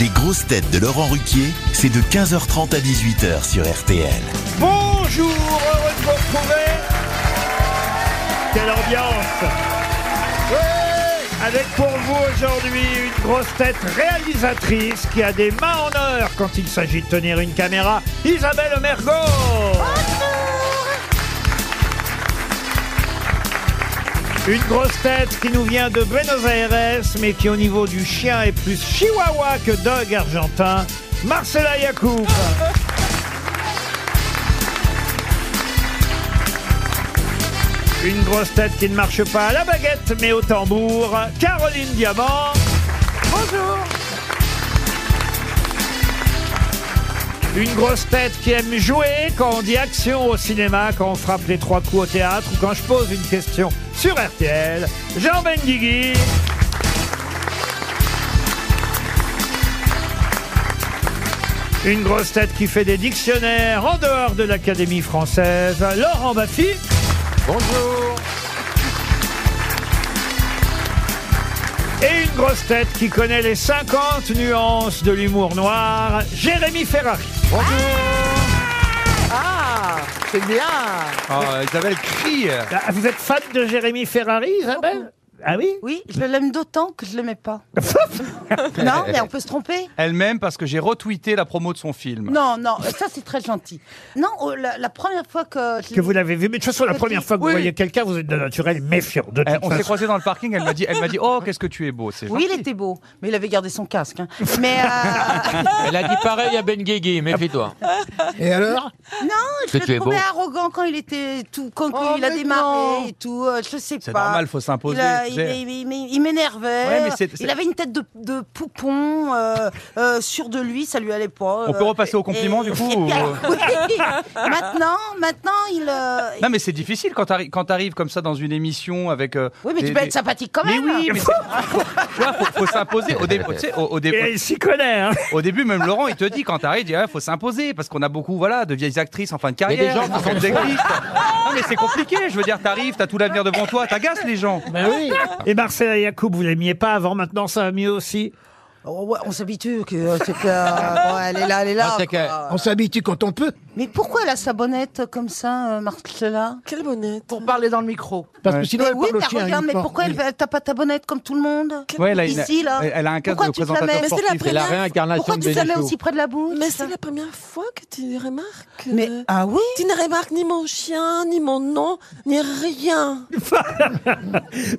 Les grosses têtes de Laurent Ruquier, c'est de 15h30 à 18h sur RTL. Bonjour, heureux de vous retrouver. Quelle ambiance Ouais Avec pour vous aujourd'hui une grosse tête réalisatrice qui a des mains en or quand il s'agit de tenir une caméra, Isabelle Mergo. Une grosse tête qui nous vient de Buenos Aires, mais qui au niveau du chien est plus chihuahua que dog argentin, Marcela Yacoub. Une grosse tête qui ne marche pas à la baguette, mais au tambour, Caroline Diamant. Bonjour. Une grosse tête qui aime jouer quand on dit action au cinéma, quand on frappe les trois coups au théâtre ou quand je pose une question sur RTL, Jean Benguigui. Une grosse tête qui fait des dictionnaires en dehors de l'Académie française, Laurent Baffy. Bonjour. Et une grosse tête qui connaît les 50 nuances de l'humour noir, Jérémy Ferrari. Ah, c'est bien. Ah, Isabelle crie Ah, Vous êtes fan de Jérémy Ferrari, Isabelle Ah oui Oui, je l'aime d'autant que je l'aimais pas. non, mais on peut se tromper. elle-même parce que j'ai retweeté la promo de son film. Non, non, ça c'est très gentil. Non, oh, la, la première fois que je Que l'ai- vous l'avez vu, mais de toute façon, la Oui. première fois que vous Euh, Oui. voyez quelqu'un, vous êtes de naturel méfiant. De Eh, toute on s'est façon. croisés dans le parking, elle m'a dit, elle m'a dit, oh qu'est-ce que tu es beau, c'est Oui, il gentil. était beau, mais il avait gardé son casque. hein. Mais euh, Elle a dit pareil à Ben Guigui, méfie-toi. non, je Que tu le es trouvais beau. arrogant quand il était tout, quand Oh, il a mais démarré non. et tout. euh, je sais pas. C'est normal, faut s'imposer, Il a- tu Il, sais. il- il- il- il m'énervait. Ouais, mais c'est- c'est- Il avait une tête de, de poupon euh, euh, sûr de lui, ça lui allait pas. On peut repasser aux compliments, du coup, et puis, ou- alors, oui. maintenant, maintenant, il. euh, Non mais c'est difficile quand t'arri- quand t'arrives comme ça dans une émission avec. euh, Oui, mais des- tu peux des- être sympathique quand Mais même. oui, mais c'est- tu vois, faut, faut s'imposer. Au, dé- tu sais, au- au dé- Et il s'y connaît, hein. au début, même Laurent, il te dit quand t'arrives, il dit, ah, faut s'imposer parce qu'on a beaucoup, voilà, de vieilles actrices en fin de y a des carrière. gens qui sont déclistes. Non mais c'est compliqué. Je veux dire, t'arrives, t'as tout l'avenir devant toi, t'agaces les gens. Ben Et Marcela Yacoub, vous l'aimiez pas avant, maintenant ça va mieux aussi. Oh, ouais, on s'habitue que euh, c'est que, euh, bon, elle est là, elle est là. Ah, c'est que- quoi. On s'habitue quand on peut, Mais pourquoi elle a sa bonnette comme ça, euh, Marcella Quelle bonnette Pour parler dans le micro. parce Ouais. que sinon elle oui, parle au t'as chien. regarde, mais uniquement. pourquoi elle Oui. t'as pas ta bonnette comme tout le monde Ouais, elle a une- Ici, là. elle a un casque Pourquoi de tu te la présentateur mets Mais c'est la sportif. C'est la Première- réincarnation Pourquoi de tu te la mets Benichou. aussi près de la bouche Mais c'est la première fois que tu remarques. Mais- euh, ah oui Tu ne remarques ni mon chien, ni mon nom, ni rien.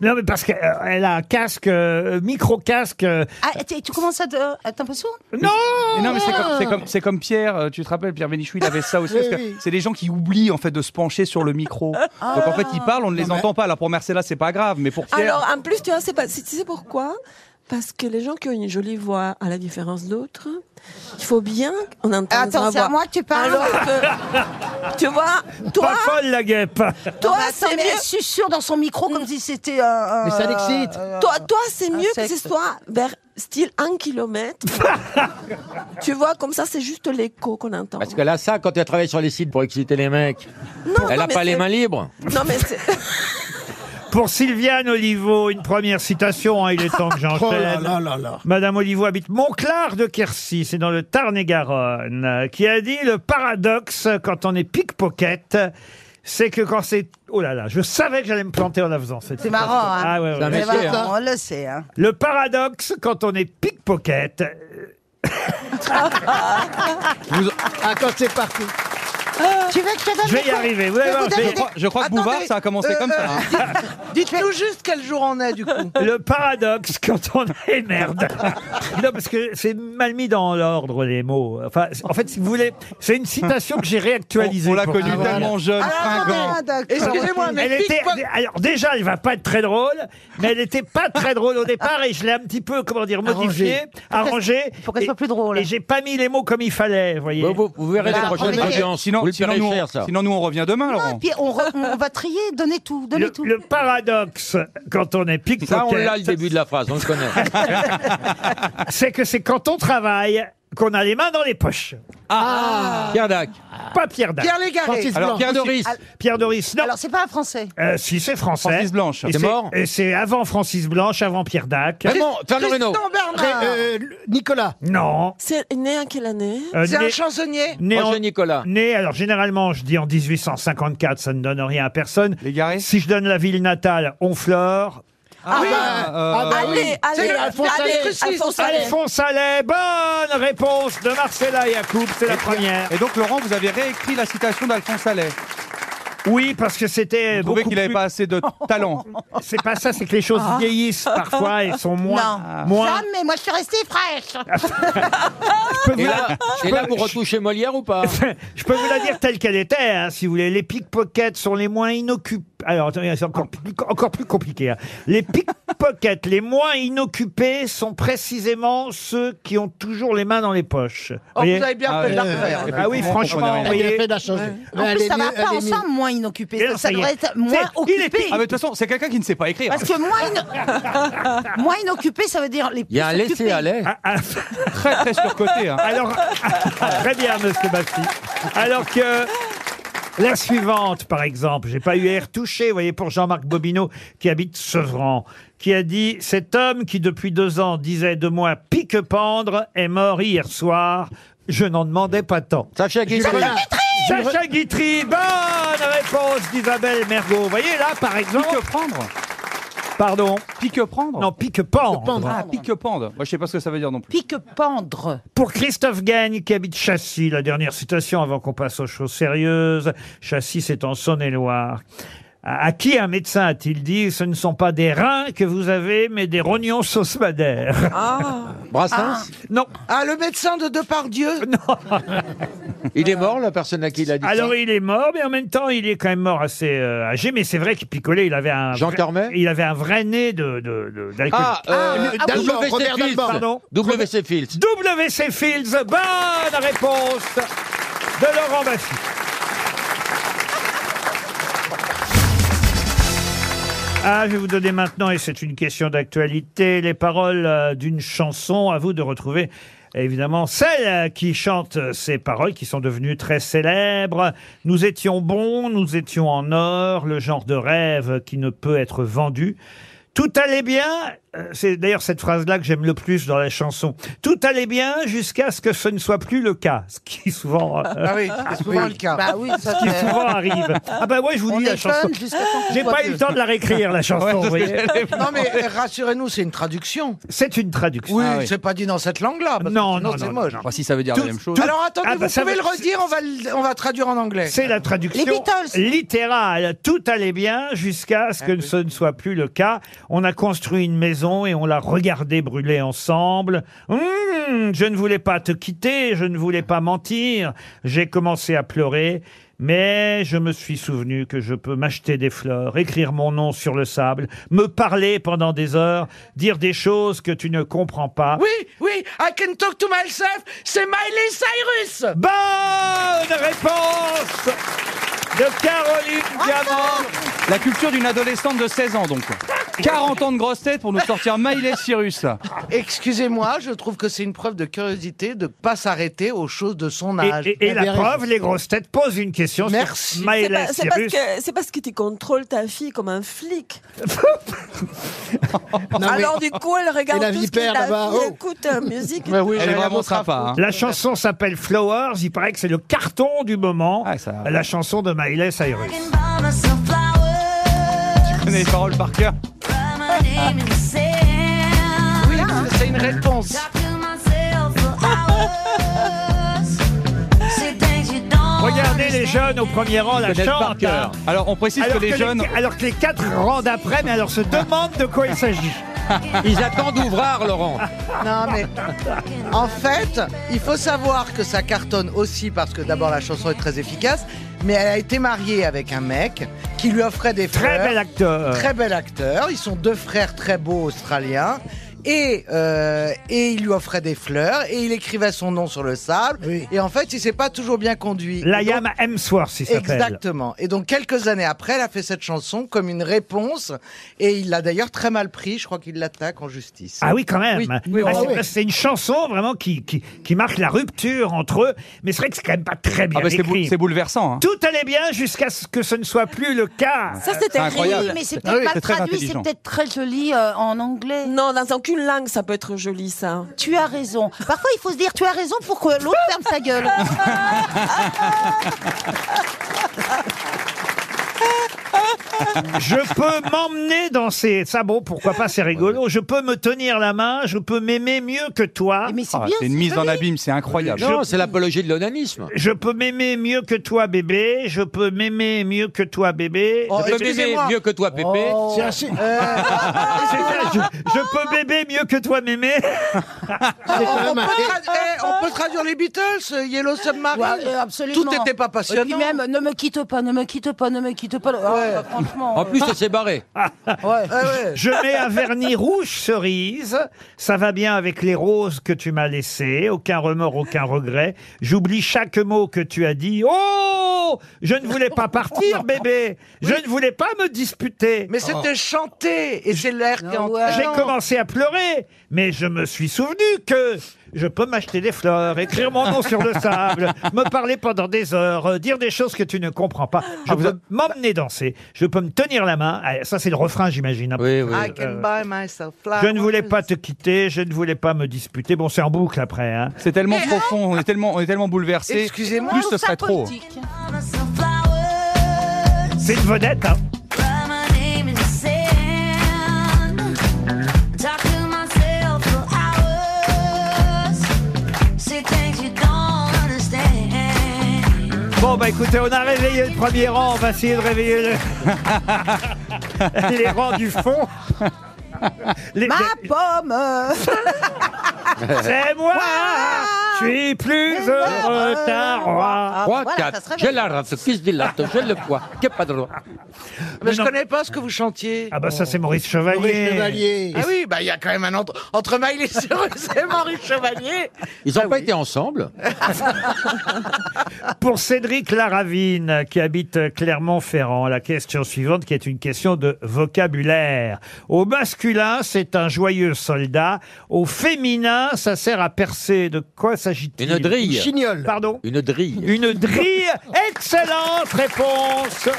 Non, mais parce qu'elle elle a un casque, euh, micro-casque. euh, ah, tu, tu commences à te- à être un peu sourd Non Mais non, mais c'est comme, c'est comme, c'est comme Pierre, euh, tu te rappelles, Pierre Bénichou, il avait ça aussi. parce que oui. C'est les gens qui oublient en fait de se pencher sur le micro. Ah. Donc en fait, ils parlent, on ne les entend pas. Alors pour Marcella, c'est pas grave, mais pour Pierre. Alors, en plus, tu vois, c'est pas, tu sais pourquoi Parce que les gens qui ont une jolie voix, à la différence d'autres, il faut bien qu'on entende Attends, sa c'est à voix. moi que tu parles Ah, Alors que- tu vois, toi, Pas folle la guêpe toi, mais attends, c'est mais mieux. elle susurre dans son micro comme si c'était un. un- Mais ça l'excite. euh, Toi, toi c'est Un mieux que sexe. ce soit vers style 1 km. tu vois, comme ça, c'est juste l'écho qu'on entend. Parce que là, ça, quand elle travaille sur les sites pour exciter les mecs, Non, elle non, a mais pas les c'est- mains libres. Non, mais c'est. Pour Sylviane Olivo, une première citation, hein, il est temps que Oh là j'enchaîne. là là là. Madame Olivo habite Montclar de Quercy, c'est dans le Tarn-et-Garonne, euh, qui a dit le paradoxe quand on est pickpocket, c'est que quand c'est... Oh là là, je savais que j'allais me planter en la faisant. cette C'est citation. marrant, hein. Ah, ouais, ouais. un mais métier, voilà, On le sait. Hein. Le paradoxe quand on est pickpocket, Ah, quand c'est parti. Tu veux que je te donne je vais le y coup arriver. Vous allez Mais voir, vous je vais- Je crois, je crois que Bouvard, ça a commencé comme ça. hein. euh, Dites-nous juste quel jour on est du coup. Le paradoxe quand on est merde. Non, parce que c'est mal mis dans l'ordre, les mots. Enfin, c- en fait, si vous voulez, c'est une citation que j'ai réactualisée. On, on l'a pour- connu Ah, voilà. tellement jeune, fringant. Ah, d'accord. Excusez-moi, mais Elle était, pickpocket- alors déjà, elle va pas être très drôle, mais elle était pas très drôle au départ et je l'ai un petit peu, comment dire, modifiée, arrangée. Pour qu'elle et- soit plus drôle. Et j'ai pas mis les mots comme il fallait, vous voyez. Bah, Vous, vous- vous verrez Voilà, la prochaine promettez. audience. Sinon, vous le sinon, paierez nous, on- cher, ça. sinon, nous, on revient demain, Laurent. Puis on, re- on va trier, donnez tout, donnez Le, tout. le paradoxe quand on est pickpocket, Ça, on l'a le début de la phrase, on le connaît. c'est que c'est quand on travaille qu'on a les mains dans les poches. Ah. Pierre Dac. Pas Pierre Dac. Ah. Pierre Légaré. Francis Alors Blanc. Pierre Doris. Pierre Doris, non. Alors, c'est pas un français. Euh, si, c'est français. Francis Blanche. Et C'est c'est- mort Et c'est avant Francis Blanche, avant Pierre Dac. Raymond, Fernand Tristan Reynaud. Bernard. Euh, Nicolas. Non. C'est né à quelle année Euh, C'est un né- chansonnier. né en- Roger Nicolas. Né, alors généralement, je dis en 1854, ça ne donne rien à personne. Légaré. Si je donne la ville natale, Honfleur. Ah, bah, euh, bah Allez, C'est allez, Alphonse allez, Allais. Alphonse Allais. Alphonse Allais, bonne réponse de Marcella Yacoub, c'est la première. Et donc, Laurent, vous avez réécrit la citation d'Alphonse Allais. Oui, parce que c'était Vous trouvez beaucoup qu'il n'avait plus- pas assez de talent. C'est pas ça, c'est que les choses Ah. vieillissent parfois et sont Ah. moins... Ah. moins... mais moi, je suis restée fraîche. Je, peux vous Et la... là, et là, vous retouchez Molière ou pas je peux vous la dire telle qu'elle était, hein, si vous voulez. Les pickpockets sont les moins inoccupés. Alors, attendez, c'est encore plus, encore plus compliqué. hein. Les pickpockets, les moins inoccupés, sont précisément ceux qui ont toujours les mains dans les poches. Oh, vous voyez avez bien Ah, fait de la ouais. refaire. Et puis, Ah oui, comment on comprenait franchement, rien. oui. Elle a fait de la chanson. En Elle plus, est ça mieux, va elle pas est ensemble, moins Et inoccupé. là, Ça, ça y est. devrait être moins C'est- il est occupé. Ah, mais de toute façon, c'est quelqu'un qui ne sait pas écrire. Parce que moins, ino- moins inoccupé, ça veut dire les plus Il y a un occupés. laisser-aller. Ah, ah, Très, très surcoté. hein. Alors, très bien, monsieur Basti. Alors que. La suivante, par exemple, j'ai pas eu air touché, vous voyez, pour Jean-Marc Bobineau, qui habite Sevran, qui a dit Cet homme qui, depuis deux ans, disait de moi pique-pendre, est mort hier soir. Je n'en demandais pas tant. Sacha Guitry. Sacha Guitry, bonne réponse d'Isabelle Mergot. Vous voyez, là, par exemple. Pique prendre. Pardon. Pique prendre. Non, pique-pendre. Ah, pique pendre. Moi, je sais pas ce que ça veut dire non plus. Pique-pendre. Pour Christophe Gagne, qui habite Châssis, la dernière citation avant qu'on passe aux choses sérieuses. Châssis, c'est en Saône-et-Loire. À à qui un médecin a-t-il dit ce ne sont pas des reins que vous avez, mais des rognons sauce madère Ah, Brassens. Non, Ah, le médecin de Depardieu. Il est mort, la personne à qui il a dit ça alors il est mort, mais en même temps il est quand même mort assez euh, âgé. Mais c'est vrai qu'il picolait, il avait un Jean vrai- Cormet il avait un vrai nez de de- de- d'alcoolique. Ah, euh, Ah oui, W.C. Robert Fields. Dalbord. Pardon W.C. Fields. W.C. Fields, bonne réponse de Laurent Baffy. Ah, je vais vous donner maintenant, et c'est une question d'actualité, les paroles euh, d'une chanson. À vous de retrouver, évidemment, celle euh, qui chante euh, ces paroles qui sont devenues très célèbres. Nous étions bons, nous étions en or, le genre de rêve qui ne peut être vendu. Tout allait bien, euh, c'est d'ailleurs cette phrase-là que j'aime le plus dans la chanson. Tout allait bien jusqu'à ce que ce ne soit plus le cas, ce qui souvent, euh, Ah oui, c'est souvent le cas. Bah oui, ça Euh, qui c'est- souvent arrive. Ah bah ouais, je vous On dis la est chanson. fun jusqu'à temps qu'on J'ai voit pas que- eu le temps de la réécrire la chanson. vous voyez. Non, mais rassurez-nous, c'est une traduction. C'est une traduction. Oui, Ah oui. c'est pas dit dans cette langue-là. parce que Non, sinon, non, c'est non, moche. Bah, si ça veut dire la même chose. Alors attendez, Ah, bah, vous ça pouvez va- le redire, on va, le- on va traduire en anglais. C'est la traduction Les Beatles. littérale. Tout allait bien jusqu'à ce que ce ne soit plus le cas. On a construit une maison et on l'a regardée brûler ensemble. Hum, je ne voulais pas te quitter, je ne voulais pas mentir. J'ai commencé à pleurer. Mais je me suis souvenu que je peux m'acheter des fleurs, écrire mon nom sur le sable, me parler pendant des heures, dire des choses que tu ne comprends pas. Oui, oui, I can talk to myself, c'est Miley Cyrus Bonne réponse de Caroline Diamant. La culture d'une adolescente de 16 ans, donc. 40 ans de grosse tête pour nous sortir Miley Cyrus. Excusez-moi, je trouve que c'est une preuve de curiosité de pas s'arrêter aux choses de son Et, âge. et- et la bien raison. preuve, les grosses têtes posent une question sur Merci. c'est Maëla pas- c'est parce Cyrus. que c'est parce que tu contrôles ta fille comme un flic. Non, mais- Alors du coup, elle regarde Et la tout ce que vipère, ta là-bas, fille oh. Bah écoute euh, musique. et Mais oui, Elle est j'ai rien vraiment d'autre à foutre. sympa. hein. La chanson s'appelle Flowers. Il paraît que c'est le carton du moment. Ah, ça- La chanson de Miley Cyrus. Je connais les paroles par cœur. Oui, c'est une réponse. Regardez les jeunes au premier rang la Connaître par chantent. cœur. Alors, on précise que les jeunes. alors que les quatre rangs d'après, mais alors se demandent de quoi il s'agit. Ils attendent Ouvrard, Laurent. Non, mais en fait, il faut savoir que ça cartonne aussi parce que d'abord la chanson est très efficace, mais elle a été mariée avec un mec qui lui offrait des Très fleurs. bel acteur. Très bel acteur. Ils sont deux frères très beaux australiens. Et, euh, et il lui offrait des fleurs et il écrivait son nom sur le sable. Et en fait, il s'est pas toujours bien conduit. Liam Hemsworth, il s'appelle. Exactement. Et donc, quelques années après, elle a fait cette chanson comme une réponse. Et il l'a d'ailleurs très mal pris. Je crois qu'il l'attaque en justice. Ah oui, quand même. Oui. Ah, Oui, oui, c'est- oui. C'est une chanson vraiment qui, qui, qui marque la rupture entre eux. Mais c'est vrai que c'est quand même pas très bien. Ah bah, c'est bou- écrit. c'est bouleversant. hein. Tout allait bien jusqu'à ce que ce ne soit plus le cas. Ça, c'était C'est incroyable. Oui, mais c'est Ah peut-être oui, c'est mal très traduit, c'est intelligent. peut-être très joli euh, en anglais. Non, dans aucune langue, ça peut être joli, ça. Tu as raison. Parfois, il faut se dire tu as raison pour que l'autre ferme sa gueule. Je peux m'emmener dans ces. Ça, bon, pourquoi pas, c'est rigolo. Je peux me tenir la main, je peux m'aimer mieux que toi. Mais c'est Ah, bien. c'est une mise en joli. abîme, c'est incroyable. Non, c'est l'apologie de l'onanisme. Je peux m'aimer mieux que toi, bébé. Je peux m'aimer mieux que toi, bébé. Oh, Je peux m'aimer excusez-moi. Oh. Euh. mieux que toi, Pépé. C'est assez. Ah, C'est ça, je, je peux bébé mieux que toi, mémé. C'est On, quand on même peut un- tradu- eh, on peut traduire les Beatles, euh, Yellow Submarine. Ouais, euh, absolument. Tout n'était pas Et puis passionnant. même, ne me quitte pas, ne me quitte pas, ne me quitte pas. Ah, bah, franchement. En plus, elle s'est barrée. Ah. Ah Ouais, ouais. Je mets un vernis rouge cerise. Ça va bien avec les roses que tu m'as laissées. Aucun remords, aucun regret. J'oublie chaque mot que tu as dit. Oh Je ne voulais pas partir, bébé. Je ne voulais pas me disputer. Mais c'était chanté et c'est l'air qui est entré. ouais. J'ai Non. commencé à pleurer, mais je me suis souvenu que je peux m'acheter des fleurs, écrire mon nom sur le sable, me parler pendant des heures, euh, dire des choses que tu ne comprends pas. Je peux m'emmener danser, je peux me tenir la main. Ah, Ça, c'est le refrain, j'imagine. hein. Oui, oui. I can buy myself flowers. euh, Je ne voulais pas te quitter, je ne voulais pas me disputer. Bon, c'est en boucle après. hein. C'est tellement profond, on est tellement, on est tellement bouleversé. Excusez-moi. Plus ce serait trop. C'est une vedette. hein. Bon, bah écoutez, on a réveillé le premier rang, on va essayer de réveiller le- les rangs du fond. Les- Ma pomme euh, C'est moi Je suis plus heureux qu'un roi Trois, voilà, ça se quatre. réveille. J'ai la race qui se dilate, j'ai le poids, qui pas de droit. Mais je non. connais pas ce que vous chantiez. Ah bah ça c'est Maurice Chevalier Maurice Chevalier. Ah oui, bah il y a quand même un entre entre Maïl et Cyrus et Maurice Chevalier. Ils Ah n'ont pas été ensemble. Pour Cédric Laravine qui habite Clermont-Ferrand, la question suivante qui est une question de vocabulaire. Au masculin c'est un joyeux soldat, au féminin ça sert à percer. De quoi s'agit-il Une drille. Chignol. Pardon Une drille. Une drille. Excellente réponse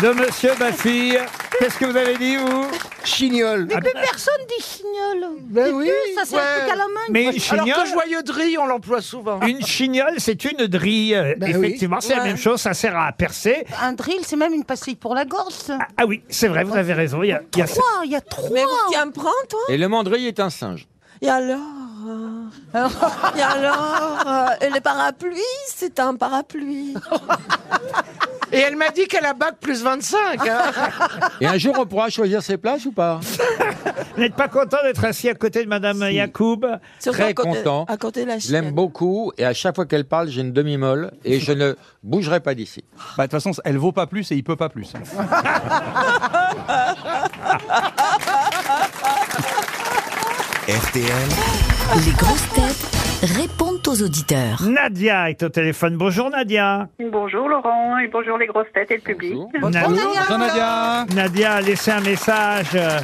de Monsieur Baffi. Qu'est-ce que vous avez dit, vous Chignol. Ah Mais bah, plus personne dit chignol. Ah Ben oui. Ça, c'est ouais. un truc à la main. Mais une Alors chignole, que joyeux drille, on l'emploie souvent. une chignole, c'est une drille. Ben oui. Effectivement, c'est la Ouais. même chose, ça sert à percer. Un drill, c'est même une pastille pour la gorge. ça. Ah oui, c'est vrai, vous avez raison. Il y a, il y a- Trois, il y a trois. Mais vous, tu en prends, toi Et le mandrille est un singe. Et alors euh, Et alors euh, Et le parapluie, c'est un parapluie. Et elle m'a dit qu'elle a bac plus 25. hein. Et un jour, on pourra choisir ses places ou pas Vous n'êtes pas content d'être assis à côté de Madame Yacoub Surtout Très à côté- content. À côté de la Je l'aime chienne. beaucoup et à chaque fois qu'elle parle, j'ai une demi-molle et je ne bougerai pas d'ici. Bah, de toute façon, elle vaut pas plus et il peut pas plus. Ah, RTL, Les grosses têtes répondent aux auditeurs. Nadia est au téléphone. Bonjour Nadia. Bonjour Laurent et bonjour les grosses têtes et le public. Bonjour. Nadia, Bonjour Nadia Nadia a laissé un message euh,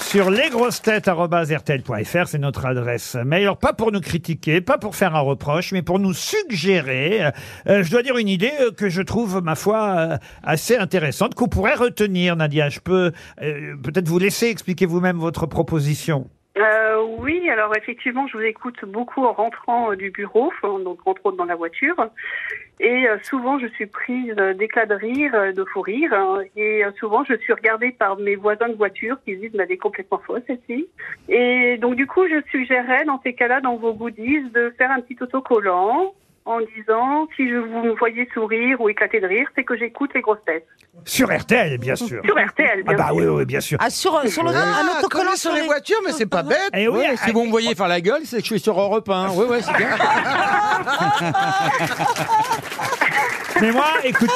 sur lesgrossetêtes.rtl.fr, c'est notre adresse mail. Alors, pas pour nous critiquer, pas pour faire un reproche, mais pour nous suggérer, euh, euh, je dois dire une idée euh, que je trouve, ma foi, euh, assez intéressante, qu'on pourrait retenir, Nadia. Je peux euh, peut-être vous laisser expliquer vous-même votre proposition. Euh, oui, alors effectivement, je vous écoute beaucoup en rentrant euh, du bureau, euh, donc entre autres dans la voiture. Et euh, souvent, je suis prise euh, d'éclats de rire, euh, de fou rire. hein. Et euh, souvent, je suis regardée par mes voisins de voiture qui se disent, mais elle est complètement fausse, cette fille. Et donc, du coup, je suggérais dans ces cas-là, dans vos goodies, de faire un petit autocollant en disant, si je vous me voyez sourire ou éclater de rire, c'est que j'écoute les grosses têtes. Sur RTL, bien sûr. Sur RTL, bien Ah bah sûr. oui, oui, bien sûr. Ah, sur, sur le, un Ah, autocollant collé sur les voitures, mais c'est pas bête. Et oui, Ouais, ah, si vous me voyez faire la gueule, c'est que je suis sur Europe 1. Oui, oui, c'est bien. Mais moi, écoutez,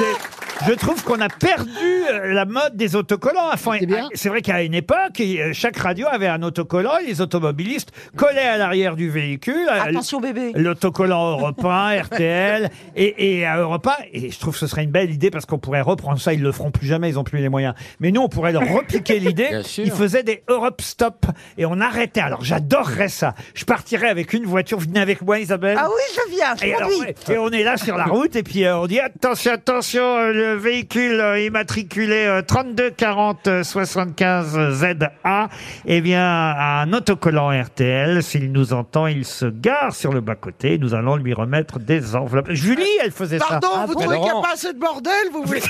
Je trouve qu'on a perdu euh, la mode des autocollants. Enfin, c'est vrai qu'à une époque, et, euh, chaque radio avait un autocollant et les automobilistes collaient à l'arrière du véhicule. euh, Attention, bébé. L'autocollant européen, RTL et, et à Europa. Et je trouve que ce serait une belle idée parce qu'on pourrait reprendre ça. Ils le feront plus jamais, ils n'ont plus les moyens. Mais nous, on pourrait leur repiquer l'idée. Ils faisaient des Europe Stop et on arrêtait. Alors j'adorerais ça. Je partirais avec une voiture. Vous venez avec moi, Isabelle Ah oui, je viens, je et, alors, conduis. ouais, et on est là sur la route et puis euh, on dit attention, attention, euh, le véhicule euh, immatriculé euh, 32 40 euh, 75 ZA, eh bien, a un autocollant RTL. S'il nous entend, il se gare sur le bas-côté. Nous allons lui remettre des enveloppes. Julie, elle faisait Pardon, ça. Ah vous trouvez qu'il n'y a pas assez de bordel Vous voulez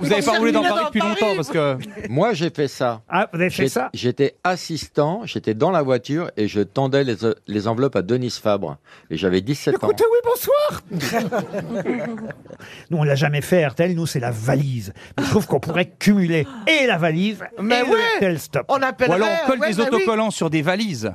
Vous n'avez avez pas roulé dans Paris depuis longtemps, parce que. Moi, j'ai fait ça. Ah, vous avez fait J'ai- ça J'étais assistant, j'étais dans la voiture et je tendais les, les enveloppes à Denis Fabre. Et j'avais 17 ans. Écoutez, oui, bonsoir. nous, on l'a jamais fait, RTL. Nous, c'est la valise. Mais je trouve qu'on pourrait cumuler et la valise Mais et ouais, le RTL Stop. On euh, bah appelle Ou alors on colle des autocollants sur des valises.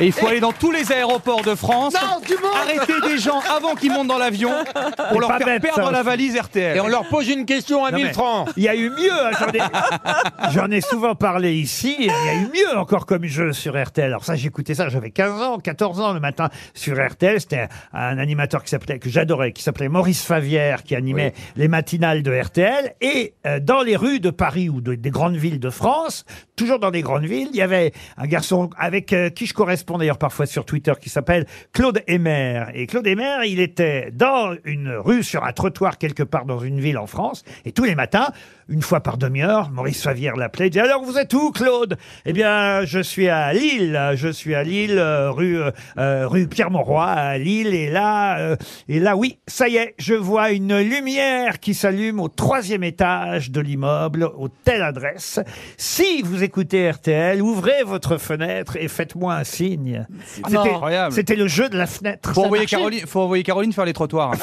Et il faut aller dans tous les aéroports de France, Non, du monde arrêter des gens avant qu'ils montent dans l'avion C'est pour leur pas faire bête, perdre ça la aussi. valise RTL. Et on leur pose une question à Non, 1000 mais- francs. Il y a eu mieux, hein, j'en ai, j'en ai souvent parlé ici, et il y a eu mieux encore comme jeu sur RTL. Alors ça, j'écoutais ça, j'avais 15 ans, 14 ans le matin sur RTL. C'était un animateur qui s'appelait, que j'adorais, qui s'appelait Maurice Favière, qui animait les matinales de RTL. Et euh, dans les rues de Paris ou de- des grandes villes de France, toujours dans des grandes villes, il y avait un garçon avec euh, qui je correspond d'ailleurs parfois sur Twitter, qui s'appelle Claude Emer. Et Claude Emer, il était dans une rue, sur un trottoir quelque part dans une ville en France, et tous les matins, une fois par demi-heure, Maurice Favière l'appelait, il disait alors vous êtes où Claude Eh bien je suis à Lille, je suis à Lille, euh, rue euh, euh, rue Pierre Mauroy à Lille, et là euh, et là oui, ça y est, je vois une lumière qui s'allume au troisième étage de l'immeuble, aux telle adresse. Si vous écoutez RTL, ouvrez votre fenêtre et faites-moi un signe. C'était- incroyable. C'était le jeu de la fenêtre. Faut envoyer, Caroline, faut envoyer Caroline faire les trottoirs.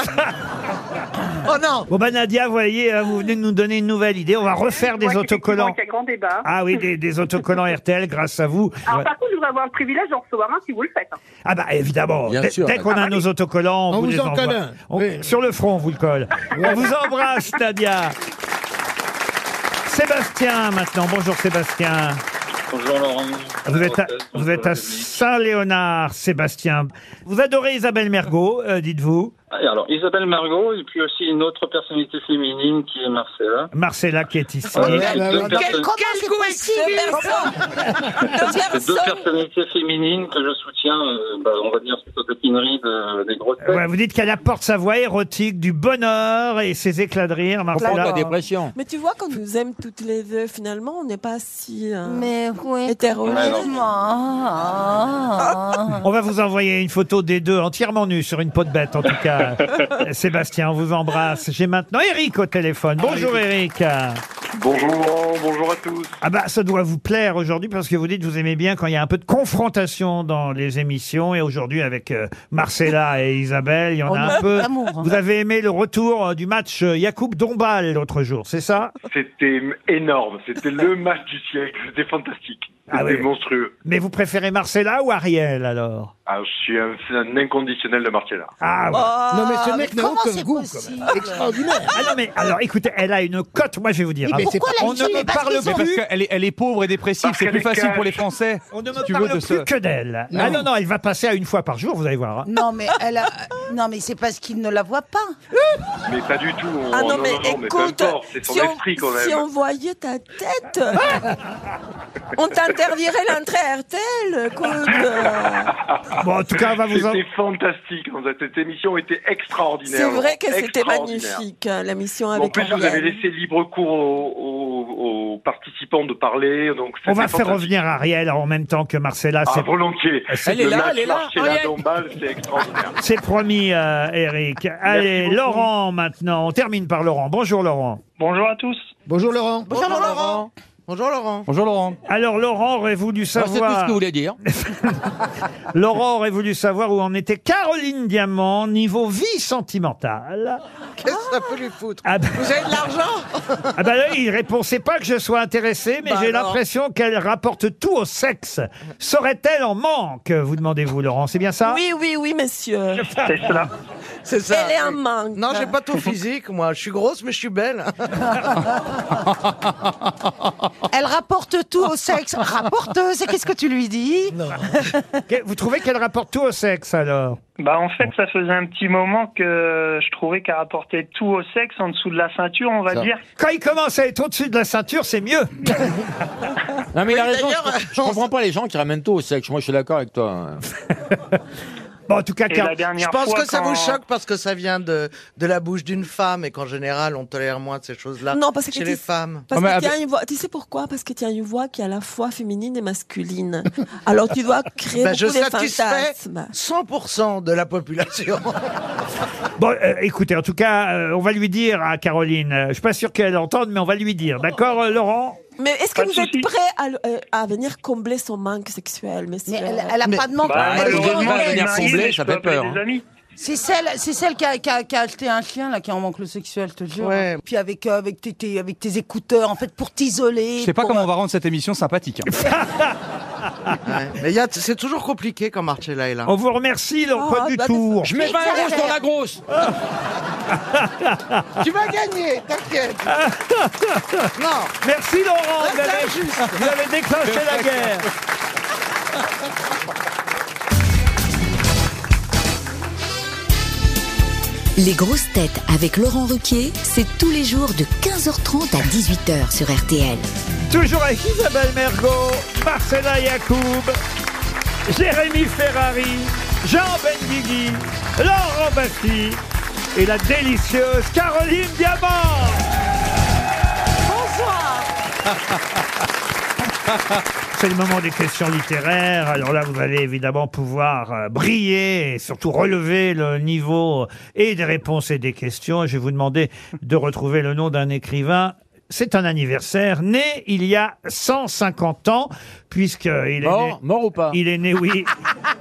Oh non Bon, bah, Nadia, vous voyez, hein, vous venez de nous donner une nouvelle idée. On va refaire des autocollants. Il y a grand débat. Ah oui, des, des autocollants RTL grâce à vous. Ah, Alors, par contre, je vais avoir le privilège d'en recevoir un si vous le faites. hein. Ah bah évidemment, Bien dès, sûr, dès qu'on a nos autocollants, on, On vous les en envoie. colle un. On- Oui. Sur le front, on vous le colle. On vous embrasse, Nadia. Sébastien, maintenant. Bonjour, Sébastien. Bonjour Laurent. Vous êtes à, vous êtes à Saint-Léonard, Sébastien. Vous adorez Isabelle Mergot, euh, dites-vous. Ah, Et alors, Isabelle Margot, et puis aussi une autre personnalité féminine qui est Marcella. Marcella qui est ici. Voilà, Oh, là c'est là deux là. personnes- Quel coup de c'est deux personne personnalités féminines que je soutiens, euh, bah, on va dire, suite aux coquineries de- des grosses têtes. Ouais, vous dites qu'elle apporte sa voix érotique, du bonheur et ses éclats de rire, Pourquoi Marcella. la dépression Mais tu vois, quand nous aime toutes les deux, finalement, on n'est pas si euh, Mais oui. hétérogènes. On va vous envoyer une photo des deux entièrement nus sur une peau de bête, en tout cas. Euh, Sébastien, on vous embrasse. J'ai maintenant Eric au téléphone. Bonjour Eric. Ah Bonjour Laurent, bonjour à tous. bah ça doit vous plaire aujourd'hui parce que vous dites que vous aimez bien quand il y a un peu de confrontation dans les émissions et aujourd'hui avec euh, Marcella et Isabelle, il y en On a un manque peu. d'amour, hein. Vous avez aimé le retour euh, du match euh, Yacoub Dombal l'autre jour, c'est ça C'était énorme, c'était le match du siècle, c'était fantastique, Ah C'était ouais. monstrueux. Ah, Mais vous préférez Marcella ou Ariel alors je suis un, inconditionnel de Marcella. Ah ouais. Non, mais ce mec n'a comment aucun c'est goût, possible quand même. Extraordinaire. Ah non mais alors écoutez, elle a une cote, moi je vais vous dire. Oui, mais hein. c'est Pourquoi pas- la On ne fille me est pas parle qu'ils ont plus parce eu qu'elle est, elle est pauvre et dépressive. Parce C'est qu'elle plus est facile cash. pour les Français. On ne si me tu veux, parle de plus ce- que d'elle. Ah non, non, elle va passer à une fois par jour, vous allez voir. hein. Non, mais elle a. Non, mais c'est parce qu'il ne la voit pas. Mais pas du tout, on, Ah non, mais écoute, si, on, si on voyait ta tête, on t'interdirait l'entrée à RTL, écoute. Bon, en tout cas, on va vous en... C'était fantastique. en fait. Cette émission était extraordinaire. C'est vrai que Laurent. c'était Extraordinaire. magnifique, hein, la mission En avec plus, vous avez Ariel. laissé libre cours aux, aux- aux participants de parler. Donc On c'était va faire fantastique. revenir Ariel en même temps que Marcella. Ah, C'est- volontiers. c'est- Elle est Le là, match elle est là. Marcella Ariel. Dombal, c'est extraordinaire. C'est promis, euh, Eric. Allez, beaucoup. Laurent, maintenant. On termine par Laurent. Bonjour, Laurent. Bonjour à tous. Bonjour Laurent. Bonjour Laurent Bonjour Laurent. Bonjour Laurent. Alors Laurent aurait voulu savoir. c'est tout ce que vous voulez dire. Laurent aurait voulu savoir où en était Caroline Diamant niveau vie sentimentale. Qu'est-ce que ça peut lui foutre Ah bah- Vous avez de l'argent Ah ben là, il répond, c'est pas que je sois intéressé, mais Bah j'ai alors. l'impression qu'elle rapporte tout au sexe. Serait-elle en manque Vous demandez-vous, Laurent, c'est bien ça Oui, oui, oui, monsieur. C'est cela. C'est ça. Elle est en oui. manque. Non, j'ai pas ton physique, moi. Je suis grosse, mais je suis belle. Elle rapporte tout au sexe. Rapporteuse, et qu'est-ce que tu lui dis Que- Vous trouvez qu'elle rapporte tout au sexe alors Bah en fait, ça faisait un petit moment que je trouvais qu'à rapporter tout au sexe en dessous de la ceinture, on va Ça. dire. Quand il commence à être au-dessus de la ceinture, c'est mieux. Non, mais il a raison. Je, je comprends pas les gens qui ramènent tout au sexe. Moi, je suis d'accord avec toi. Bon, en tout cas, Et Car- la dernière je pense fois, que ça vous quand- choque parce que ça vient de, de la bouche d'une femme et qu'en général, on tolère moins ces choses-là Non, parce que chez tu- les Ah, femmes. Oh, Parce que tu, as une voix, tu sais pourquoi Parce que tu as une voix qui est à la fois féminine et masculine. Alors tu dois créer Ben, beaucoup je de satisfais fantasmes. 100% de la population. Bon, euh, écoutez, en tout cas, euh, on va lui dire à Caroline. Euh, Je suis pas sûr qu'elle entende, mais on va lui dire. D'accord, euh, Laurent Mais est-ce que Pas de vous êtes prêt à, le- euh, à venir combler son manque sexuel monsieur Mais elle- elle a pas de manque. Bah, Elle- malheureusement, je suis elle- elle- marié, combler, mais ça je peux fait peur, appeler des hein. amis. C'est celle, c'est celle qui a, qui a- qui a acheté un chien là qui en manque le sexuel, je te jure. Ouais. Puis avec euh, avec tes, tes- avec tes écouteurs en fait pour t'isoler. Je sais pas pour, comment on va rendre cette émission sympathique. hein. Ouais. Mais il y a- c'est toujours compliqué quand Marcella est là. On vous remercie, Laurent, Ah, pas du bah, tout. Je mets 20 euros dans la grosse. tu vas gagner, t'inquiète. Ah. non. Merci Laurent. Reste Vous avez- injuste. vous avez déclenché la guerre. Les grosses têtes avec Laurent Ruquier, c'est tous les jours de 15h30 à 18h sur RTL. Toujours avec Isabelle Mergot, Marcella Yacoub, Jérémy Ferrari, Jean Benguigui, Laurent Baffi et la délicieuse Caroline Diamant. Bonsoir. C'est le moment des questions littéraires. Alors là, vous allez évidemment pouvoir euh, briller et surtout relever le niveau et des réponses et des questions. Je vais vous demander de retrouver le nom d'un écrivain. C'est un anniversaire né il y a 150 ans, puisqu'il est Mort né... Mort ou pas Il est né, oui.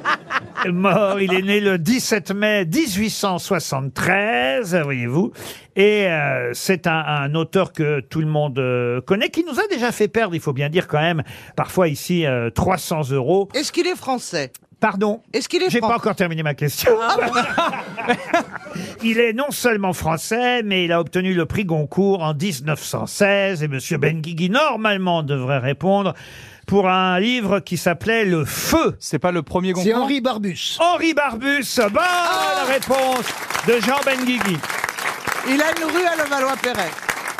mort. Il est né le 17 mai 1873, voyez-vous. Et euh, c'est un, un auteur que tout le monde euh, connaît, qui nous a déjà fait perdre, il faut bien dire quand même, parfois ici, euh, 300 euros. Est-ce qu'il est français Pardon Est-ce qu'il est Ah J'ai français pas encore terminé ma question. Il est non seulement français, mais il a obtenu le prix Goncourt en 1916 et Monsieur Benguigui normalement devrait répondre pour un livre qui s'appelait Le Feu. C'est pas le premier C'est Henri Barbus. Henri Barbus, bonne réponse de Jean Benguigui. Ah. Il a une rue à Levallois-Perret.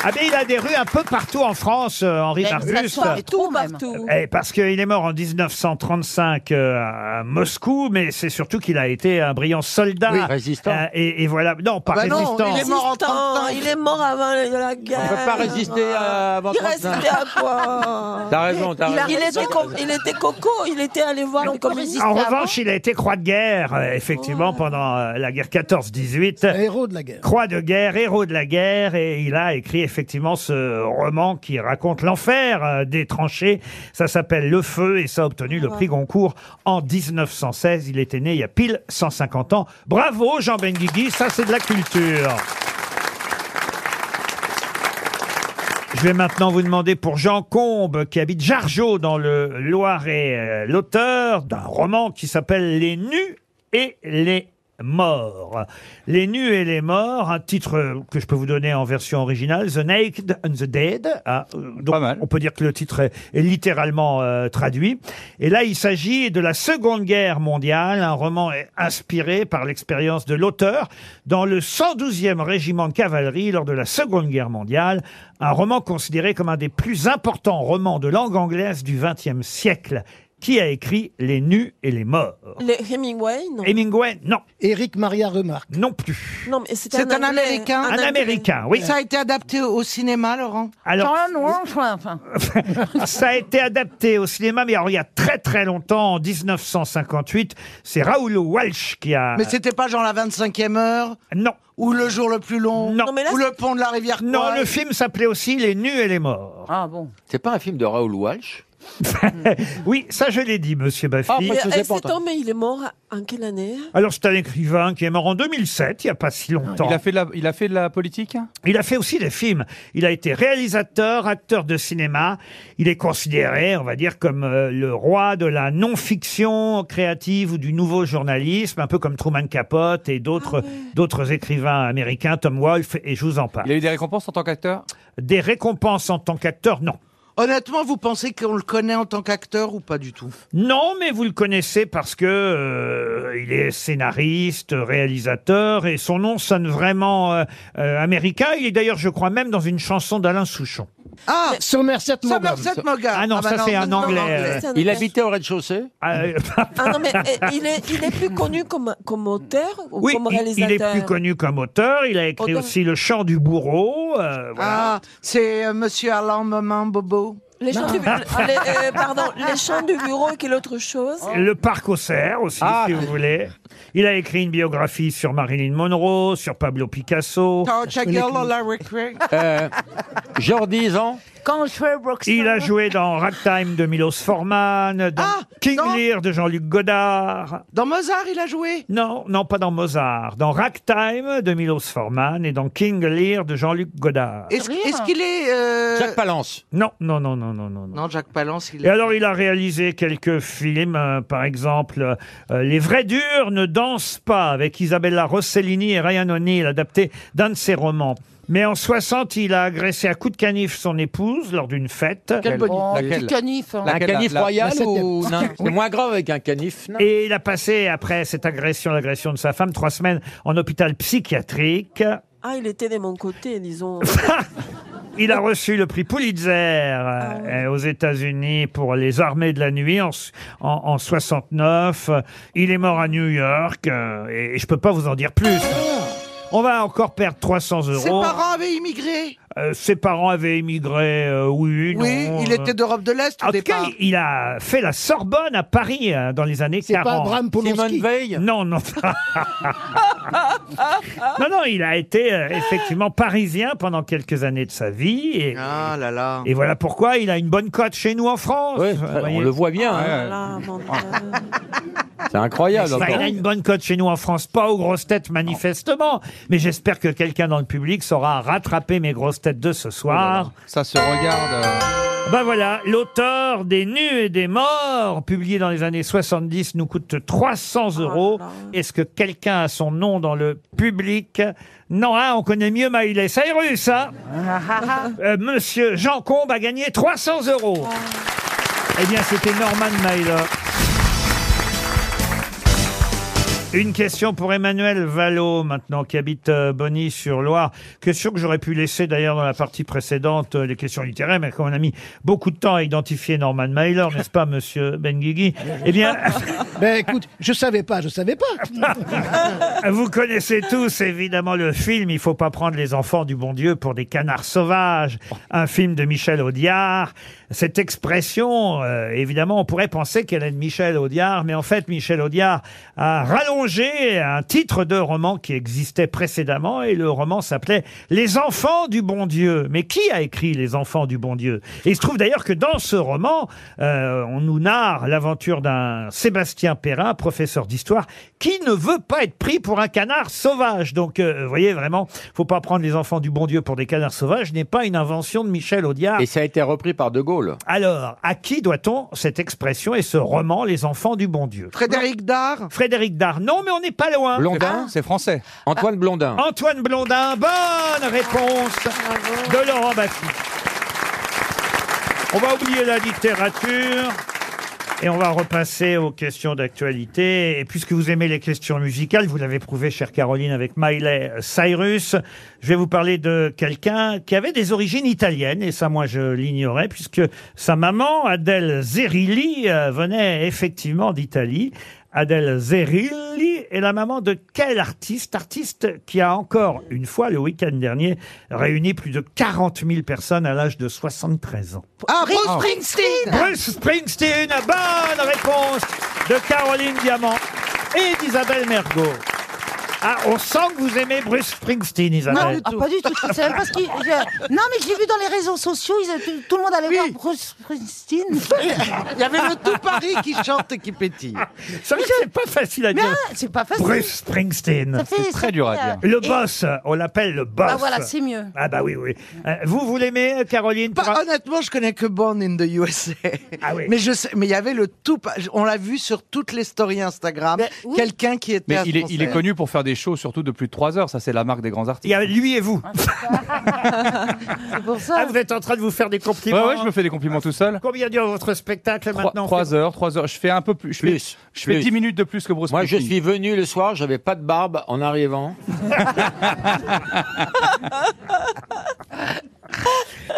Ah ben il a des rues un peu partout en France, euh, Henri Barbus. tout partout. Eh, parce qu'il est mort en 1935 euh, à Moscou, mais c'est surtout qu'il a été un brillant soldat. Oui, résistant. Euh, et, et voilà, non, pas bah non, résistant. il est mort en 35. Il est mort avant la guerre. On peut pas résister à- avant Il 35. résistait à quoi T'as raison, t'as il, a- raison. il était co- il était coco, il était allé voir Ah, les communistes. En revanche, il a été croix de guerre, euh, effectivement, pendant euh, la guerre 14-18. Héros de la guerre. Croix de guerre, héros de la guerre, et il a écrit effectivement ce roman qui raconte l'enfer euh, des tranchées. Ça s'appelle Le Feu, et ça a obtenu le prix Goncourt en 1916. Il était né il y a pile 150 ans. Bravo, Jean Benguigui, ça c'est de la culture. Je vais maintenant vous demander pour Jean Combe, qui habite Jargeau dans le Loiret, euh, l'auteur d'un roman qui s'appelle Les Nus et les Morts. Les Nus et les Morts, un titre euh, que je peux vous donner en version originale, The Naked and the Dead. Ah, euh, donc, On peut dire que le titre est, est littéralement euh, traduit. Et là, il s'agit de la Seconde Guerre mondiale, un roman est inspiré par l'expérience de l'auteur dans le 112e régiment de cavalerie lors de la Seconde Guerre mondiale, un roman considéré comme un des plus importants romans de langue anglaise du XXe siècle. qui a écrit Les nus et les morts Les Hemingway, non. Hemingway, non. Éric Maria Remarque Non plus. Non, mais c'était C'est un, Anglais. américain. Un Américain, oui. Ça a été adapté au au cinéma, Laurent. Alors- Jean Lenoir, enfin, enfin. Ça a été adapté au cinéma, mais alors, il y a très très longtemps, en 1958, c'est Raoul Walsh qui a... Mais c'était pas genre la 25e heure Non. Ou le jour le plus long Non. Ou le pont de la rivière Non, Kwai le film s'appelait aussi Les nus et les morts. Ah bon C'est pas un film de Raoul Walsh Ah, Oui, ça je l'ai dit, monsieur Baffy. Mais, eh, cet homme, il est mort en quelle année Alors, c'est un écrivain qui est mort en 2007, il n'y a pas si longtemps. Il a fait de la, il a fait de la politique Il a fait aussi des films. Il a été réalisateur, acteur de cinéma. Il est considéré, on va dire, comme euh, le roi de la non-fiction créative ou du nouveau journalisme, un peu comme Truman Capote et d'autres d'autres écrivains américains, Tom Wolfe, et je vous en parle. Il a eu des récompenses en tant qu'acteur Des récompenses en tant qu'acteur, non. Honnêtement, vous pensez qu'on le connaît en tant qu'acteur ou pas du tout Non, mais vous le connaissez parce que euh, il est scénariste, réalisateur, et son nom sonne vraiment euh, euh, américain. Il est d'ailleurs, je crois, même dans une chanson d'Alain Souchon. Ah Somerset Maugham. Somerset Maugham. Ah non, Ah bah ça non, c'est non, un non, anglais. euh, non, c'est un Il anglais. habitait au rez-de-chaussée Ah non, mais eh, il est, il est plus connu comme, comme auteur ou Oui, comme il- il, réalisateur est plus connu comme auteur. Il a écrit Auteur. aussi Le Chant du Bourreau. euh, voilà. Ah, c'est euh, Monsieur Alain Maman Bobo. Les gens, du, les, euh, pardon, les gens du bureau, quelle autre chose Le Parc aux cerfs aussi, si vous voulez. Il a écrit une biographie sur Marilyn Monroe, sur Pablo Picasso. Jordi Zan. Quand je fais Broxton. Il a joué dans Ragtime de Milos Forman, dans King Lear de Jean-Luc Godard. Dans Mozart, il a joué Non, non, pas dans Mozart. Dans Ragtime de Milos Forman et dans King Lear de Jean-Luc Ah, Godard. Est-ce est-ce qu'il est. euh, Palance. Non, non, non, non, non, non. non. Non, Jacques Palance, il Et est. alors, il a réalisé quelques films, euh, par exemple euh, Les vrais durs ne dansent pas avec Isabella Rossellini et Ryan O'Neill, adapté d'un de ses romans. Mais en 60, il a agressé à coups de canif son épouse lors d'une fête. Quelle bonne idée. Laquelle Un canif royal ou. Non, c'est moins grave avec un canif. non Et il a passé, après cette agression, l'agression de sa femme, trois semaines en hôpital psychiatrique. Ah, il était de mon côté, disons. Il a reçu le prix Pulitzer euh, euh, aux États-Unis pour les armées de la nuit en, s- en, en 69. Il est mort à New York euh, et, et je peux pas vous en dire plus. On va encore perdre 300 euros. Ses parents avaient immigré. Euh, ses parents avaient immigré, euh, oui, Oui, non, il euh. était d'Europe de l'Est En au tout cas, départ. il a fait la Sorbonne à Paris euh, dans les années C'est pas 40. Abraham Polonski Simone Veil Non, non. non, non, il a été euh, effectivement parisien pendant quelques années de sa vie. Et, Ah là là. et voilà pourquoi il a une bonne cote chez nous en France. vous on voyez. le voit bien, Ah, hein. ouais. Ah, mon Dieu. C'est incroyable. Bah, il encore. a une bonne cote chez nous en France, pas aux grosses têtes manifestement, mais j'espère que quelqu'un dans le public saura rattraper mes grosses têtes de ce soir. Oh Ça se regarde. euh, Ben voilà, l'auteur des Nus et des Morts, publié dans les années 70, nous coûte 300 euros. Est-ce que quelqu'un a son nom dans le public Non, hein, on connaît mieux Maïlé Cyrus, hein Euh, Monsieur Jean Combe a gagné 300 euros. Eh bien, c'était Norman Mailer. Une question pour Emmanuel Vallot, maintenant, qui habite euh, Bonny-sur-Loire. Question que j'aurais pu laisser d'ailleurs dans la partie précédente, euh, les questions littéraires, mais comme on a mis beaucoup de temps à identifier Norman Mailer, n'est-ce pas, monsieur Benguigui Eh bien. Ben écoute, je savais pas, je savais pas. Vous connaissez tous évidemment le film Il faut pas prendre les enfants du bon Dieu pour des canards sauvages, un film de Michel Audiard. Cette expression, euh, évidemment, on pourrait penser qu'elle est de Michel Audiard, mais en fait, Michel Audiard a rallongé un titre de roman qui existait précédemment et le roman s'appelait Les enfants du bon Dieu. Mais qui a écrit Les enfants du bon Dieu Et il se trouve d'ailleurs que dans ce roman, euh, on nous narre l'aventure d'un Sébastien Perrin, professeur d'histoire, qui ne veut pas être pris pour un canard sauvage. Donc, euh, vous voyez vraiment, faut pas prendre les enfants du bon Dieu pour des canards sauvages, n'est pas une invention de Michel Audiard. Et ça a été repris par De Gaulle. Alors, à qui doit-on cette expression et ce roman, Les enfants du bon Dieu Frédéric Dard Frédéric Dard, non, mais on n'est pas loin. Ah. Blondin C'est français. Antoine Blondin. Antoine Blondin, bonne réponse de Laurent Baffy. On va oublier la littérature. Et on va repasser aux questions d'actualité. Et puisque vous aimez les questions musicales, vous l'avez prouvé, chère Caroline, avec Miley Cyrus, je vais vous parler de quelqu'un qui avait des origines italiennes. Et ça, moi, je l'ignorais, puisque sa maman, Adèle Zerilli, euh, venait effectivement d'Italie. Adèle Zerilli est la maman de quel artiste Artiste qui a encore, une fois, le week-end dernier, réuni plus de 40 000 personnes à l'âge de 73 ans. Ah, Bruce Springsteen Bruce Springsteen, ah, bonne réponse de Caroline Diamant et d'Isabelle Mergot. Ah, on sent que vous aimez Bruce Springsteen, Non, Isabelle. ah, pas du tout. Je sais même pas ce qu'il- je- Non, mais je l'ai vu dans les réseaux sociaux. ils étaient- tout, le monde allait voir Bruce Springsteen. Il y avait le tout Paris qui chante et qui pétille. C'est vrai que c'est pas facile à Mais dire. ah, c'est pas facile. Bruce Springsteen. Ça fait- C'est très ça fait, dur à euh, dire. Le et- boss, on l'appelle le boss. Ah, voilà, c'est mieux. Ah bah oui, oui. Euh, Vous, vous l'aimez, Caroline Ah Pas- Honnêtement, je connais que Born in the USA. Mais je sais, mais il y avait le tout. pa- On l'a vu sur toutes les stories Instagram. Quelqu'un qui était. Mais à ce il est, il est concert. connu pour faire des shows surtout de plus de 3 heures. Ça, c'est la marque des grands artistes. Il y a lui et vous. Ah, vous êtes en train de vous faire des compliments. Ouais, ouais, je me fais des compliments tout seul. Combien dure votre spectacle maintenant 3 heures, 3 heures. Je fais un peu plus. Je fais, Plus, je fais plus. 10 minutes de plus que Bruce Moi, je Springsteen. suis venu le soir, j'avais pas de barbe en arrivant.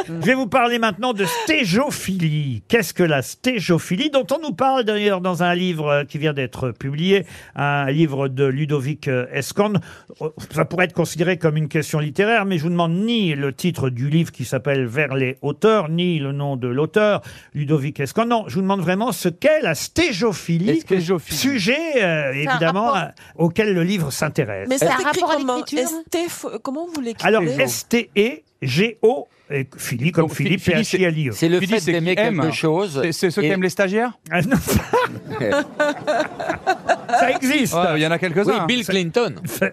Je vais vous parler maintenant de stégiophilie. Qu'est-ce que la stégiophilie dont on nous parle d'ailleurs dans un livre euh, qui vient d'être publié, un livre de Ludovic euh, Escorn. Euh, Ça pourrait être considéré comme une question littéraire, mais je vous demande ni le titre du livre qui s'appelle Vers les hauteurs, ni le nom de l'auteur, Ludovic Escorn. Non, je vous demande vraiment ce qu'est la stégiophilie, sujet euh, C'est un évidemment rapport. euh, auquel le livre s'intéresse. Mais ça écrit comment Estef- Comment vous l'écrivez Alors, S-T-E-G-O, et Philly comme Philippe, Philly, p h c'est- c'est le Philly, fait c'est d'aimer qui aime. quelque chose C'est- c'est ceux qui et- aiment les stagiaires Ah, Ça existe Ouais, il y en a quelques-uns. Clinton.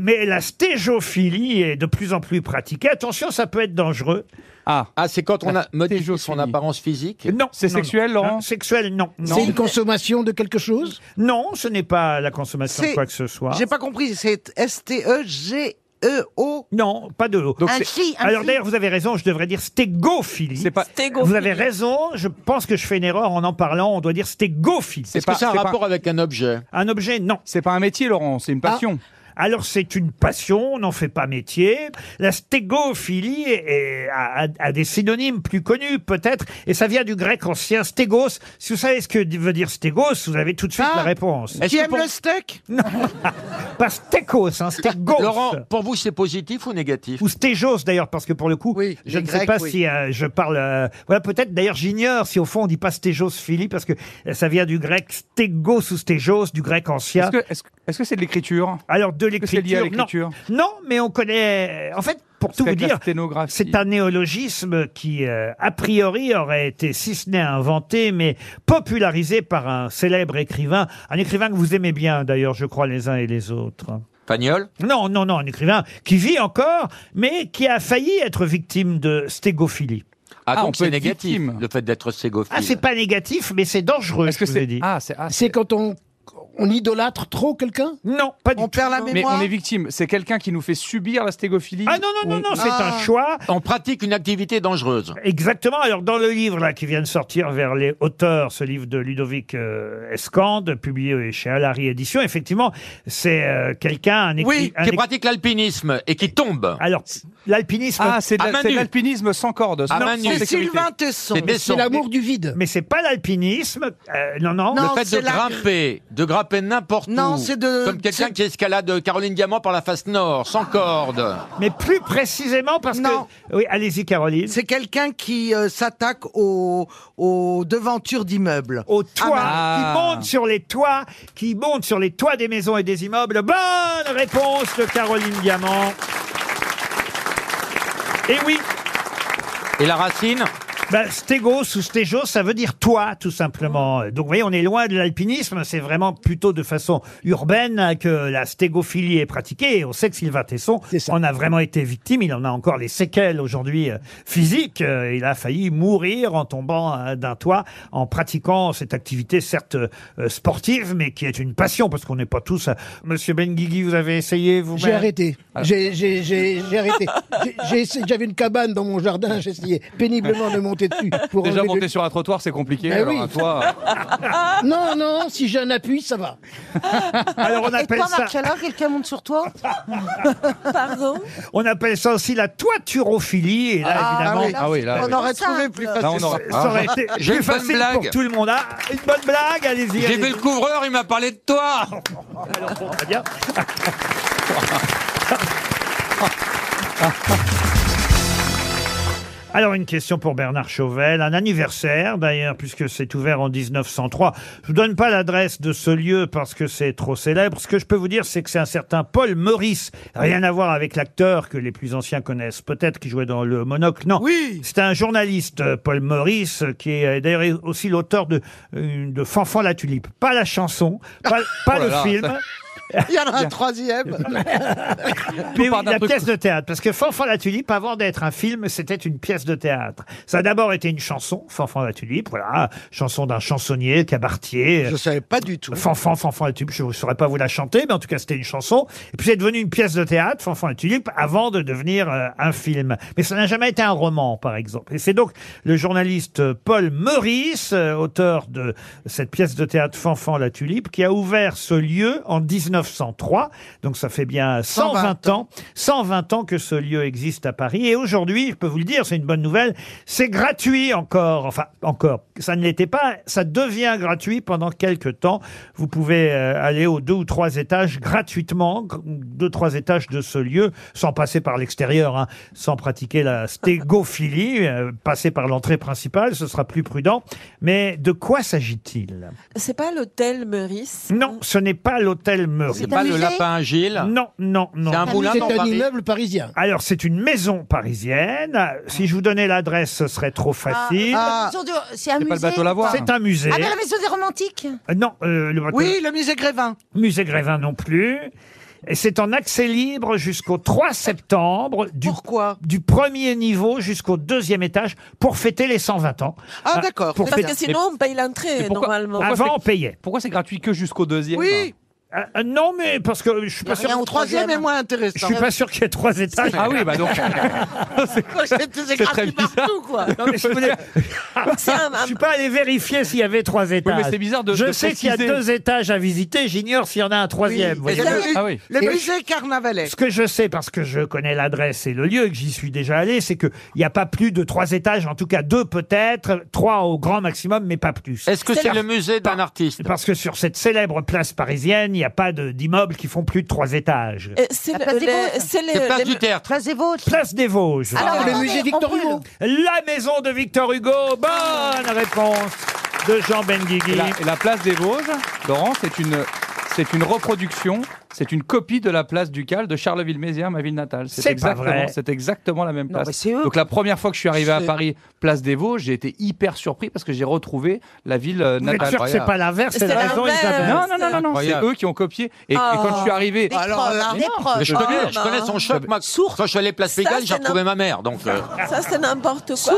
Mais la stégiophilie est de plus en plus pratiquée. Attention, ça peut être dangereux. Ah, c'est quand on a modifié son apparence physique Non. C'est non, sexuel, non. Laurent Hein, Sexuel, non. non. C'est une consommation de quelque chose Non, ce n'est pas la consommation de C'est- quoi que ce soit. J'ai pas compris. C'est S T E G E O. Non, pas de haut. Donc Un c'est- chi, un Alors chi. d'ailleurs, vous avez raison, je devrais dire stégophilie. Stégophilie. Vous avez raison, je pense que je fais une erreur en en parlant, on doit dire stégophilie. Est-ce que c'est un rapport avec un objet Un objet, non. Euh, Ah. C'est pas un métier, Laurent, c'est une passion. Alors c'est une passion, on n'en fait pas métier. La stégophilie est- est- a, a- a des synonymes plus connus peut-être, et ça vient du grec ancien stégos. Si vous savez ce que veut dire stégos, vous avez tout de suite Ah. la réponse. Est-ce Qui que aime pour- le steak Non, pas stékos, hein, stégos. Laurent, pour vous, c'est positif ou négatif Ou stéjos d'ailleurs, parce que pour le coup, je les ne Grecs, sais pas oui. si euh, je parle. euh, voilà, peut-être d'ailleurs, j'ignore si au fond on dit pas stéjos philly, parce que euh, ça vient du grec stégos ou stéjos, du grec ancien. Est-ce que est-ce que- est-ce que c'est de l'écriture Alors de que c'est lié à l'écriture, non. l'écriture non. mais on connaît. En fait, pour tout vous Avec la dire, c'est un néologisme qui, euh, a priori, aurait été, si ce n'est inventé, mais popularisé par un célèbre écrivain, un écrivain que vous aimez bien d'ailleurs, je crois, les uns et les autres. Pagnol Non, non, non, un écrivain qui vit encore, mais qui a failli être victime de stégophilie. Ah, Ah, on donc c'est peut être négatif, le fait d'être ségophile. Ah, c'est pas négatif, mais c'est dangereux. Est-ce que c'est- Ah, c'est C'est quand on, on idolâtre trop quelqu'un Non, pas du On perd la Mais on est victime. C'est quelqu'un qui nous fait subir la stégophilie. Ah non, non, non, non, c'est un choix. On pratique une activité dangereuse. Exactement. Alors, dans le livre là, qui vient de sortir vers les auteurs, ce livre de Ludovic euh, Escande, publié chez Alary Édition, effectivement, c'est euh, quelqu'un, un écri- Oui, un qui éc- pratique l'alpinisme et qui tombe. Alors, l'alpinisme. Ah, c'est de À la- main c'est nue. l'alpinisme sans corde. À sans- main sans nue. sécurité. Tesson. C'est descendre. du vide. Mais c'est pas l'alpinisme. euh, non, non. Oh, le fait de grimper, de grimper n'importe où. Non, c'est de- Comme quelqu'un qui escalade Caroline Diamant par la face nord, sans corde. Mais plus précisément parce que. Oui, allez-y, Caroline. C'est quelqu'un qui euh, s'attaque aux, aux devantures d'immeubles. Au toit, Ah. qui monte sur les toits, qui monte sur les toits des maisons et des immeubles. Bonne réponse de Caroline Diamant. Et oui. Et la racine ben, Stégos ou stégos, ça veut dire toit, tout simplement. Donc, vous voyez, on est loin de l'alpinisme. C'est vraiment plutôt de façon urbaine que la stégophilie est pratiquée. Et on sait que Sylvain Tesson en a vraiment été victime. Il en a encore les séquelles aujourd'hui euh, physiques. Euh, Il a failli mourir en tombant euh, d'un toit en pratiquant cette activité, certes euh, sportive, mais qui est une passion parce qu'on n'est pas tous. à- Monsieur Benguigui, vous avez essayé vous-même Ah. J'ai arrêté. Alors. J'ai j'ai- j'ai- j'ai arrêté. J'ai- j'ai essayé- J'avais une cabane dans mon jardin, j'essayais péniblement de monter dessus. Pour Déjà, enlever monter de- sur un trottoir, c'est compliqué. Eh alors, euh. oui. un toit. Ah. Non, non, si j'ai un appui, ça va. Alors, on Et appelle toi, ça- Marcella, quelqu'un monte sur toi Pardon On appelle ça aussi la toiturophilie. Et là, Ah, évidemment, ah oui, là, oui. On aurait trouvé plus Là, facile. on aurait- Ah. Ça aurait été J'ai plus une bonne facile pour blague. tout le monde. Ah, une bonne blague, allez-y. J'ai allez-y. vu le couvreur, il m'a parlé de toi. Alors, bon, très bien. Alors, une question pour Bernard Chauvel. Un anniversaire, d'ailleurs, puisque c'est ouvert en 1903. Je vous donne pas l'adresse de ce lieu parce que c'est trop célèbre. Ce que je peux vous dire, c'est que c'est un certain Paul Maurice. Rien à voir avec l'acteur que les plus anciens connaissent. Peut-être qui jouait dans le Monocle. Non. Oui. C'est un journaliste, euh, Paul Maurice, euh, qui est euh, d'ailleurs aussi l'auteur de, euh, de Fanfan la Tulipe. Pas la chanson, pas, pas Oh là le là, film. ça- Il y en a un troisième. Mais part oui, d'un la truc- pièce de théâtre. Parce que Fanfan la Tulipe, avant d'être un film, c'était une pièce de théâtre. Ça a d'abord été une chanson, Fanfan la Tulipe, voilà, chanson d'un chansonnier, cabaretier. Je savais pas du tout. Fanfan, Fanfan la Tulipe, je ne saurais pas vous la chanter, mais en tout cas, c'était une chanson. Et puis c'est devenu une pièce de théâtre, Fanfan la Tulipe, avant de devenir euh, un film. Mais ça n'a jamais été un roman, par exemple. Et c'est donc le journaliste euh, Paul Meurice, euh, auteur de cette pièce de théâtre Fanfan la Tulipe, qui a ouvert ce lieu en 1903. Donc ça fait bien 120 ans, 120 ans que ce lieu existe à Paris. Et aujourd'hui, je peux vous le dire, c'est une bonne nouvelle, c'est gratuit encore. Enfin, encore. Ça ne l'était pas. Ça devient gratuit pendant quelques temps. Vous pouvez euh, aller aux deux ou trois étages gratuitement, gr- deux, trois étages de ce lieu, sans passer par l'extérieur, hein, sans pratiquer la stégophilie, euh, passer par l'entrée principale, ce sera plus prudent. Mais de quoi s'agit-il C'est pas l'hôtel Meurice Non, ce n'est pas l'hôtel Meurice. C'est pas le musée Lapin Gilles Non, non, non. C'est un moulin C'est dans un Paris immeuble parisien. Alors, c'est une maison parisienne. Si je vous donnais l'adresse, ce serait trop facile. Ah, ils ont dû- C'est un C'est musée. pas le bateau Lavoir. ou C'est un musée. Ah, mais la maison des romantiques Euh, Non, euh, le bateau- Oui, le musée Grévin. Musée Grévin non plus. Et c'est en accès libre jusqu'au 3 septembre. Du, Pourquoi Du premier niveau jusqu'au deuxième étage pour fêter les 120 ans. Ah, d'accord. Parce que sinon, on paye l'entrée, normalement. Avant, on payait. Pourquoi c'est gratuit que jusqu'au deuxième Oui. Ah, ah, non, mais parce que je suis pas sûr. Rien au troisième hein. est moins intéressant. Je suis pas sûr qu'il y ait trois étages. Ah oui, bah donc. C'est gratuit partout, quoi. Non, mais je voulais- Je suis pas allé vérifier s'il y avait trois étages. mais c'est bizarre de- Je de sais qu'il y a préciser. deux étages à visiter, j'ignore s'il y en a un troisième. vous Et voyez. le, Ah Ah le musée Carnavalet. Ce que je sais, parce que je connais l'adresse et le lieu et que j'y suis déjà allé, c'est qu'il n'y a pas plus de trois étages, en tout cas deux peut-être, trois au grand maximum, mais pas plus. Est-ce que c'est le musée d'un artiste Parce que sur cette célèbre place parisienne, il n'y a pas de- d'immeubles qui font plus de trois étages. Et Eh, C'est le- les- c'est les- les- Place des Vosges. Place des Vosges. Alors, Ah, le attendez, musée Victor on brûle. Hugo. La maison de Victor Hugo. Bonne Ah, réponse de Jean Benguigui. Et la, et la place des Vosges, Laurent, c'est une, c'est une reproduction, c'est une copie de la place ducale de Charleville-Mézières, ma ville natale. C'est pas exactement, vrai. C'est exactement la même Non, mais place. c'est eux. Donc la première fois que je suis arrivé à C'est- Paris, place des Vosges, j'ai été hyper surpris parce que j'ai retrouvé la ville euh, Vous êtes natale. sûr que c'est pas l'inverse, Ah, c'est la C'est raison, l'inverse. Isabelle. Non, non, non, non, non, c'est Incroyable. eux qui ont copié. Et, et quand je suis arrivé, Mais non, mais je, Ah, connais, je connais bah. son choc. moi. Quand je suis allé à Place Ça, Pigalle, j'ai c'est retrouvé n'im- ma mère. Donc, euh, Ça, c'est n'importe quoi.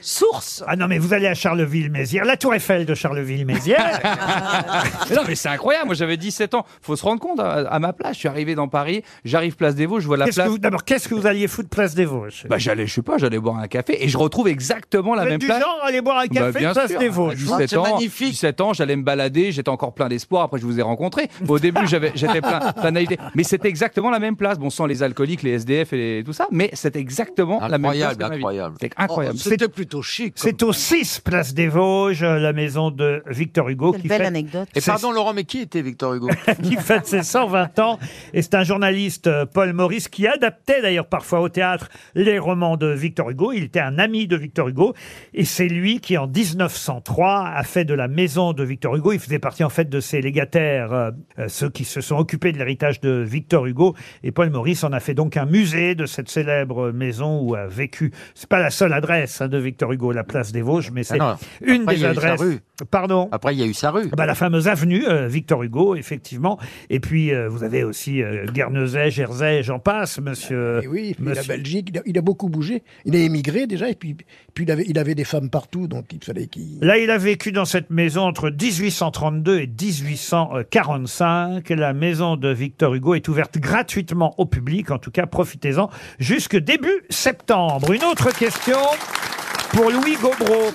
Source. Ah non, mais vous allez à Charleville-Mézières, la tour Eiffel de Charleville-Mézières. Mais non, mais c'est incroyable. Moi, j'avais 17 ans. Faut se rendre compte, hein, à, à ma place, je suis arrivé dans Paris, j'arrive place des Vosges, je vois la Qu'est-ce que place. vous- D'abord, qu'est-ce que vous alliez foutre place des Vosges Bah, j'allais, je sais pas, j'allais boire un café et je retrouve exactement la Vous êtes même du place. genre à aller boire un Bah, café bien place sûr. des À Vosges. 17 ans, 17 ans, j'allais me balader, j'étais encore plein d'espoir. Après, je vous ai rencontré. Au début, j'avais, j'étais plein, plein de naïveté. Mais c'était exactement la même place. Bon, sans les alcooliques, les SDF et les- tout ça, mais c'est exactement la même place. Incroyable, que ma vie. incroyable. C'est incroyable. Oh, c'était plutôt chic. C'est au 6 place des Vosges, la maison de Victor Hugo. Quelle qui belle fête- anecdote. Et C'est- pardon, Laurent, mais qui était Victor Hugo qui fête ses 120 ans. Et c'est un journaliste, euh, Paul Maurice, qui adaptait d'ailleurs parfois au théâtre les romans de Victor Hugo. Il était un ami de Victor Hugo. Et c'est lui qui, en 1903, a fait de la maison de Victor Hugo. Il faisait partie en fait de ses légataires, euh, euh, ceux qui se sont occupés de l'héritage de Victor Hugo. Et Paul Maurice en a fait donc un musée de cette célèbre maison où a vécu. C'est pas la seule adresse hein, de Victor Hugo, la place des Vosges, mais c'est Ah non. une Après, il des y a eu sa adresses. rue. Pardon. Après, il y a eu sa rue. Bah, la fameuse avenue euh, Victor Hugo, effectivement. Et puis, euh, vous avez aussi euh, Guernesey, Jersey, j'en passe, monsieur. Et Ah, oui, puis la monsieur- Belgique, il a, il a beaucoup bougé. Il est émigré déjà, et puis, puis il, avait, il avait des femmes partout, donc il fallait qu'il. Là, il a vécu dans cette maison entre 1832 et 1845. La maison de Victor Hugo est ouverte gratuitement au public. En tout cas, profitez-en jusque début septembre. Une autre question pour Louis Gobreau.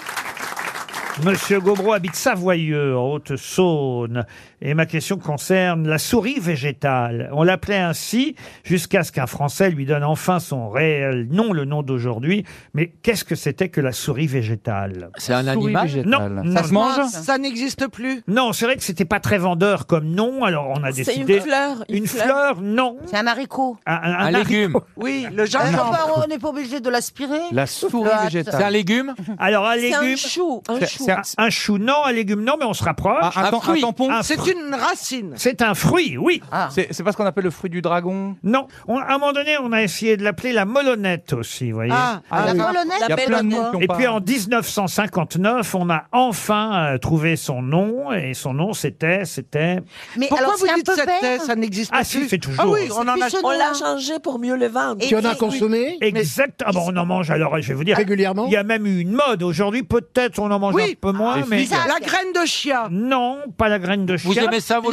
Monsieur Gobreau habite Savoyeux, en Haute-Saône. Et ma question concerne la souris végétale. On l'appelait ainsi jusqu'à ce qu'un Français lui donne enfin son réel nom, le nom d'aujourd'hui. Mais qu'est-ce que c'était que la souris végétale C'est un Souris animal végétale. Non. Ça se mange Ça n'existe plus. Non, c'est vrai que c'était pas très vendeur comme nom. Alors on a C'est une décidé. fleur, une Une, fleur. fleur. non. C'est un haricot. Un, haricot. Oui, le Ah, gingembre. bah, on n'est pas obligé de l'aspirer. Soit- légume Alors un C'est un légume. chou, un chou. un, un chou. Non, un légume. Non, mais on se rapproche. Ah, un Un tam- un fruit. tampon. C'est une racine. C'est un fruit, oui. Ah. C'est c'est pas ce qu'on appelle le fruit du dragon Non. On- à un moment donné, on a essayé de l'appeler la molonnette aussi, vous voyez. Ah, Ah, la oui. molonnette Il y a plein de noms qui ont Et pas- puis en 1959, on a enfin euh, trouvé son nom et son nom c'était c'était. Mais Pourquoi alors, vous c'est un dites peu cette peur. thèse, ça n'existe Ah plus si, c'est toujours. Ah oui, on en a On l'a changé pour mieux le vendre. Et puis- Exact. Ah bon, on en mange alors, je vais vous dire. Régulièrement Il y a même eu une mode. Aujourd'hui, peut-être on en mange un peu Ah, moins. mais la graine de chia. Non, pas la graine de chia. Les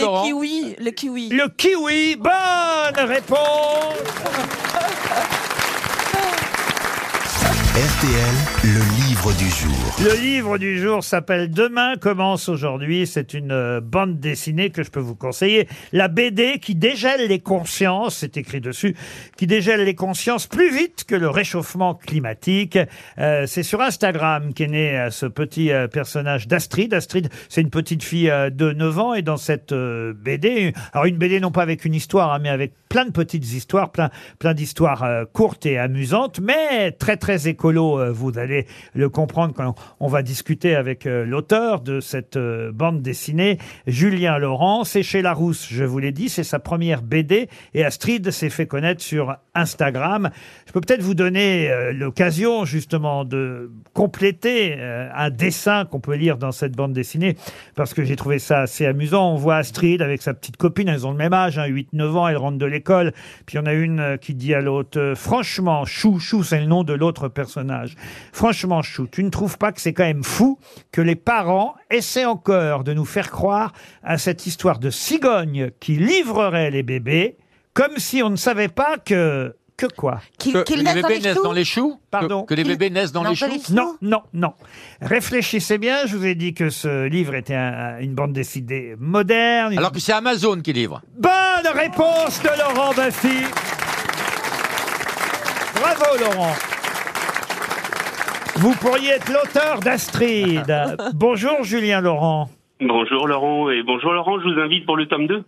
Oh. kiwis, le kiwi. Le kiwi, bonne réponse RTL, le livre du jour. Le livre du jour s'appelle Demain commence aujourd'hui. C'est une euh, bande dessinée que je peux vous conseiller. La BD qui dégèle les consciences, c'est écrit dessus, qui dégèle les consciences plus vite que le réchauffement climatique. Euh, c'est sur Instagram qu'est né euh, ce petit euh, personnage d'Astrid. Astrid, c'est une petite fille euh, de 9 ans et dans cette euh, BD, alors une BD non pas avec une histoire, hein, mais avec plein de petites histoires, plein, plein d'histoires euh, courtes et amusantes, mais très très écolo. euh, vous allez le comprendre quand on va discuter avec euh, l'auteur de cette euh, bande dessinée, Julien Laurent. C'est chez Larousse, je vous l'ai dit, c'est sa première BD et Astrid s'est fait connaître sur Instagram. Je peux peut-être vous donner euh, l'occasion justement de compléter euh, un dessin qu'on peut lire dans cette bande dessinée parce que j'ai trouvé ça assez amusant. On voit Astrid avec sa petite copine, elles ont le même âge, hein, 8-9 ans, elles rentrent de l'école. Puis on a une euh, qui dit à l'autre euh, Franchement, chou, chou, c'est le nom de l'autre personnage. Franchement, chou, tu ne trouves pas que c'est quand même fou que les parents essaient encore de nous faire croire à cette histoire de cigogne qui livrerait les bébés comme si on ne savait pas que. Que quoi Que qu'ils les naissent dans bébés les naissent choux dans les choux Pardon Que- que les bébés naissent dans Non, les pas les choux choux Non, non, non. Réfléchissez bien, je vous ai dit que ce livre était un- une bande dessinée moderne. Alors que c'est Amazon qui livre. Bonne réponse de Laurent Baffy. Bravo Laurent. Vous pourriez être l'auteur d'Astrid. Bonjour Julien Laurent. Bonjour Laurent et bonjour Laurent, je vous invite pour le tome 2.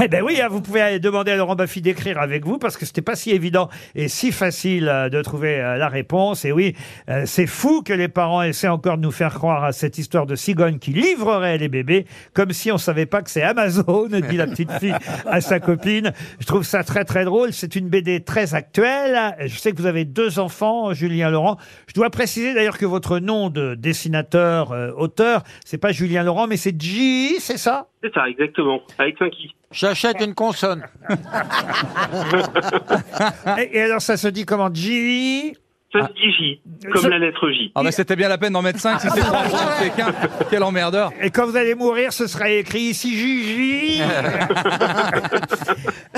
eh ben oui, hein, vous pouvez aller demander à Laurent Baffy d'écrire avec vous parce que c'était pas si évident et si facile euh, de trouver euh, la réponse. Et oui, euh, c'est fou que les parents essaient encore de nous faire croire à cette histoire de cigogne qui livrerait les bébés comme si on savait pas que c'est Amazon, dit la petite fille à sa copine. Je trouve ça très très drôle. C'est une BD très actuelle. Je sais que vous avez deux enfants, Julien Laurent. Je dois préciser d'ailleurs que votre nom de dessinateur, euh, auteur, c'est pas Julien Laurent, mais c'est J, c'est ça? C'est ça, exactement, avec 5 i. J'achète une consonne. et, et alors, ça se dit comment J Ça se dit J, comme la lettre J. Ah bah c'était bien la peine d'en mettre 5 si c'était trois francs, c'est qu'un. Quel emmerdeur Et quand vous allez mourir, ce sera écrit ici Gigi.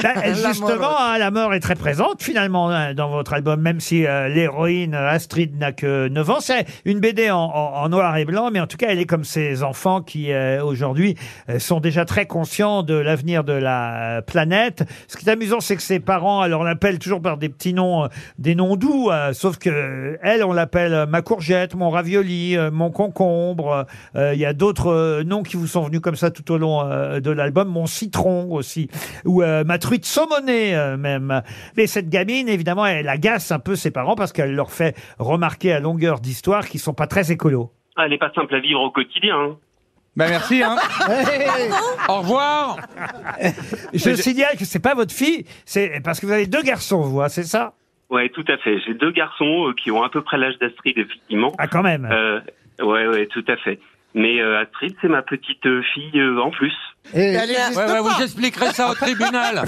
Bah, justement, hein, la mort est très présente finalement hein, dans votre album, même si euh, l'héroïne euh, Astrid n'a que 9 ans. C'est une BD en, en- en noir et blanc, mais en tout cas, elle est comme ces enfants qui euh, aujourd'hui euh, sont déjà très conscients de l'avenir de la euh, planète. Ce qui est amusant, c'est que ses parents, alors on l'appelle toujours par des petits noms, euh, des noms doux, euh, sauf que euh, elle, on l'appelle euh, ma courgette, mon ravioli, euh, mon concombre. Euh, Il y a d'autres euh, noms qui vous sont venus comme ça tout au long euh, de l'album, mon citron aussi, ou euh, ma truite saumonée euh, même. Mais cette gamine, évidemment, elle agace un peu ses parents parce qu'elle leur fait remarquer à longueur d'histoire qu'ils sont pas très écolos. Ah, elle n'est pas simple à vivre au quotidien. hein. Bah merci. Hein. Au revoir. Je signale que c'est pas votre fille, c'est parce que vous avez deux garçons, vous, hein, c'est ça Ouais, tout à fait. J'ai deux garçons euh, qui ont à peu près l'âge d'Astrid, effectivement. Ah, quand même. Euh, ouais, ouais, tout à fait. Mais euh, Astrid, c'est ma petite euh, fille euh, en plus. Ouais, ouais, vous expliquerez ça au tribunal.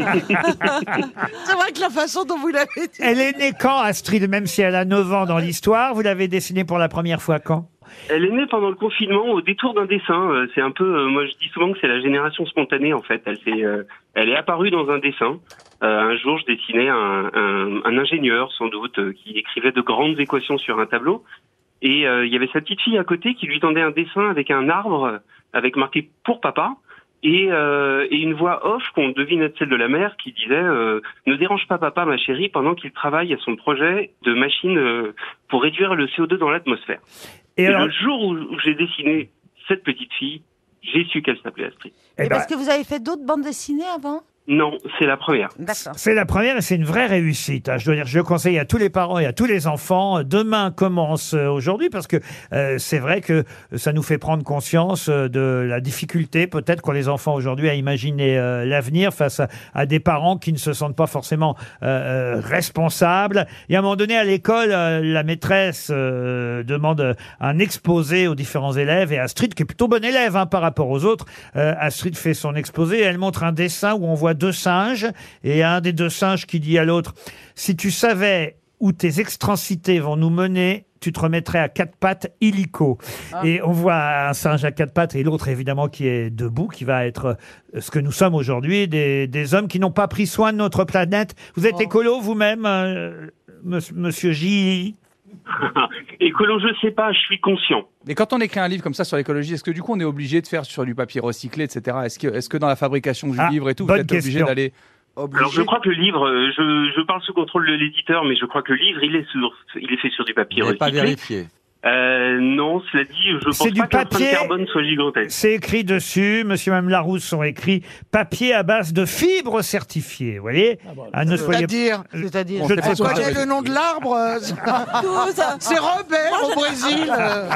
C'est vrai que la façon dont vous l'avez dit. Elle est née quand, Astrid, même si elle a 9 ans dans l'histoire Vous l'avez dessinée pour la première fois quand Elle est née pendant le confinement au détour d'un dessin. Euh, C'est un peu, euh, moi je dis souvent que c'est la génération spontanée en fait. Elle, s'est, euh, elle est apparue dans un dessin. Euh, un jour, je dessinais un, un- un ingénieur sans doute euh, qui écrivait de grandes équations sur un tableau. Et euh, il y avait sa petite fille à côté qui lui tendait un dessin avec un arbre euh, avec marqué pour papa et, euh, et une voix off qu'on devine être celle de la mère qui disait euh, ne dérange pas papa ma chérie pendant qu'il travaille à son projet de machine euh, pour réduire le CO2 dans l'atmosphère. Et Et, alors- le jour où où j'ai dessiné cette petite fille, j'ai su qu'elle s'appelait Astrid. Et Bah. parce que vous avez fait d'autres bandes dessinées avant Non, c'est la première. C'est la première et c'est une vraie réussite. hein. Je dois dire, je conseille à tous les parents et à tous les enfants. euh, Demain commence euh, aujourd'hui parce que euh, c'est vrai que ça nous fait prendre conscience euh, de la difficulté peut-être qu'ont les enfants aujourd'hui à imaginer euh, l'avenir face à, à des parents qui ne se sentent pas forcément euh, euh, responsables. Et à un moment donné, à l'école, euh, la maîtresse euh, demande un exposé aux différents élèves et Astrid, qui est plutôt bonne élève hein, par rapport aux autres, euh, Astrid fait son exposé et elle montre un dessin où on voit deux singes et un des deux singes qui dit à l'autre Si tu savais où tes extransités vont nous mener, tu te remettrais à quatre pattes illico. Et on voit un singe à quatre pattes et l'autre, évidemment, qui est debout, qui va être euh, ce que nous sommes aujourd'hui, des, des hommes qui n'ont pas pris soin de notre planète. Vous êtes écolo vous-même, euh, mons- monsieur J. Écolo, je sais pas, je suis conscient. Mais quand on écrit un livre comme ça sur l'écologie, est-ce que du coup on est obligé de faire sur du papier recyclé, etc. Est-ce que, est-ce que dans la fabrication du livre et tout, vous Ah, bonne êtes obligé question. d'aller. Alors je crois que le livre, euh, je, je parle sous contrôle de l'éditeur, mais je crois que le livre, il est sur, il est fait sur du papier. Il n'est pas recyclé. vérifié. Euh, non, cela dit, je pense C'est du pas que l'empreinte papier. carbone soit gigantesque. C'est écrit dessus, monsieur et madame Larousse sont écrits papier à base de fibres certifiées, vous voyez Ah à ne soyez- C'est-à-dire, c'est-à-dire. On sait pas hein. On ce que ça connaît veut le nom de l'arbre. euh, Tout ça. C'est Robert Moi, au je- Brésil. euh.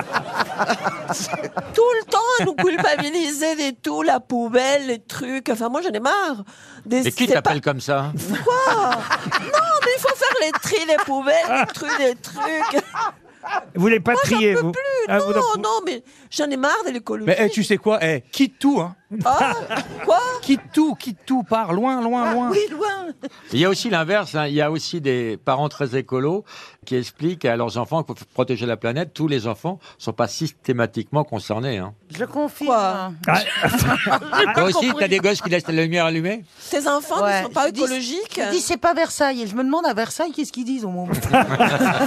Tout le temps, à nous culpabiliser des tout, la poubelle, les trucs. Enfin, moi, j'en ai marre. Des, Mais qui c'est pas- t'appelle comme ça hein Quoi Non, mais il faut faire les tri, les poubelles, les trucs, les trucs. Vous voulez pas Moi, j'en trier, peux vous plus. Ah, non, vous n'en- non, mais j'en ai marre de l'écologie. Mais eh, tu sais quoi eh, Quitte tout, hein Ah, quoi Quitte tout, quitte tout, pars loin, loin, loin. Oui, loin. Il y a aussi l'inverse, hein. il y a aussi des parents très écolos qui expliquent à leurs enfants qu'il faut protéger la planète. Tous les enfants ne sont pas systématiquement concernés. Hein. Je confie. Ah. Toi aussi, t'as des gosses qui laissent la lumière allumée Tes enfants Ouais. ne sont pas Je dis- écologiques. Je dis, c'est pas Versailles. Et je me demande à Versailles, qu'est-ce qu'ils disent au moment.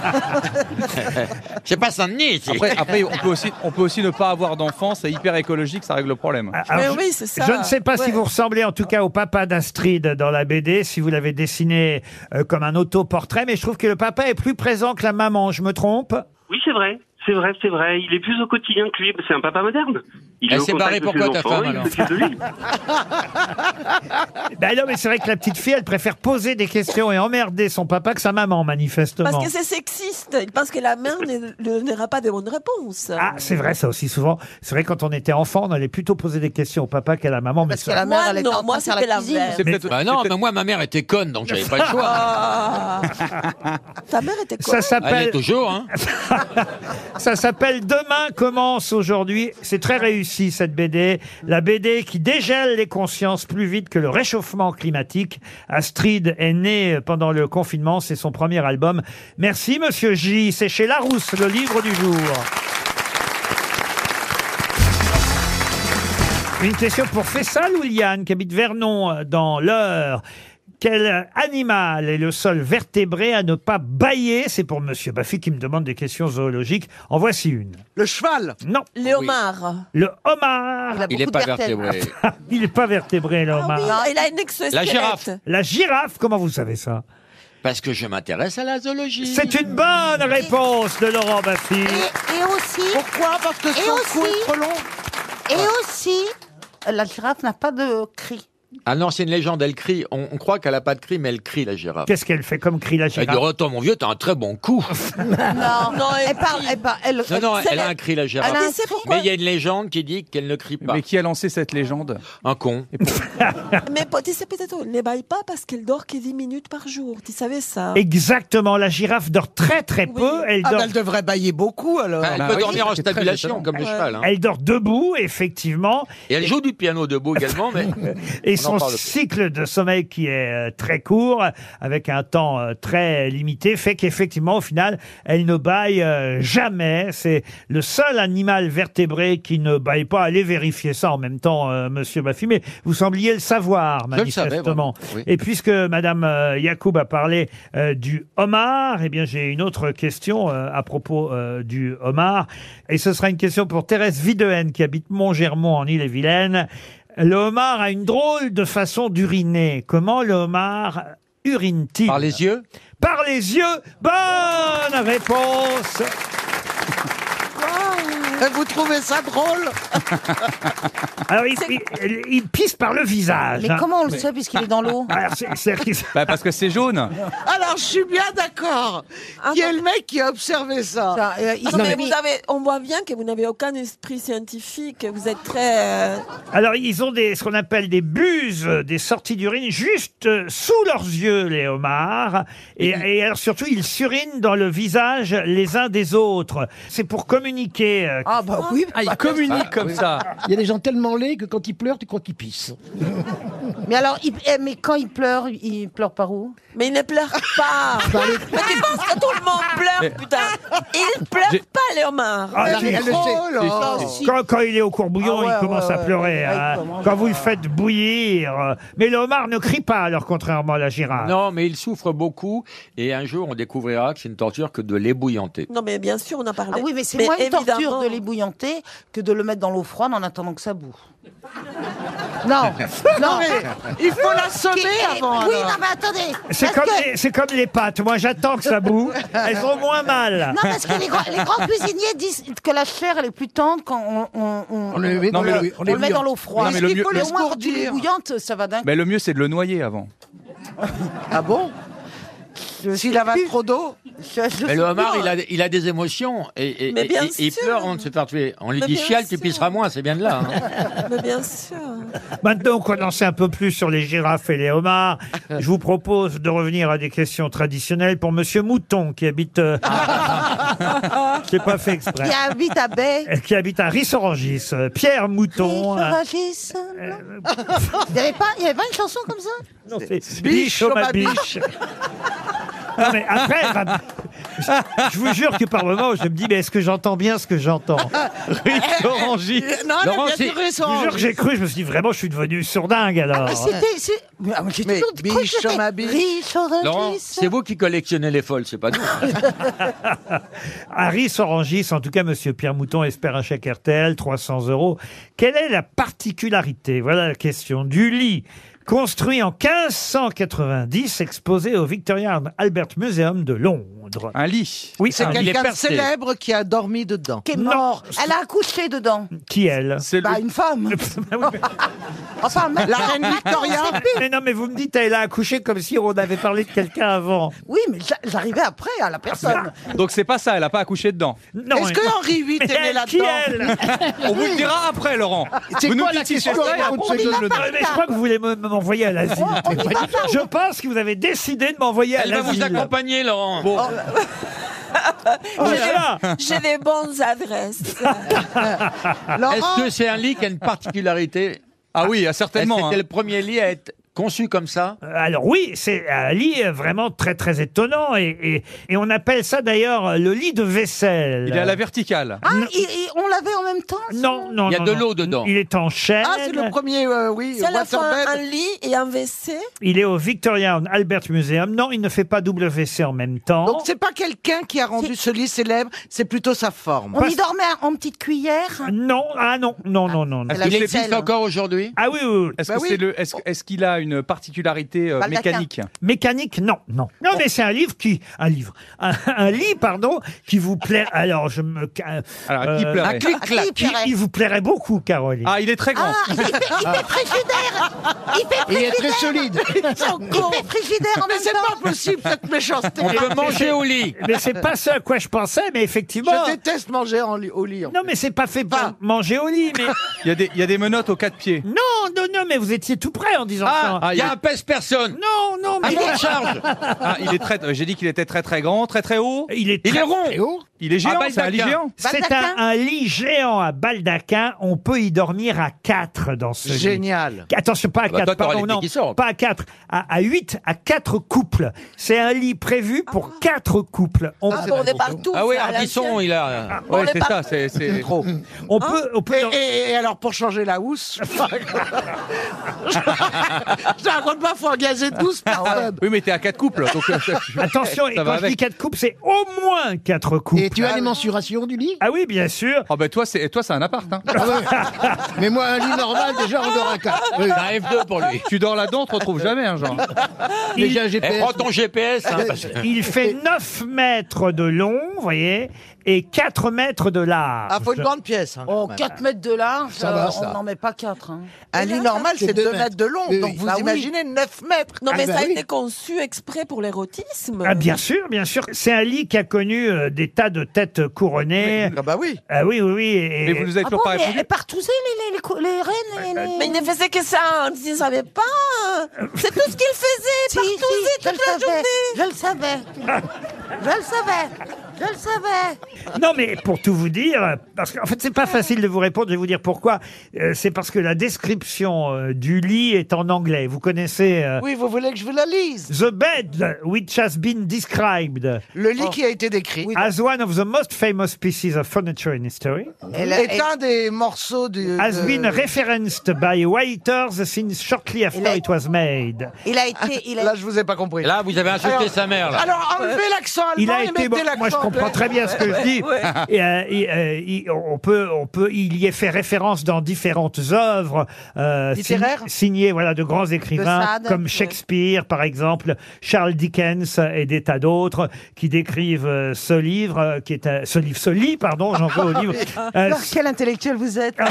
C'est pas Saint-Denis ici. Après, après on, peut aussi, on peut aussi ne pas avoir d'enfants, c'est hyper écologique, ça règle le problème. Ah, Alors, je- Je ne sais pas si vous ressemblez en tout cas au papa d'Astrid dans la BD, si vous l'avez dessiné euh, comme un autoportrait, mais je trouve que le papa est plus présent que la maman, je me trompe Oui, c'est vrai, c'est vrai, c'est vrai. Il est plus au quotidien que lui. C'est un papa moderne. Eh, Il Elle est au s'est contact barrée, de ses pourquoi, ta enfants, femme, il alors s'occupe de lui. Ben non, mais c'est vrai que la petite fille, elle préfère poser des questions et emmerder son papa que sa maman, manifestement. Parce que c'est sexiste. Ils pensent que la mère ne ne donnera pas de bonnes réponses. Ah, c'est vrai, ça aussi, souvent. C'est vrai, quand on était enfant, on allait plutôt poser des questions au papa qu'à la maman. mais ça- moi, Ah non, moi, c'était la mère. Bah non, mais moi, ma mère était conne, donc j'avais pas le Ah. Ta mère était Ça s'appelle. Elle est toujours, hein. Ça s'appelle Demain commence aujourd'hui. C'est très réussi cette BD. La BD qui dégèle les consciences plus vite que le réchauffement climatique. Astrid est née pendant le confinement. C'est son premier album. Merci, monsieur J. C'est chez Larousse, le livre du jour. Une question pour Fessal ou Liane, qui habite Vernon, euh, dans l'Eure. Quel animal est le seul vertébré à ne pas bailler C'est pour Monsieur Baffy qui me demande des questions zoologiques. En voici une. Le cheval Non. Les homards. Le homard. Ah, Il a Il est beaucoup de pas vertèbres. vertébré. Ah Il n'est pas vertébré, le homard. Oui, il a une exosquelette. La girafe. La girafe, comment vous savez ça Parce que je m'intéresse à la zoologie. C'est une bonne réponse de Laurent Baffy. Et aussi. Pourquoi Parce que son cou est trop long. Et aussi, la girafe n'a pas de cri. Ah non, c'est une légende, elle crie. On, on croit qu'elle a pas de cri, mais elle crie, la girafe. Qu'est-ce qu'elle fait comme cri, la Elle dit, girafe retourne mon vieux, t'as un très bon coup. Non, elle, parle, elle parle. Elle, Non, non, elle- elle a un cri, la girafe. Ah, Elle a un cri. Mais il y a une légende qui dit qu'elle ne crie pas. Mais qui a lancé cette légende Un con. Mais po- tu sais peut-être, elle n'ébaille pas parce qu'elle dort que 10 minutes par jour. Tu savais ça Exactement, la girafe dort très très peu. Elle Ah, dort bah, elle devrait bailler beaucoup alors. Bah, Bah Elle peut dormir en stabulation, comme le cheval. hein. Elle dort debout, effectivement. Et elle joue du piano debout également, mais Et et On en son parle plus. cycle de sommeil qui est euh, très court, avec un temps euh, très limité, fait qu'effectivement, au final, elle ne baille euh, jamais. C'est le seul animal vertébré qui ne baille pas. Allez vérifier ça en même temps, euh, monsieur Baffy, mais vous sembliez le savoir, Je le savais, manifestement. vraiment, oui. Et puisque madame euh, Yacoub a parlé euh, du homard, eh bien, j'ai une autre question euh, à propos euh, du homard. Et ce sera une question pour Thérèse Videhen, qui habite Montgermont, en Ille-et-Vilaine. Le homard a une drôle de façon d'uriner. Comment le homard urine-t-il Par les yeux Par les yeux Bonne réponse Euh, Vous trouvez ça drôle Alors, il, il- il pisse par le visage. Mais hein. comment on le sait, puisqu'il est dans l'eau Alors, Ah, c'est- c'est-à-dire qu'il- Bah, parce que c'est jaune. Alors, je suis bien d'accord. Ah, Qui est le mec qui a observé ça, euh, Non, Ah, mais vous avez, on voit bien que vous n'avez aucun esprit scientifique. Vous êtes très. euh, Alors, ils ont des, ce qu'on appelle des buses, euh, des sorties d'urine juste euh, sous leurs yeux, les homards. Et, et alors, surtout, ils s'urinent dans le visage les uns des autres. C'est pour communiquer. euh, Ah bah oui. Ah, ils communiquent comme ça. Il y a des gens tellement laids que quand ils pleurent, tu crois qu'ils pissent. Mais alors, il- eh, mais quand il pleure, il pleure par où Mais il ne pleure pas Mais tu penses que tout le monde Mais- pleure, putain Ils ne pleurent pas, les homards Ah, si. Oh Quand, quand il est au courbouillon, Ah ouais, il commence ouais, à ouais. pleurer. Ah, il hein. commence Quand vous le faites bouillir. euh, Mais le homard ne crie pas, alors contrairement à la girafe. Non, mais il souffre beaucoup et un jour on découvrira que c'est une torture que de l'ébouillanter. Non, mais bien sûr, on a parlé. Ah oui, mais c'est Mais moins une torture évidemment. de l'ébouillanter que de le mettre dans l'eau froide en attendant que ça boue. Non, non, il faut l'assommer Qui- avant, Oui, alors. non, mais attendez. C'est parce comme, que- les- c'est comme les pâtes. Moi, j'attends que ça boue. Elles ont moins mal. Non, parce que les, grands- les grands cuisiniers disent que la chair elle est plus tendre quand on, on, on, On le met dans on l'eau- le- on on les le met dans bouillante. l'eau froide. Non, mais le mieux- le au moins quand tu les scourdir. bouillantes, ça va d'un Mais le mieux, c'est de le noyer avant. Ah bon S'il avale trop d'eau Mais le homard, il a, il a des émotions et, et- Mais et- bien et- il sûr. pleure avant de se faire tuer. On lui Mais dit bien chiale, tu sûr. pisseras moins, c'est bien de là. hein. Ah, Mais bien sûr Maintenant qu'on en sait un peu plus sur les girafes et les homards, je vous propose de revenir à des questions traditionnelles pour Monsieur Mouton qui habite. euh, Je l'ai pas fait exprès. Qui habite à Baie. Qui habite à Rissorangis. Euh, Pierre Mouton. euh, Rissorangis, non Il n'y avait, pas- il y avait pas une chanson comme ça non, c'est Biche oh ma biche. Non, mais après, ça- je vous jure que par moment, je me dis, mais est-ce que j'entends bien ce que j'entends Rissorangis. Non, elle a bien dit c'est- je vous Rissorangis. jure que j'ai cru, je me suis dit, vraiment, je suis devenu surdingue alors. Ah, Mais c'était. c'est- Mais ah, mais j'ai toujours cru que c'était Rissorangis. Laurent, c'est vous qui collectionnez les folles, c'est pas nous. Harry Sorangis, en tout cas, Monsieur Pierre Mouton espère un chèque RTL, 300 euros. Quelle est la particularité, voilà la question, du lit construit en 1590, exposé au Victoria and Albert Museum de Londres Un lit Oui, C'est un lit. quelqu'un de célèbre qui a dormi dedans. Qui est mort. Elle a accouché dedans. Qui elle Bah, une femme. bah enfin, maintenant, La reine maintenant, Victoria on sait plus. Mais non, mais vous me dites, elle a accouché comme si on avait parlé de quelqu'un avant. Oui, mais j'a- j'arrivais après à la personne. Donc c'est pas ça, elle a pas accouché dedans. Non, Est-ce que mais- Henri VIII est né elle, là-dedans Qui elle On vous le dira après, Laurent. Ah, C'est vous nous quoi la dites si c'est question ça et après, On on dit donne pas le nom. par Mais je crois que vous voulez me- m'envoyer à l'asile. Je pense que vous avez décidé de m'envoyer à Elle va vous l'asile. accompagner, Laurent. Oh là là J'ai des bonnes adresses Est-ce que c'est un lit qui a une particularité Ah oui, certainement, C'était hein. le premier lit à être conçu comme ça Euh, Alors oui, c'est un lit euh, vraiment très très étonnant et, et- et on appelle ça d'ailleurs euh, le lit de vaisselle. Il est à la verticale. Ah, et- et on l'avait en même temps ça Non, non, Il y a non, de non. l'eau dedans. Il est en chêne. Ah, c'est le premier, euh, oui, C'est à la fois waterbed. un lit et un WC Il est au Victoria and Albert Museum. Non, il ne fait pas WC en même temps. Donc c'est pas quelqu'un qui a rendu ce lit célèbre, c'est plutôt sa forme. On y dormait en petite cuillère. non, ah non, non, non, non. non. Il existe euh, encore aujourd'hui Ah oui, oui, oui. Est-ce Bah que oui. c'est le- est-ce- est-ce qu'il a une particularité euh, Baldaquin. mécanique Mécanique, non, non. Non, mais c'est un livre qui, un livre, un, un lit, pardon, qui vous plaît. Alors, je me, euh, ca- Alors, à qui plairait un clic-clac. À qui qui, plairait qui vous plairait beaucoup, Caroline. Ah, il est très grand. Ah, il fait, il fait frigidaire Il fait frigidaire Il est très solide. Ils sont cons. Il fait frigidaire en Mais même c'est temps pas possible cette méchanceté. On peut manger au lit. Mais c'est pas ce à quoi je pensais, mais effectivement. Je déteste manger en li- au lit. en Non, mais c'est pas fait pour manger au lit, mais Il y a des- il y a des menottes aux quatre pieds. non, non, non, mais vous étiez tout près en disant ça. Voilà. il y a un pèse-personne. Non, non, mais. Il est en charge. Ah, il est très. euh, J'ai dit qu'il était très très grand, très très haut. Il est, il est rond. Il est géant. Ah, c'est un lit Baldaquin. géant. C'est un, un lit géant à Baldaquin. On peut y dormir à 4 dans ce lit. Génial. Attention, pas à Ah bah 4, toi, t'auras pardon, les pieds non, qui sortent. pas à 4, à 8, à 4 couples. C'est un lit prévu Ah. pour 4 couples. On Ah, bon, on est partout, Ah oui, ça, à Ardisson, l'ancienne. il Ah, a- On ouais, est c'est par- ça, c'est- c'est- trop. On peut, on peut Et, et alors, pour changer la housse, je te raconte pas, faut engager 12 personnes. Ah, Oui, mais t'es à quatre couples. donc, euh, Attention, ça et va quand je avec. dis 4 couples, c'est au moins 4 couples. Et tu as les mensurations du lit Ah oui, bien sûr. Ah ben toi, c'est toi, c'est un appart. Hein. Ah Mais moi, un lit normal, déjà, on dort un quart. Oui. Un F2 pour lui. Tu dors là-dedans, on te retrouve jamais, hein, genre. Déjà, GPS. prends ton GPS, Ah, hein, bah, parce que- Il fait 9 mètres de long, vous voyez, et 4 mètres de large. Ah, faut une grande pièce. Oh, 4 mètres de large, Ça euh, va, on ça. n'en met pas hein. 4. Un lit normal, c'est 2 mètres Bah de long. donc vous imaginez 9 mètres. Non, mais Ah, bah ça a oui. été conçu exprès pour l'érotisme. Ah, bien sûr, bien sûr. C'est un lit qui a connu euh, des tas de têtes couronnées. Ah bah oui. Ah oui, oui, oui. Mais vous nous avez Ah toujours bon, pas mais répondu. Elle part tous les, les, les, cou- les reines. les- les- Mais il ne faisait que ça, on ne savait pas. hein. C'est tout ce qu'il faisait, Si, si, partout, je le toute la savais, journée. Je le savais. Je le savais. Je le savais. Non, mais pour tout vous dire, parce qu'en fait, c'est pas facile de vous répondre. Je vais vous dire pourquoi. Euh, c'est parce que la description euh, du lit est en anglais. Vous connaissez euh, Oui, vous voulez que je vous la lise The bed which has been described Le lit qui a été décrit as one of the most famous pieces of furniture in history. est un des morceaux du. euh, Has de- been referenced by waiters since shortly after it was made. Il a été. Là, je vous ai pas compris. Là, vous avez insulté Alors- sa mère. Là. Alors, enlevez l'accent allemand Il a et été. mettez bon, l'accent moi, je comprends anglais. très bien ce que je dis. Ouais. Et, euh, et, euh, il- on peut, on peut, il y est fait référence dans différentes œuvres euh, sign- Littéraires signées, voilà, de grands écrivains De Sade. comme Shakespeare, par exemple, Charles Dickens et des tas d'autres qui décrivent euh, ce livre, euh, qui est un- ce livre, ce lit, pardon, j'en veux au livre. Euh, Alors, quel intellectuel vous êtes hein.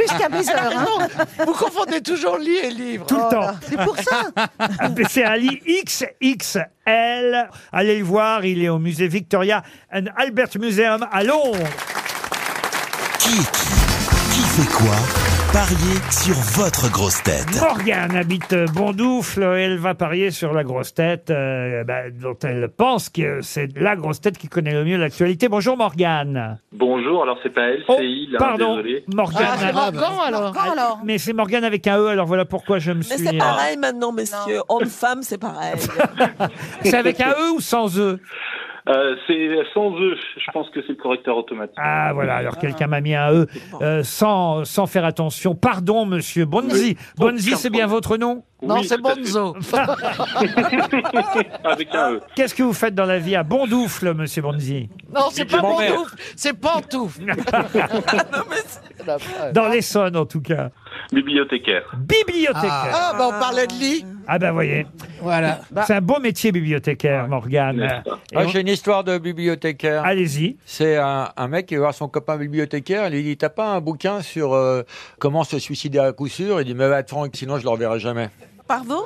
Jusqu'à mes heures. hein. Non, Vous confondez toujours lit et livre. Tout le Oh temps. là. Ah, mais C'est un lit XXL. Allez le voir, il est au musée Victoria and Albert Museum à Londres. Qui fait quoi Pariez sur votre grosse tête. Morgane habite euh, Bondoufle. Elle va parier sur la grosse tête euh, bah, dont elle pense que c'est la grosse tête qui connaît le mieux l'actualité. Bonjour Morgane. Bonjour, alors c'est pas elle, c'est il, hein, Pardon, désolé. Morgane. Ah, c'est bah, Morgan, alors. Morgan, alors. Mais c'est Morgane avec un E, alors voilà pourquoi je me Mais suis. euh, c'est pareil maintenant, messieurs. Homme-femme, c'est pareil. C'est avec un E ou sans E Euh, c'est sans eux, je pense que c'est le correcteur automatique. Ah voilà, alors quelqu'un m'a mis un E euh, sans, sans faire attention. Pardon, monsieur Oui. Bonzi. Bonzi, c'est bien votre nom Non, c'est tout à Bonzo. Avec un E. Qu'est-ce que vous faites dans la vie à Bondoufle, monsieur Bonzi Non, c'est pas Je m'en vais. pantoufle, c'est pantoufle. Ah, Dans l'Essonne, en tout cas. Bibliothécaire. Bibliothécaire. Ah, bah on parlait de lit. Ah ben voyez. Voilà. C'est un beau métier bibliothécaire, Morgane. Et Ah, on- J'ai une histoire de bibliothécaire. Allez-y. C'est un, un mec qui va voir son copain bibliothécaire. Il lui dit T'as pas un bouquin sur euh, comment se suicider à coup sûr Il dit Mais va être franc, sinon je le reverrai jamais. Pardon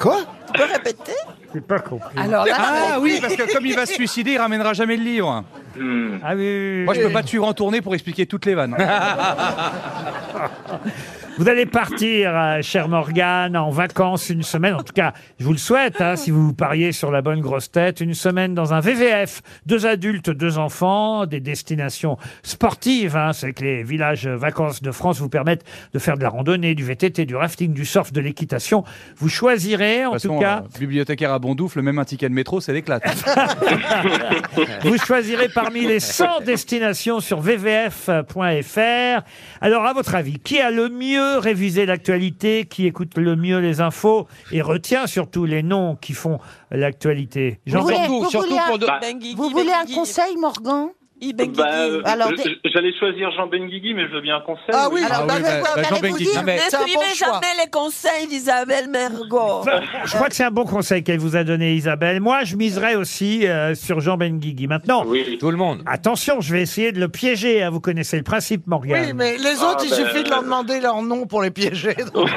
Quoi Tu peux répéter J'ai pas compris. Alors là, ah c'est- oui, parce que comme il va se suicider, il ramènera jamais le Ah livre. oui, oui, oui. Hmm. Moi, je peux pas te suivre en tournée pour expliquer toutes les vannes. Vous allez partir, euh, chère Morgane, en vacances une semaine. En tout cas, je vous le souhaite, hein, si vous pariez sur la bonne grosse tête, une semaine dans un VVF. Deux adultes, deux enfants, des destinations sportives. hein. C'est que les villages vacances de France vous permettent de faire de la randonnée, du VTT, du rafting, du surf, de l'équitation. Vous choisirez, en De toute tout façon, cas... euh, bibliothécaire à Bondoufle, même un ticket de métro, c'est l'éclate. Vous choisirez parmi les 100 destinations sur vvf.fr. Alors, à votre avis, qui a le mieux révisé l'actualité, qui écoute le mieux les infos et retient surtout les noms qui font l'actualité Vous voulez- surtout- vous surtout voulez un- pour Bah, de- Vous voulez un conseil, Morgan Bah, euh, Alors, je- des- j'allais choisir Jean Benguigui, mais je veux bien un conseil. Ah oui, alors alors, bah, bah, bah, Jean Benguigui. Ne Mais c'est un suivez bon choix. jamais les conseils d'Isabelle Mergot. Je crois que c'est un bon conseil qu'elle vous a donné, Isabelle. Moi, je miserais aussi euh, sur Jean Benguigui. Maintenant, tout le monde. Attention, je vais essayer de le piéger. hein. Vous connaissez le principe, Morgane. Oui, mais les autres, Ah, il ben, suffit de leur euh, demander leur nom pour les piéger. donc.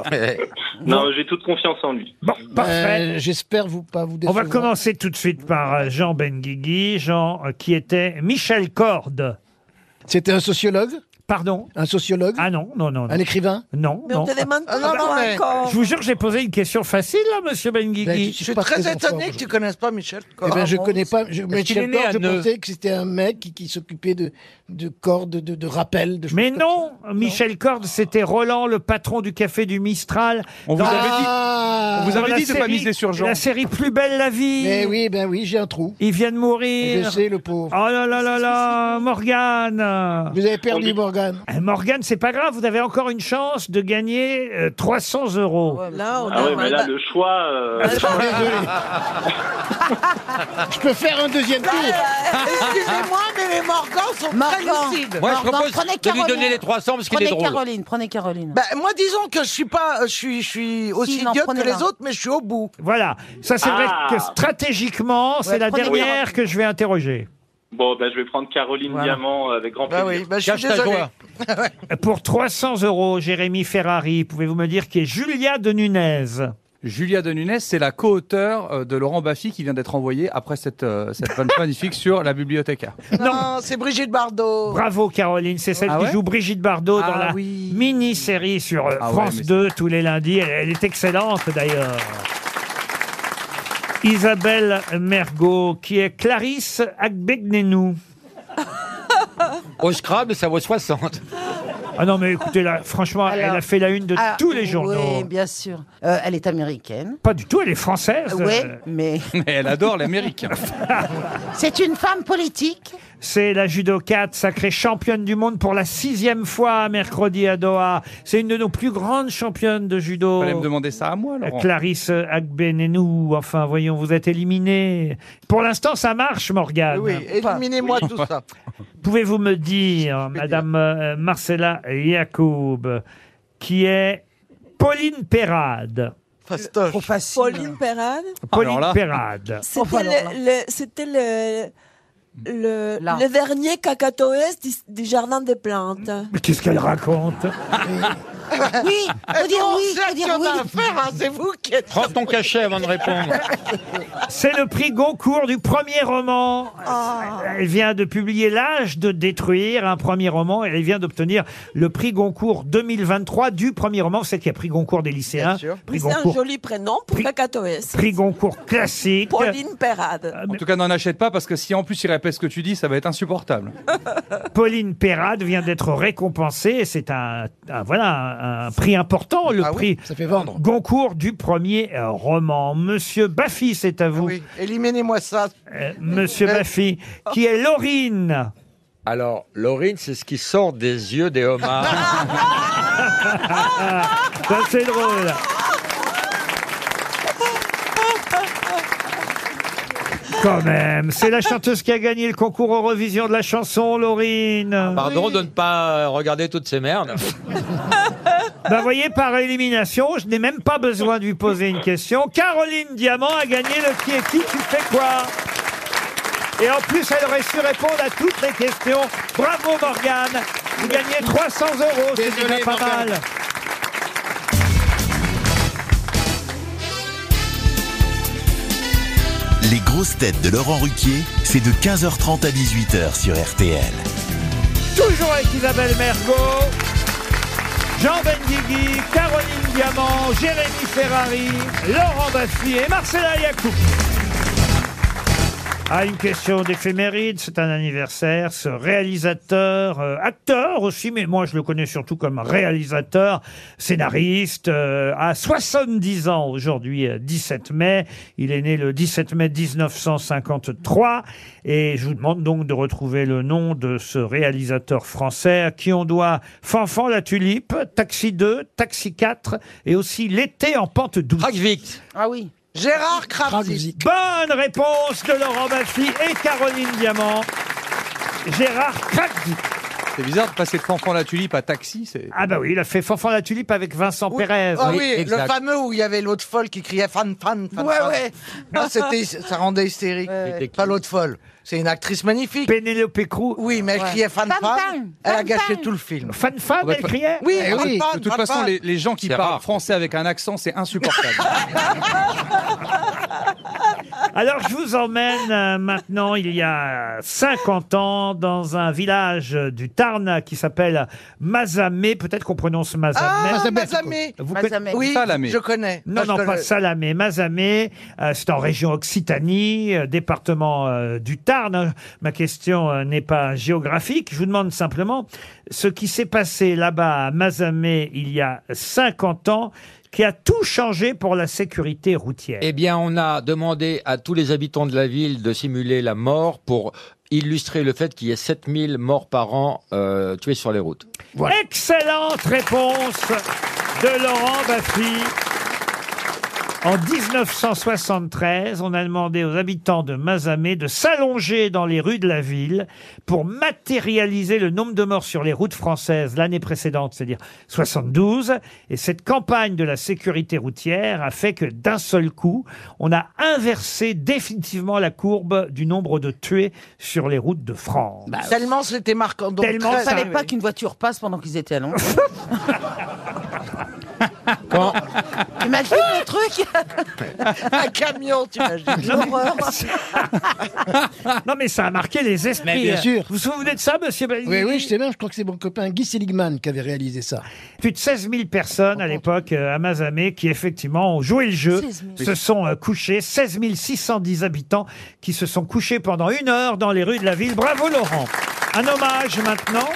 non, j'ai toute confiance en lui. Parfait. Euh, J'espère vous pas vous On décevoir. va commencer tout de suite par euh, Jean Benguigui, Jean euh, qui était Michel Corde. C'était un sociologue Pardon Un sociologue Ah non, non, non. Un écrivain Non, non. Ah, non, non, mais- Je vous jure que j'ai posé une question facile, là, monsieur Ben, Benguigui. Je suis très étonné que tu connaisses pas Michel Corps. Eh ben, je connais pas. Je, Est-ce mais qu'il est Michel né Corps, à je Neu pensais que c'était un mec qui, qui s'occupait de, de cordes, de, de rappel. De Mais non, Michel Cordes, c'était Roland, le patron du café du Mistral. On vous Dans- avait dit- on vous Dans avait la dit de pas série- miser sur Jean. La série Plus belle la vie. Mais oui, ben oui, j'ai un trou. Il vient de mourir. Je sais, le pauvre. Oh là là là là, Morgane Eh, Vous avez perdu, Morgane. Morgane, c'est pas grave, vous avez encore une chance de gagner euh, 300 euros. Là, Ah ouais, mais là, bah. le choix. euh, Ah. Je peux faire un deuxième tour. Excusez-moi, mais les Morgans sont très lucides. Moi, je propose de lui donner les 300 parce qu'il est drôle. prenez Caroline. Bah, moi, disons que je suis pas, je suis, je suis aussi Si, non, idiote que prenez-la. les autres, mais je suis au bout. Voilà, ça c'est Ah. vrai que stratégiquement, c'est Ouais, la prenez dernière Caroline. que je vais interroger. Bon, bah, ben, je vais prendre Caroline euh, Diamant avec grand plaisir. Pour 300 euros, Jérémy Ferrari, pouvez-vous me dire qui est Julia de Nunez Julia de Nunes, c'est la co-auteure euh, de Laurent Baffy qui vient d'être envoyée après cette, euh, cette vanne magnifique sur la bibliothécaire. Non, c'est Brigitte Bardot. Bravo Caroline, c'est celle Ah qui ouais joue Brigitte Bardot dans la Ah mini-série sur euh, Ah ouais, France mais 2 tous les lundis. Elle, elle est excellente d'ailleurs. Isabelle Mergot, qui est Clarisse Agbegnenu. Au Scrabble, ça vaut 60. Ah non, mais écoutez, là, franchement, elle a fait la une de Ah, tous les journaux. Oui, bien sûr. Euh, elle est américaine. Pas du tout, elle est française. Ouais, Euh, mais Mais elle adore l'Amérique. c'est une femme politique. C'est la judokate sacrée championne du monde pour la sixième fois mercredi à Doha. C'est une de nos plus grandes championnes de judo. Fallait me demander ça à moi, Laurent. Clarisse Agbenenou, enfin voyons, vous êtes éliminée. Pour l'instant, ça marche, Morgane. Ah Oui, éliminez-moi tout ça. Pouvez-vous me dire, Madame euh, Marcella Yacoub, qui est Pauline Perrade Trop facile. Pauline Perrade. Pauline Perrade. C'était le, le- c'était le, le, le dernier cacatoès du, du jardin des plantes. Mais qu'est-ce qu'elle raconte oui, faut dire oui, faut dire oui. À faire, hein, c'est vous qui êtes. Prends ton cachet avant de répondre. C'est le prix Goncourt du premier roman. Elle vient de publier L'âge de détruire, un premier roman. et Elle vient d'obtenir le prix Goncourt 2023 du premier roman. C'est qu'il y a prix Goncourt des lycéens. Mais Prix c'est un Goncourt, joli prénom pour cacatoès. prix Goncourt classique. Pauline Ah, Perrade. En tout cas, n'en achète pas parce que si en plus il répète ce que tu dis, ça va être insupportable. Pauline Perrade vient d'être récompensée. C'est un, un- voilà, un, un prix important, Ah le prix Goncourt du premier euh, roman. Monsieur Baffy, c'est à vous. Ah Euh, Éliminez-moi ça. Monsieur Baffy, qui est Laurine. Alors, Laurine, c'est ce qui sort des yeux des homards. Ça, c'est drôle. Quand même, c'est la chanteuse qui a gagné le concours Eurovision de la chanson, Laurine. Pardon de ne pas euh, regarder toutes ces merdes. Bah voyez, par élimination, je n'ai même pas besoin de lui poser une question. Caroline Diamant a gagné le qui est qui, tu fais quoi Et en plus, elle aurait su répondre à toutes les questions. Bravo Morgane, vous gagnez 300 euros, c'est Désolé, déjà pas Morgane. mal. Les grosses têtes de Laurent Ruquier, c'est de 15h30 à 18h sur RTL. Toujours avec Isabelle Mergot, Jean Benguigui, Caroline Diamant, Jérémy Ferrari, Laurent Baffy et Marcella Yacoub. Ah, une question d'éphéméride, c'est un anniversaire. Ce réalisateur, euh, acteur aussi, mais moi je le connais surtout comme réalisateur, scénariste, euh, à 70 ans aujourd'hui, euh, 17 mai. Il est né le 17 mai 1953. Et je vous demande donc de retrouver le nom de ce réalisateur français à qui on doit Fanfan la tulipe, Taxi 2, Taxi 4 et aussi L'été en pente douce. Ah oui. Gérard Kravzik. Bonne réponse de Laurent Baffy et Caroline Diamant. Gérard Kravzik. C'est bizarre de passer de Fanfan la Tulipe à Taxi. c'est- Ah bah oui, il a fait Fanfan la tulipe avec Vincent Pérez. Ah oui, le fameux où il y avait l'autre folle qui criait fan fan fan. Ouais, fan. ouais. Ah, c'était, ça rendait hystérique. C'était qui Pas l'autre folle. C'est une actrice magnifique. Pénélope Cruz. Oui, mais elle Ouais. criait fan Fan, fan. fan, Elle a fan, gâché fan. tout le film. Fan fan, Bah, Oui, Eh fan, fan, De toute fan, façon, fan. les, les gens qui parlent français avec un accent, c'est insupportable. Alors, je vous emmène euh, maintenant, il y a 50 ans, dans un village du Tarn qui s'appelle Mazamé. Peut-être qu'on prononce Mazamé. Ah, Mazamé. Vous Mazamé. connaissez Oui, Salamé. je connais. Non, Ah, je non, pas connais. Salamé. Mazamé, euh, c'est en région Occitanie, euh, département euh, du Tarn. Ma question euh, n'est pas géographique. Je vous demande simplement ce qui s'est passé là-bas à Mazamé il y a 50 ans qui a tout changé pour la sécurité routière. Eh bien, on a demandé à tous les habitants de la ville de simuler la mort pour illustrer le fait qu'il y ait 7000 morts par an euh, tués sur les routes. Excellente réponse de Laurent Baffy. En 1973, on a demandé aux habitants de Mazamé de s'allonger dans les rues de la ville pour matérialiser le nombre de morts sur les routes françaises l'année précédente, c'est-à-dire 72. Et cette campagne de la sécurité routière a fait que d'un seul coup, on a inversé définitivement la courbe du nombre de tués sur les routes de France. Bah Tellement c'était marquant. Donc Tellement très- ça- fallait pas qu'une voiture passe pendant qu'ils étaient à Londres. Quand Imagine le truc Un camion, tu imagines L'horreur non, mais ça a marqué les esprits. Mais bien sûr. Vous vous souvenez de ça, monsieur Baldi Oui, oui, je sais bien, je crois que c'est mon copain Guy Seligman qui avait réalisé ça. Oh. Plus de 16 000 personnes à l'époque euh, à Mazamé qui, effectivement, ont joué le jeu, 16 000. se sont euh, couchés. 16 610 habitants qui se sont couchés pendant une heure dans les rues de la ville. Bravo, Laurent. Un hommage maintenant.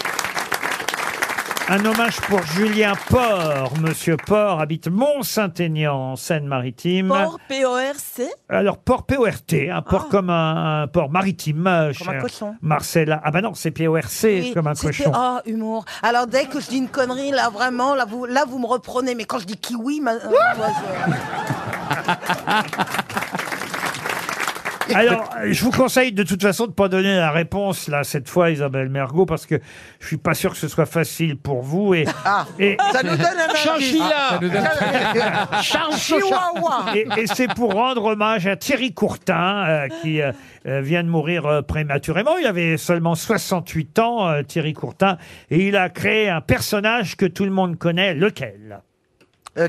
Un hommage pour Julien Port. Monsieur Port habite Mont-Saint-Aignan, en Seine-Maritime. Port, P-O-R-C. Alors, port PORT, un hein, port comme un, un port maritime. euh, Ah. Comme un cher cochon. Marcella. Ah bah non, c'est PORC, Oui, comme un c'était- cochon. Ah, humour. Alors, dès que je dis une connerie, là, vraiment, là, vous, là, vous me reprenez. Mais quand je dis kiwi, ma- Ah euh, moi, Alors, euh, je vous conseille de toute façon de pas donner la réponse, là, cette fois, Isabelle Mergot, parce que je suis pas sûr que ce soit facile pour vous. Et, Ah, et- ça nous donne un indice. Chinchilla. Ah, ça nous donne- Charles Chihuahua. Et, et c'est pour rendre hommage à Thierry Courtin, euh, qui euh, euh, vient de mourir euh, prématurément. Il avait seulement 68 ans, euh, Thierry Courtin, et il a créé un personnage que tout le monde connaît, lequel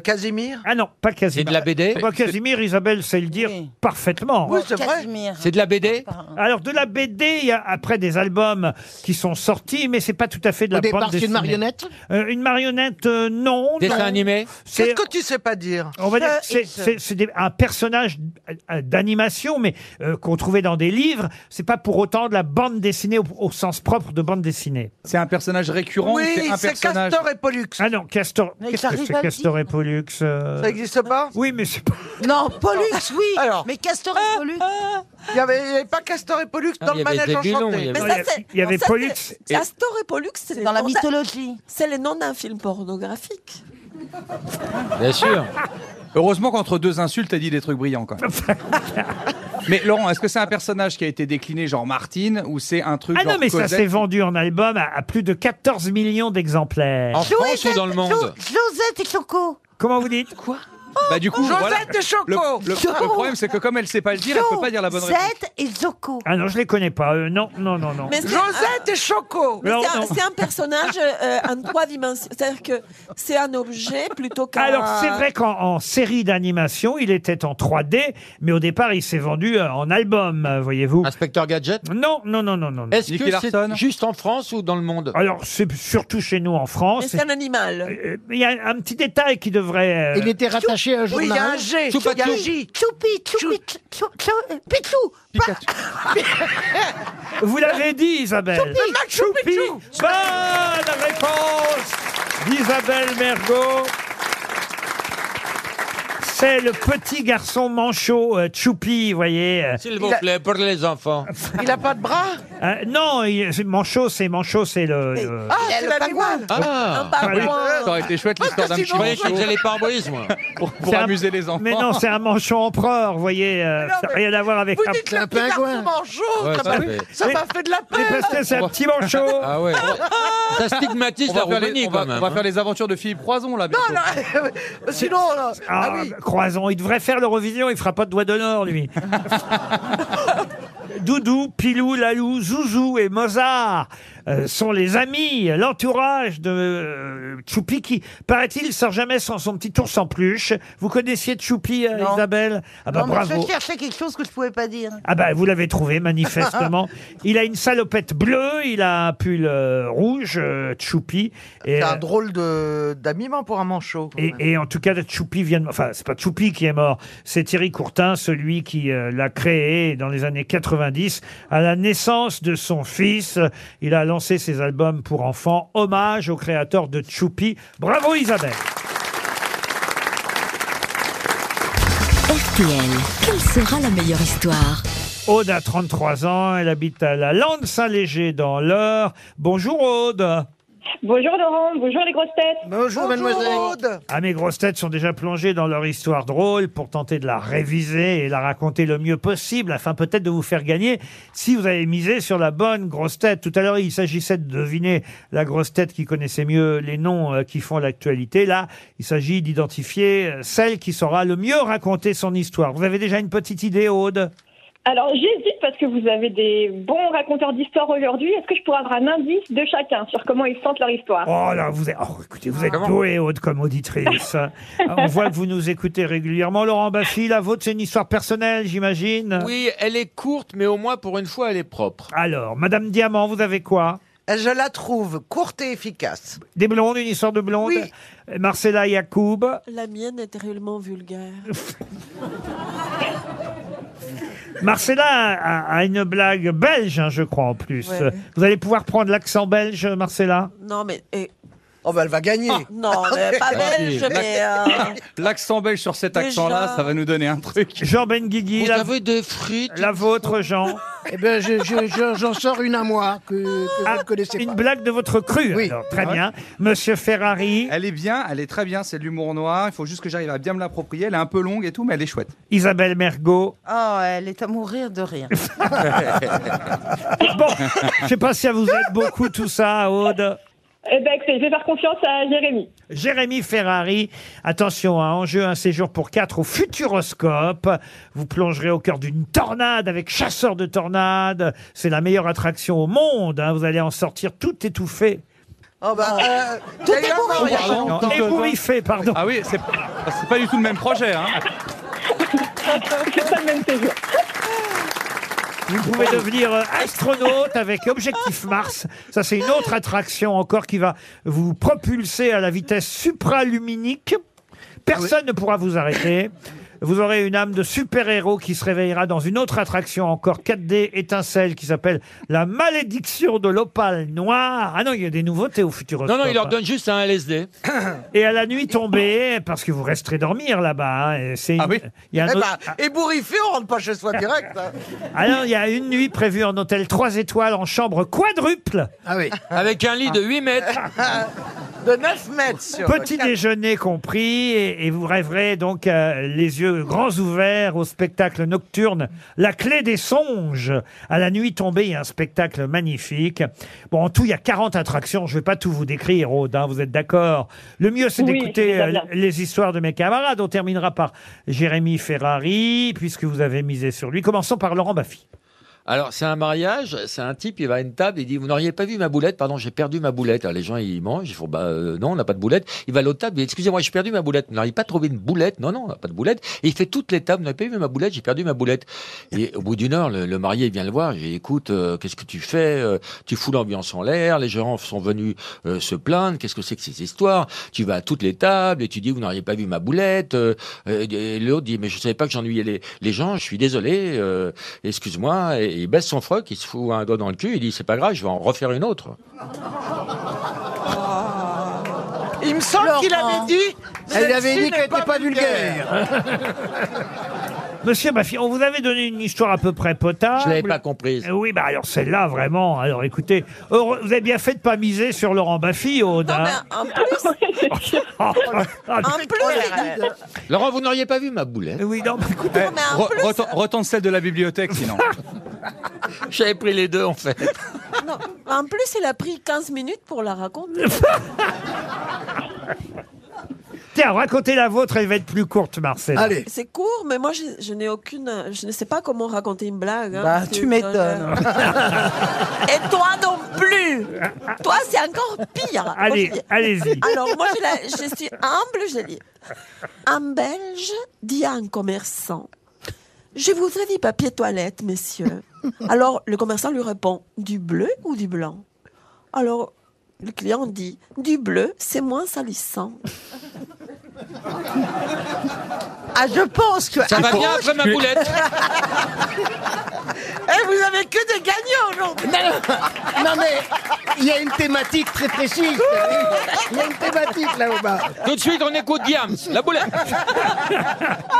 Casimir Ah non, pas Casimir. C'est de la BD Moi, Casimir, Isabelle sait le dire parfaitement. Oui, c'est vrai. Casimir. C'est de la BD Alors de la BD, il y a après des albums qui sont sortis, mais c'est pas tout à fait de Au la départ, bande c'est une dessinée. marionnette Euh, Une marionnette, euh, non. Dessin non. animé C'est Qu'est-ce que tu sais pas dire on va dire que Euh, c'est- il se- c'est c'est des- un personnage euh, d'animation, mais euh, qu'on trouvait dans des livres. C'est pas pour autant de la bande dessinée au, au sens propre de bande dessinée. C'est un personnage récurrent ou c'est un personnage et Pollux. Ah non, Castor. Mais Qu'est-ce que j'arrive c'est pas à le Castor et Pollux euh Ça existe pas Oui, mais c'est pas. je- Non, Pollux, oui. Mais Castor et Pollux. Il n'y avait, il y avait pas Castor et Pollux Ah, dans il le y avait manège Zébulon, enchanté. il y avait- Mais Non, ça, il y a- c'est- il y avait non, ça, Pollux c'est- et- Castor et Pollux, c'est dans la le nom d'un- mythologie. C'est le nom d'un film pornographique. Bien sûr. Heureusement qu'entre deux insultes, t'as dit des trucs brillants quand même. Mais Laurent, est-ce que c'est un personnage qui a été décliné genre Martine ou c'est un truc Ah non, genre mais ça Cosette s'est vendu en album à, à plus de 14 millions d'exemplaires. En France ou dans le monde Josette et Choco. Comment vous dites Quoi Oh, Bah du coup, Josette voilà. et Choco. Le, le- Choco. le problème, c'est que comme elle sait pas le dire, elle peut pas dire la bonne réponse. Josette et Zoko. Ah non, je les connais pas. eux. non, non, non, non. Josette et Choco Mais Non, c'est un- non. C'est un personnage euh, en trois dimensions. C'est-à-dire que c'est un objet plutôt qu'un. Alors c'est vrai qu'en en série d'animation, il était en 3D, mais au départ, il s'est vendu euh, en album, euh, voyez-vous. Inspecteur Gadget Non, non, non, non, non. non. Est-ce que c'est juste en France ou dans le monde Alors c'est surtout chez nous en Mais France. c'est un animal. Euh, mais Il y a un petit détail qui devrait. euh, Il était rattaché à un Oui, il y a un journal. G. Choupa Il y a un Chou. J. Choupi, Choupi, Chou- Chou- Pichou. Pa- Vous l'avez dit, Isabelle. Le Mac Choupi Choupi. Chou. Bonne réponse d'Isabelle Mergot. C'est le petit garçon manchot, euh, Choupi, vous voyez. euh, S'il vous plaît, pour les enfants. Il a pas de bras Euh, non, il- c'est Manchot, c'est Manchot, c'est le. le- Ah, c'est l'animal Ah Ça aurait été chouette l'histoire d'un Parce que petit Je croyais manchot que vous allez par moi. pour, pour c'est un- amuser les enfants. Mais non, c'est un manchon empereur, vous voyez. euh, Non, ça n'a mais- rien à voir avec Vous un- dites le petit garçon manchot Ouais, ça ça m'a- fait- Ça m'a fait de la Mais parce peine que c'est un petit manchot. Ah ouais. Ça stigmatise On la va, faire Roumanie les, on, quand va, même. on va hein. faire les aventures de Philippe Croison là. bientôt. Non, non, Sinon, là- Ah, ah oui Croison, il devrait faire l'Eurovision, il fera pas de doigt d'honneur, lui. Doudou, Pilou, Lalou, Zouzou et Mozart euh, sont les amis, l'entourage de euh, Tchoupi qui, paraît-il, sort jamais sans son petit ours en peluche. Vous connaissiez Tchoupi, euh, Isabelle Ah bah Non, mais bravo je cherchais quelque chose que je pouvais pas dire. ah bah vous l'avez trouvé manifestement. il a une salopette bleue, il a un pull euh, rouge, euh, Tchoupi. C'est un drôle de d'amiment pour un manchot. Et, et en tout cas, Tchoupi vient de... Enfin, c'est pas Tchoupi qui est mort, c'est Thierry Courtin, celui qui euh, l'a créé dans les années 90. À la naissance de son fils, euh, il a lancé ses albums pour enfants, hommage au créateur de Tchoupi. Bravo Isabelle RTL, quelle sera la meilleure histoire Aude a 33 ans, elle habite à la Lande Saint-Léger dans l'Eure. Bonjour Aude. Bonjour Laurent, bonjour les grosses têtes. Bonjour, mademoiselle. Ah, mes grosses têtes sont déjà plongées dans leur histoire drôle pour tenter de la réviser et la raconter le mieux possible afin peut-être de vous faire gagner si vous avez misé sur la bonne grosse tête. Tout à l'heure, il s'agissait de deviner la grosse tête qui connaissait mieux les noms euh, qui font l'actualité. Là, il s'agit d'identifier euh, celle qui saura le mieux raconter son histoire. Vous avez déjà une petite idée, Aude Alors j'hésite parce que vous avez des bons raconteurs d'histoire aujourd'hui. Est-ce que je pourrais avoir un indice de chacun sur comment ils sentent leur histoire Oh là, vous êtes, oh, écoutez, vous êtes douée, Aude, comme auditrice. Ah, On voit que vous nous écoutez régulièrement. Laurent Baffy, la vôtre, c'est une histoire personnelle, j'imagine Oui, elle est courte, mais au moins pour une fois, elle est propre. Alors, Madame Diamant, vous avez quoi Je la trouve courte et efficace. Des blondes, une histoire de blonde Marcella Yacoub La mienne est réellement vulgaire. Marcella a, a- a une blague belge, hein, je crois, en plus. Ouais. Vous allez pouvoir prendre l'accent belge, Marcella non, mais. Oh, bah elle va gagner. non, mais pas Tranquille. belge, mais. euh, L'accent belge sur cet Déjà. accent-là, ça va nous donner un truc. Jean Benguigui, Vous la- avez des frites La vôtre, Jean. Eh ben, je- je- je- j'en sors une à moi que, que Ah. vous ne connaissez pas. Une blague de votre cru, Oui. alors. Très bien. Monsieur Ferrari. Ah Elle est bien, elle est très bien, c'est de l'humour noir. Il faut juste que j'arrive à bien me l'approprier. Elle est un peu longue et tout, mais elle est chouette. Isabelle Mergot. Oh, elle est à mourir de rire. bon, je sais pas si ça vous aide beaucoup tout ça, Aude. Eh ben, écoutez, je vais faire confiance à Jérémy. Jérémy Ferrari, attention, hein, en jeu un séjour pour quatre au Futuroscope. Vous plongerez au cœur d'une tornade avec chasseur de tornades. C'est la meilleure attraction au monde. hein. Vous allez en sortir tout étouffé. Ah Oh, bah. euh, d'ailleurs, non, il y a pas longtemps. Ébouriffé, pardon. Ah oui, c'est c'est pas du tout le même projet. Hein. C'est pas le même séjour. Vous pouvez devenir euh, astronaute avec Objectif Mars. Ça, c'est une autre attraction encore qui va vous propulser à la vitesse supraluminique. Ah Personne ne pourra vous arrêter. Vous aurez une âme de super-héros qui se réveillera dans une autre attraction encore 4D étincelle qui s'appelle La malédiction de l'opale noire. Ah non, il y a des nouveautés au futur. Non, non, il leur donne juste un LSD. Et à la nuit tombée, parce que vous resterez dormir là-bas. hein, et Ah c'est une- il y a un Eh autre- bah, ben, ébouriffé, on rentre pas chez soi direct. hein. Alors, il y a une nuit prévue en hôtel 3 étoiles en chambre quadruple. Ah oui. Avec un lit de 8 mètres. De 9 mètres sur. Petit déjeuner compris, et, et vous rêverez donc euh, les yeux grands ouverts au spectacle nocturne La clé des songes. À la nuit tombée, il y a un spectacle magnifique. Bon, en tout, il y a 40 attractions. Je vais pas tout vous décrire, Aude, hein, vous êtes d'accord. Le mieux, c'est Oui, d'écouter très euh, bien. les histoires de mes camarades. On terminera par Jérémy Ferrari, puisque vous avez misé sur lui. Commençons par Laurent Baffy. Alors, c'est un mariage, c'est un type, il va à une table, il dit Vous n'auriez pas vu ma boulette Pardon, j'ai perdu ma boulette. Alors, les gens, ils mangent, ils font Bah euh, non, on n'a pas de boulette. Il va à l'autre table, il dit Excusez-moi, j'ai perdu ma boulette. Vous n'arrivez pas à trouver une boulette Non, non, on n'a pas de boulette. Et il fait toutes les tables Vous n'avez pas vu ma boulette, j'ai perdu ma boulette. Et au bout d'une heure, le, le marié vient le voir, il dit Écoute, euh, qu'est-ce que tu fais Euh, Tu fous l'ambiance en l'air, les gens sont venus euh, se plaindre, qu'est-ce que c'est que ces histoires Tu vas à toutes les tables et tu dis Vous n'auriez pas vu ma boulette. Euh, euh, et l'autre dit Mais je ne savais pas que j'ennuyais les, les gens, je suis désolé, euh, excuse-moi. Et il baisse son froc, il se fout un doigt dans le cul, il dit C'est pas grave, je vais en refaire une autre. Il me semble qu'il avait dit. Elle celle-ci avait dit n'est qu'elle n'était pas vulgaire. Monsieur Baffy, on vous avait donné une histoire à peu près potable. Je l'avais pas comprise. Euh, Oui, bah alors celle-là, vraiment. Alors écoutez, heureux- vous avez bien fait de pas miser sur Laurent Baffy, Aude. hein. en plus. Ah, ah, ah, En plus, il- euh, Laurent, vous n'auriez pas vu ma boulette Oui, non, Eh, re- retent- retente celle de la bibliothèque sinon. J'avais pris les deux en fait. non, en plus, il a pris 15 minutes pour la raconter. Tiens, racontez la vôtre, elle va être plus courte, Marcel. C'est court, mais moi, je, je n'ai aucune. Je ne sais pas comment raconter une blague. hein, Bah, parce que- tu m'étonnes. Et toi non plus. Toi, c'est encore pire. Allez, Moi, je dis- allez-y. Alors, moi, je, la- je suis humble, je dis. Un Belge dit à un commerçant Je voudrais du papier toilette, messieurs. Alors, le commerçant lui répond Du bleu ou du blanc Alors, le client dit Du bleu, c'est moins salissant. Ah, je pense que. Ça va Ah, bien je- après ma boulette. Eh, vous avez que des gagnants aujourd'hui. Non, mais il y a une thématique très précise. Il y a une thématique là-haut bas. Tout de suite, on écoute Diams, la boulette. Ah,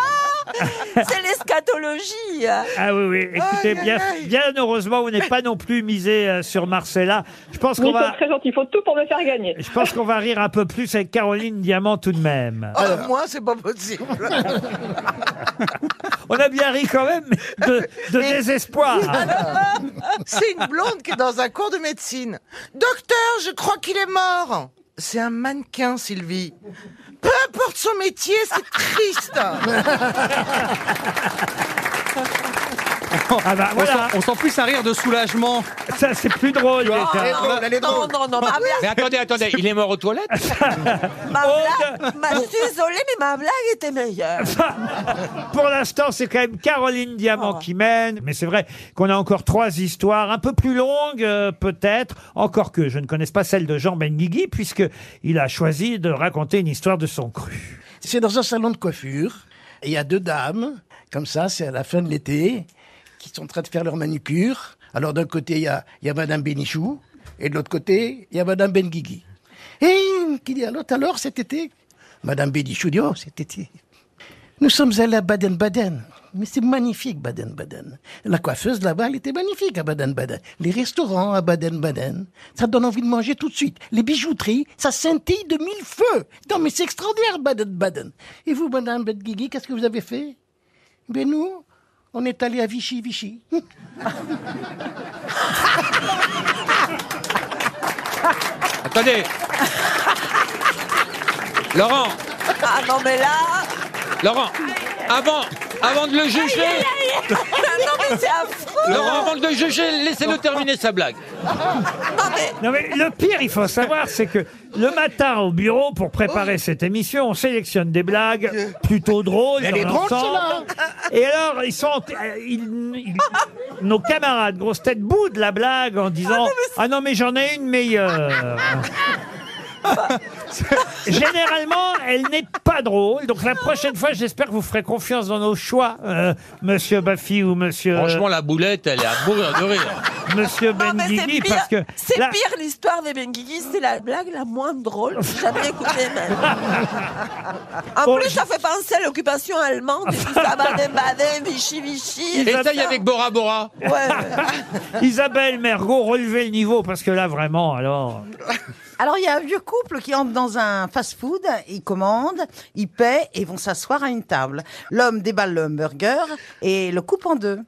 C'est l'escatologie. Ah oui, oui, écoutez, Aïe, aïe, bien, aïe. bien heureusement, on n'est pas non plus misé euh, sur Marcella. Je pense Oui, qu'on ils sont va, très gentils, il faut tout pour me faire gagner. je pense qu'on va rire un peu plus avec Caroline Diamant tout de même. Oh, moi, c'est pas possible. On a bien ri quand même mais de, de Mais- désespoir. C'est une blonde qui est dans un cours de médecine. Docteur, je crois qu'il est mort. C'est un mannequin, Sylvie. Peu importe son métier, c'est triste. Ah bah, voilà. On sent plus un rire de soulagement. Ça, c'est plus drôle. Non, déjà. Ah, non, non, non, ma blague, Mais attendez, attendez, il est mort aux toilettes ma blague, Oh. ma- je suis désolée, mais ma blague était meilleure. Pour l'instant, c'est quand même Caroline Diamant qui mène. Mais c'est vrai qu'on a encore trois histoires un peu plus longues, euh, peut-être. Encore que je ne connaisse pas celle de Jean Benguigui, puisqu'il a choisi de raconter une histoire de son cru. C'est dans un salon de coiffure. Et il y a deux dames, comme ça, c'est à la fin de l'été, qui sont en train de faire leur manucure. Alors d'un côté, il y a, il y a Madame Bénichou, et de l'autre côté, il y a Madame Benguigui. Et qui dit à l'autre, alors cet été Madame Bénichou dit, oh, cet été, nous sommes allés à Baden-Baden. Mais c'est magnifique, Baden-Baden. La coiffeuse là-bas, elle était magnifique à Baden-Baden. Les restaurants à Baden-Baden, ça donne envie de manger tout de suite. Les bijouteries, ça scintille de mille feux. Non, mais c'est extraordinaire, Baden-Baden. Et vous, Madame Benguigui, qu'est-ce que vous avez fait Ben nous, on est allé à Vichy, Vichy. Hum, Attendez. Laurent, Ah non, mais là. Laurent, avant, avant de le juger, Non, non, mais c'est affreux. Laurent, avant de le juger, laissez-le terminer sa blague. Non, mais Non mais le pire, il faut savoir, c'est que le matin au bureau, pour préparer cette émission, on sélectionne des blagues plutôt drôles. Elle est dans drôle, l'ensemble. hein. Et alors, ils sont, euh, ils- ils- nos camarades grosses têtes boudent la blague en disant Ah non mais j'en ai une meilleure. Généralement, elle n'est pas drôle. Donc la prochaine fois, j'espère que vous ferez confiance dans nos choix, euh, Monsieur Baffy ou Monsieur. Franchement, la boulette, elle est à mourir de rire. Monsieur Non, mais c'est Benguigui, pire, parce que c'est là- pire l'histoire des Benguigui, c'est la blague la moins drôle que j'ai jamais écoutée même. En Oh. Bon, plus, je- ça fait penser à l'occupation allemande, et tout ça, Baden Baden, Vichy Vichy. Et ça, il y avait que Bora Bora. Ouais, ouais. Isabelle Mergot, relevez le niveau parce que là vraiment, alors. Alors, il y a un vieux couple qui entre dans un fast-food, ils commandent, ils paient et vont s'asseoir à une table. L'homme déballe le hamburger et le coupe en deux.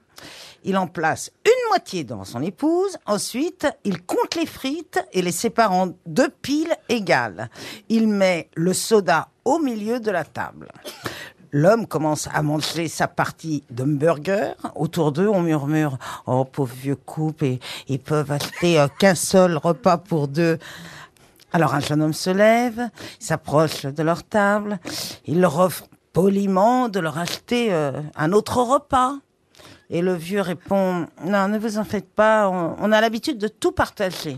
Il en place une moitié devant son épouse, ensuite il compte les frites et les sépare en deux piles égales. Il met le soda au milieu de la table. L'homme commence à manger sa partie d'hamburger. Autour d'eux, on murmure « Oh, pauvre vieux couple, et- ils peuvent acheter euh, qu'un seul repas pour deux. » Alors un jeune homme se lève, il s'approche de leur table, il leur offre poliment de leur acheter euh, un autre repas. Et le vieux répond Non, ne vous en faites pas, on, on a l'habitude de tout partager.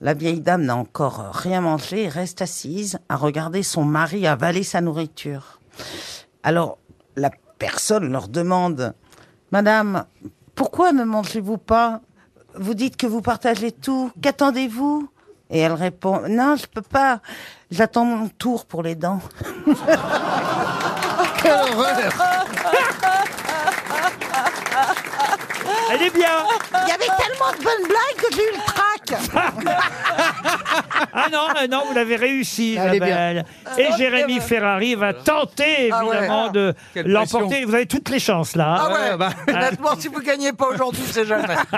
La vieille dame n'a encore rien mangé et reste assise à regarder son mari avaler sa nourriture. Alors la personne leur demande Madame, pourquoi ne mangez-vous pas Vous dites que vous partagez tout, qu'attendez-vous Et elle répond Non, je peux pas, j'attends mon tour pour les dents. Elle est bien Il y avait tellement de bonnes blagues que j'ai eu le trac Ah non, ah non, vous l'avez réussi, Elle est bien. Isabelle. Ah, Et ok, Jérémy ouais. Ferrari va tenter, Ah ouais. évidemment, de Quelle l'emporter. pression. Vous avez toutes les chances, là. Ah ouais, bah. honnêtement, si vous gagnez pas aujourd'hui, c'est jamais.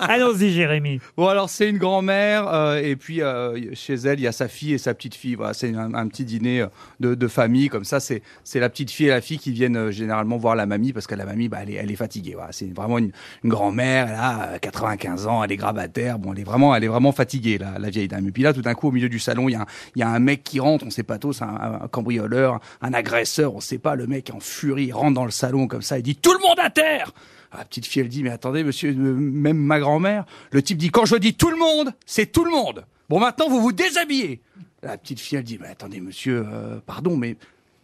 Allons-y, Jérémy. Bon, alors c'est une grand-mère, euh, et puis euh, chez elle, il y a sa fille et sa petite-fille. Voilà, c'est un, un petit dîner euh, de, de famille, comme ça. C'est c'est la petite-fille et la fille qui viennent euh, généralement voir la mamie, parce que la mamie, bah, elle, est, elle est fatiguée. Voilà, c'est vraiment une, une grand-mère, elle a euh, 95 ans, elle est grabataire. Bon, elle est vraiment, elle est vraiment fatiguée, la, la vieille dame. Et puis là, tout d'un coup, au milieu du salon, il y, a un- il y a un mec qui rentre, on sait pas tous, un, un cambrioleur, un agresseur, on sait pas. Le mec est en furie, il rentre dans le salon comme ça, il dit « Tout le monde à terre !» La petite fille, elle dit, mais attendez, monsieur, euh, même ma grand-mère. Le type dit, quand je dis tout le monde, c'est tout le monde. Bon, maintenant, vous vous déshabillez. La petite fille, elle dit, mais attendez, monsieur, euh, pardon, mais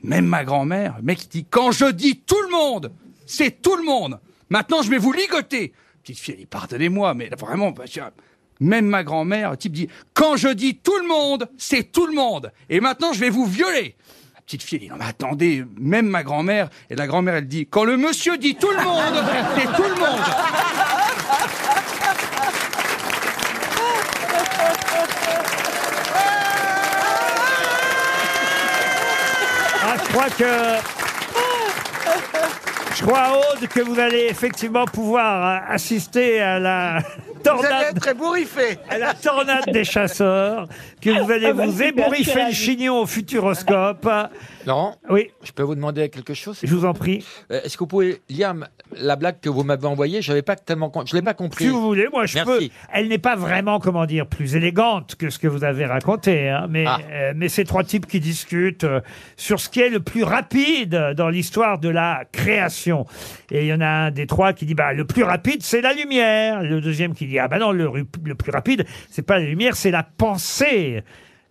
même ma grand-mère. Le mec, il dit, quand je dis tout le monde, c'est tout le monde. Maintenant, je vais vous ligoter. La petite fille, elle dit, pardonnez-moi, mais vraiment, monsieur, même ma grand-mère, le type dit, quand je dis tout le monde, c'est tout le monde. Et maintenant, je vais vous violer. La petite fille, elle dit, non mais attendez, même ma grand-mère, et la grand-mère, elle dit, quand le monsieur dit tout le monde, c'est tout le monde. Ah, je crois que. Je crois, Aude, que vous allez effectivement pouvoir euh, assister à la Vous allez tornade, être ébouriffé. à la tornade des chasseurs, que vous allez Ah bah, vous super, ébouriffer le Jérémy. chignon au futuroscope. Laurent Oui. Je peux vous demander quelque chose Euh, Je vous en prie. Est-ce que vous pouvez lire m- la blague que vous m'avez envoyée J'avais pas tellement. con- Je l'ai pas compris. Si vous voulez, moi je Merci. peux. Elle n'est pas vraiment, comment dire, plus élégante que ce que vous avez raconté, hein, mais, euh, mais ces trois types qui discutent euh, sur ce qui est le plus rapide dans l'histoire de la création. Et il y en a un des trois qui dit bah, le plus rapide, c'est la lumière. Le deuxième qui dit ah bah non, le, ru- le plus rapide, c'est pas la lumière, c'est la pensée.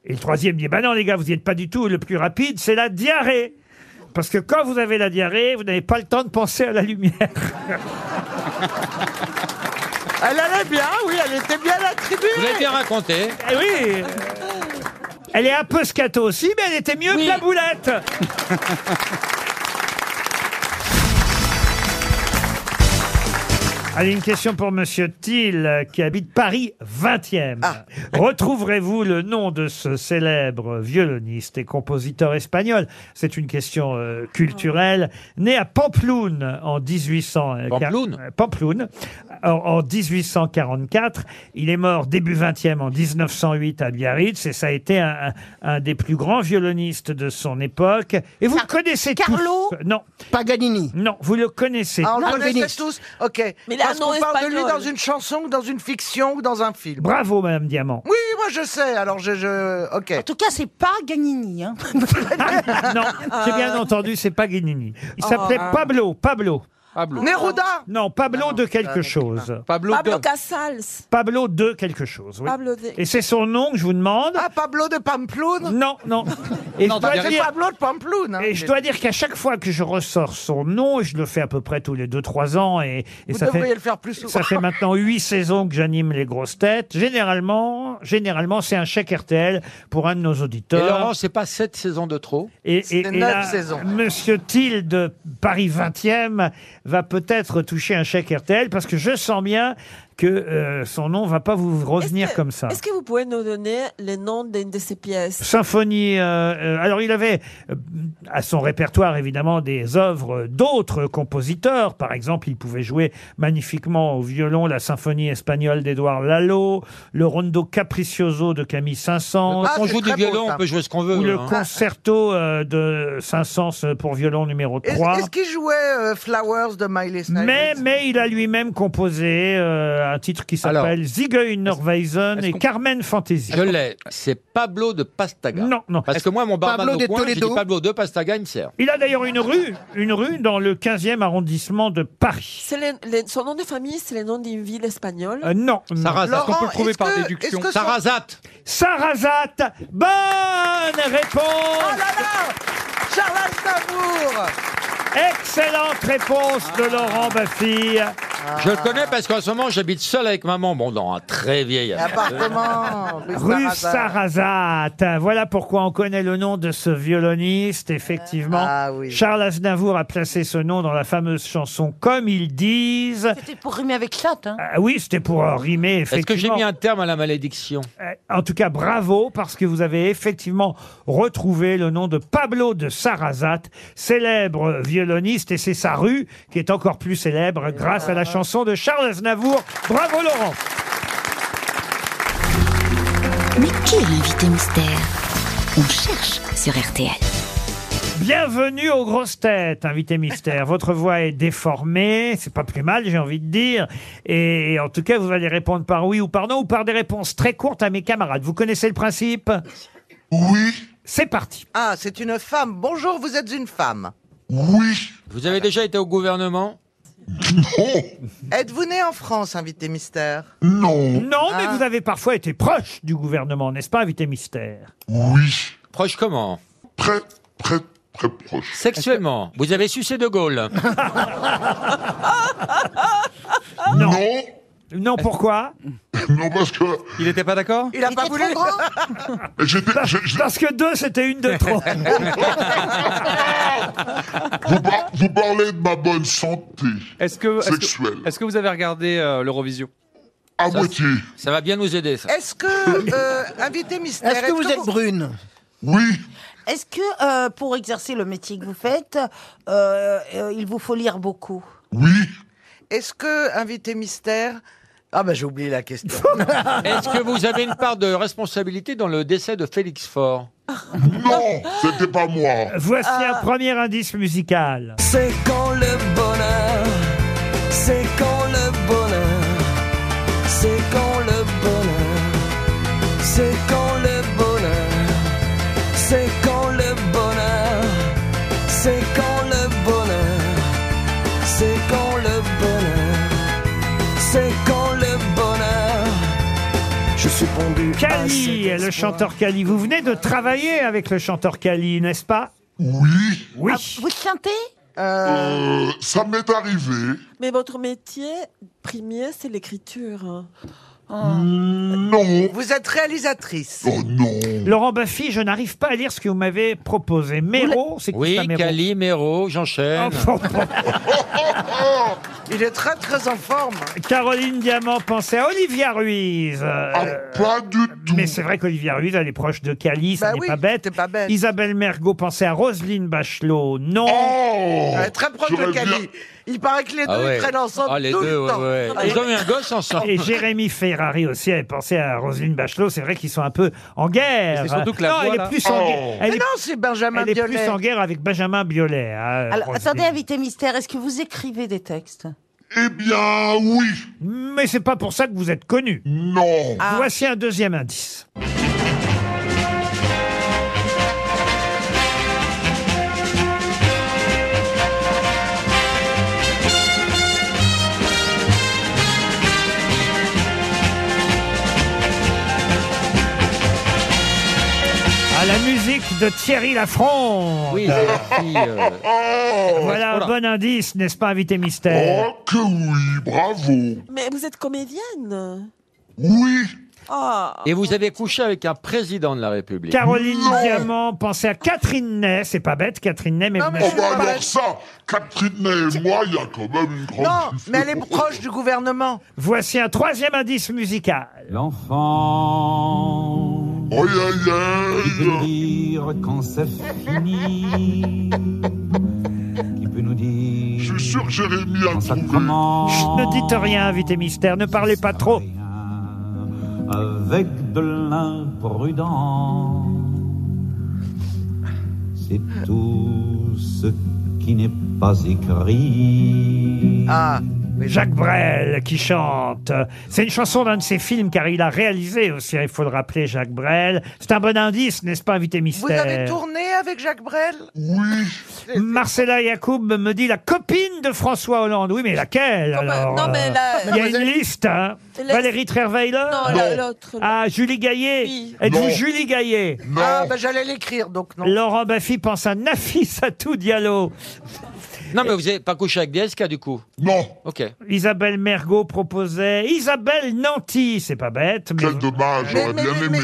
Et le troisième dit bah non, les gars, vous n'y êtes pas du tout. Le plus rapide, c'est la diarrhée. Parce que quand vous avez la diarrhée, vous n'avez pas le temps de penser à la lumière. Elle allait bien, oui, elle était bien attribuée. Vous l'avez bien raconté. Eh oui Elle est un peu scato aussi, mais elle était mieux que la boulette Allez, une question pour Monsieur Thiel, euh, qui habite Paris 20e. Retrouverez-vous le nom de ce célèbre violoniste et compositeur espagnol C'est une question euh, culturelle. Né à Pamploune en euh, 1800. Pamploune Pamploune. En, en 1844. Il est mort début 20e en 1908 à Biarritz et ça a été un, un- un des plus grands violonistes de son époque. Et vous le connaissez Carlo Non. Paganini Non, vous le connaissez Ah, on le tous. connaissait tous. Ok. Mais là, Parce non, qu'on parle de lui espagnol. dans une chanson, ou dans une fiction ou dans un film. Bravo, Madame Diamant. Oui, moi je sais. Alors je, je... ok. En tout cas, c'est pas Gagnini. Hein. non, Ah, j'ai bien entendu, c'est pas Guinini. Il s'appelait Oh. Pablo, Pablo. Pablo. Neruda Non, Pablo de quelque chose. Pablo, Casals. Pablo de quelque chose, oui. Pablo de- Et c'est son nom que je vous demande. Ah, Pablo de Pamploune Non, non. Et Non, je dois t'as bien dire- raison. Pablo de Pamploune. hein. Et je dois dire qu'à chaque fois que je ressors son nom, et je le fais à peu près tous les 2-3 ans, et, et Vous ça, devriez fait, le faire plus souvent. ça fait maintenant 8 saisons que j'anime les grosses têtes. Généralement, généralement c'est un chèque RTL pour un de nos auditeurs. Et Laurent, c'est pas sept saisons de trop Et, et- C'est et neuf là, saisons. Monsieur Thiel de Paris 20e va peut-être toucher un chèque RTL parce que je sens bien que euh, son nom va pas vous revenir comme ça. Est-ce que vous pouvez nous donner les noms d'une de ces pièces Symphonie. euh, euh, alors, il avait euh, à son répertoire évidemment des œuvres d'autres compositeurs. Par exemple, il pouvait jouer magnifiquement au violon la symphonie espagnole d'Édouard Lalo, le rondo capriccioso de Camille Saint-Saens. Ah, Quand on c'est joue du très beau, violon, ça. on peut jouer ce qu'on veut, Ou le hein. concerto euh, de Saint-Saens pour violon numéro 3. Est-ce qu'il jouait euh, Flowers de Miley Cyrus Mais, mais il a lui-même composé euh, un titre qui s'appelle Zigeuner Norweisen et Carmen Fantasy. Je l'ai. C'est Pablo de Pastaga. Non, non. Parce que moi, mon barman Pablo au de coin, j'ai dit Toledo. Pablo de Pastaga, il me sert. Il a d'ailleurs une rue, une rue dans le 15e arrondissement de Paris. C'est les- les- son nom de famille, c'est le nom d'une ville espagnole. Euh, non. Sarrazate, Laurent, qu'on peut le prouver est-ce par que- déduction. est-ce que son- Sarrazate. Sarrazate. Bonne réponse. Oh Charles Aznavour Excellente réponse de Laurent Baffy. Je le connais parce qu'en ce moment, j'habite seul avec maman. Bon, dans un très vieil Appartement. Rue Sarrazate. Voilà pourquoi on connaît le nom de ce violoniste, effectivement. Ah Charles Aznavour a placé ce nom dans la fameuse chanson Comme ils disent. C'était pour rimer avec chat. Hein. Ah oui, c'était pour euh, rimer, Est-ce que j'ai effectivement. mis un terme à la malédiction Euh, En tout cas, bravo parce que vous avez effectivement retrouvé le nom de Pablo de Sarrazate, célèbre violoniste, et c'est sa rue qui est encore plus célèbre grâce à la chanson de Charles Aznavour. Bravo Laurent Mais qui est l'invité mystère On cherche sur RTL. Bienvenue aux grosses têtes, invité mystère. Votre voix est déformée, c'est pas plus mal, j'ai envie de dire. Et en tout cas, vous allez répondre par oui ou par non, ou par des réponses très courtes à mes camarades. Vous connaissez le principe Oui. C'est parti. Ah, c'est une femme. Bonjour, vous êtes une femme. Oui. Vous avez déjà été au gouvernement Êtes-vous né en France, invité mystère Non. Non, Ah. mais vous avez parfois été proche du gouvernement, n'est-ce pas, invité mystère Oui. Proche comment Très, très, très proche. Sexuellement Vous avez sucé De Gaulle Non. Non, pourquoi Non, parce que. Il n'était pas d'accord Il a pas voulu. Parce que deux, c'était une de trop. Vous, par- vous parlez de ma bonne santé. Est-ce que, est-ce Sexuel. que, est-ce que vous avez regardé euh, l'Eurovision À moitié. Ça va bien nous aider, ça. Est-ce que, euh, invité mystère, Est-ce que vous êtes brune Oui. Est-ce que euh, pour exercer le métier que vous faites, euh, euh, il vous faut lire beaucoup Est-ce que, invité mystère. Ah, ben j'ai oublié la question. Est-ce que vous avez une part de responsabilité dans le décès de Félix Faure Non, c'était pas moi. Voici Ah. un premier indice musical. C'est quand le bonheur, c'est quand le bonheur, c'est quand le bonheur, c'est quand le bonheur, c'est quand le bonheur, c'est quand le bonheur, c'est quand le bonheur, c'est quand le bonheur. Je suis pendu. Ah, à cet Kali, le espoir. chanteur Kali. Vous venez de travailler avec le chanteur Kali, n'est-ce pas Oui. Oui. Ah, Vous chantez Euh, ça m'est arrivé. Mais votre métier premier, c'est l'écriture. hein. Ah. Non. Vous êtes réalisatrice. Oh non. Laurent Baffy, je n'arrive pas à lire ce que vous m'avez proposé. Méro, c'est qui Oui, ça, Méro Oh, Cali, Méro, j'enchaîne. Oh. Il est très, très en forme. Caroline Diamant pensait à Olivia Ruiz. Ah, Euh, pas du tout. Mais c'est vrai qu'Olivia Ruiz, elle est proche de Cali, ça Bah n'est oui, pas bête. c'est pas bête. Isabelle Mergot pensait à Roselyne Bachelot. Non. Ouais, Oh très proche de Cali. Il paraît que les deux Ah ouais. ils traînent ensemble Ah, les tout deux, le ouais, temps. ouais. Ils ont eu un gosse ensemble. Et Jérémy Ferrari aussi avait pensé à Roselyne Bachelot. C'est vrai qu'ils sont un peu en guerre. C'est surtout que la non, voix, elle là. est plus en Oh. guerre. Elle Mais est- non, c'est Benjamin elle est Biolay. plus en guerre avec Benjamin Biolay. hein, Alors, Roselyne. attendez, invité mystère, est-ce que vous écrivez des textes Eh bien, oui. Mais c'est pas pour ça que vous êtes connu. Non. Voici un deuxième indice. À la musique de Thierry Lafronde. Oui, merci, euh. Voilà Oh un là. bon indice, n'est-ce pas, invité mystère Oh que oui, bravo. Mais vous êtes comédienne Oui. Ah Et vous avez couché avec un président de la République. Caroline Diamant, pensez à Catherine Ney, c'est pas bête Catherine Ney, mais vous Oh n'avez bah pas- alors ça, Catherine et moi, il y a quand même une grande. Non, mais elle est proche du gouvernement. Voici un troisième indice musical. L'enfant Oh, aïe, aïe. qui peut nous dire quand c'est fini, qui peut nous dire. Je suis sûr que Jérémy a Chut, trouvé. ne dites rien, invité mystère, ne parlez pas trop. Avec de l'imprudence, c'est tout ce qui n'est pas écrit. Ah, Jacques Brel qui chante. C'est une chanson d'un de ses films car il a réalisé aussi, il faut le rappeler, Jacques Brel. C'est un bon indice, n'est-ce pas, invité Vous mystère avez tourné avec Jacques Brel Marcella Yacoub me dit la copine de François Hollande. Oui, mais laquelle alors euh non, mais la- Il y a une liste. hein. La- Valérie Trierweiler Non, la- Non. l'autre, là. Ah, Julie Gaillet Êtes-vous Non. Julie Gaillet Ah, bah j'allais l'écrire, donc non. Laurent Baffy pense à Nafi Satou Diallo. Non, mais vous n'avez pas couché avec DSK du coup Non. Ok. Isabelle Mergot proposait Isabelle Nanty. C'est pas bête. Mais... dommage, Mais- mais- mais- mais-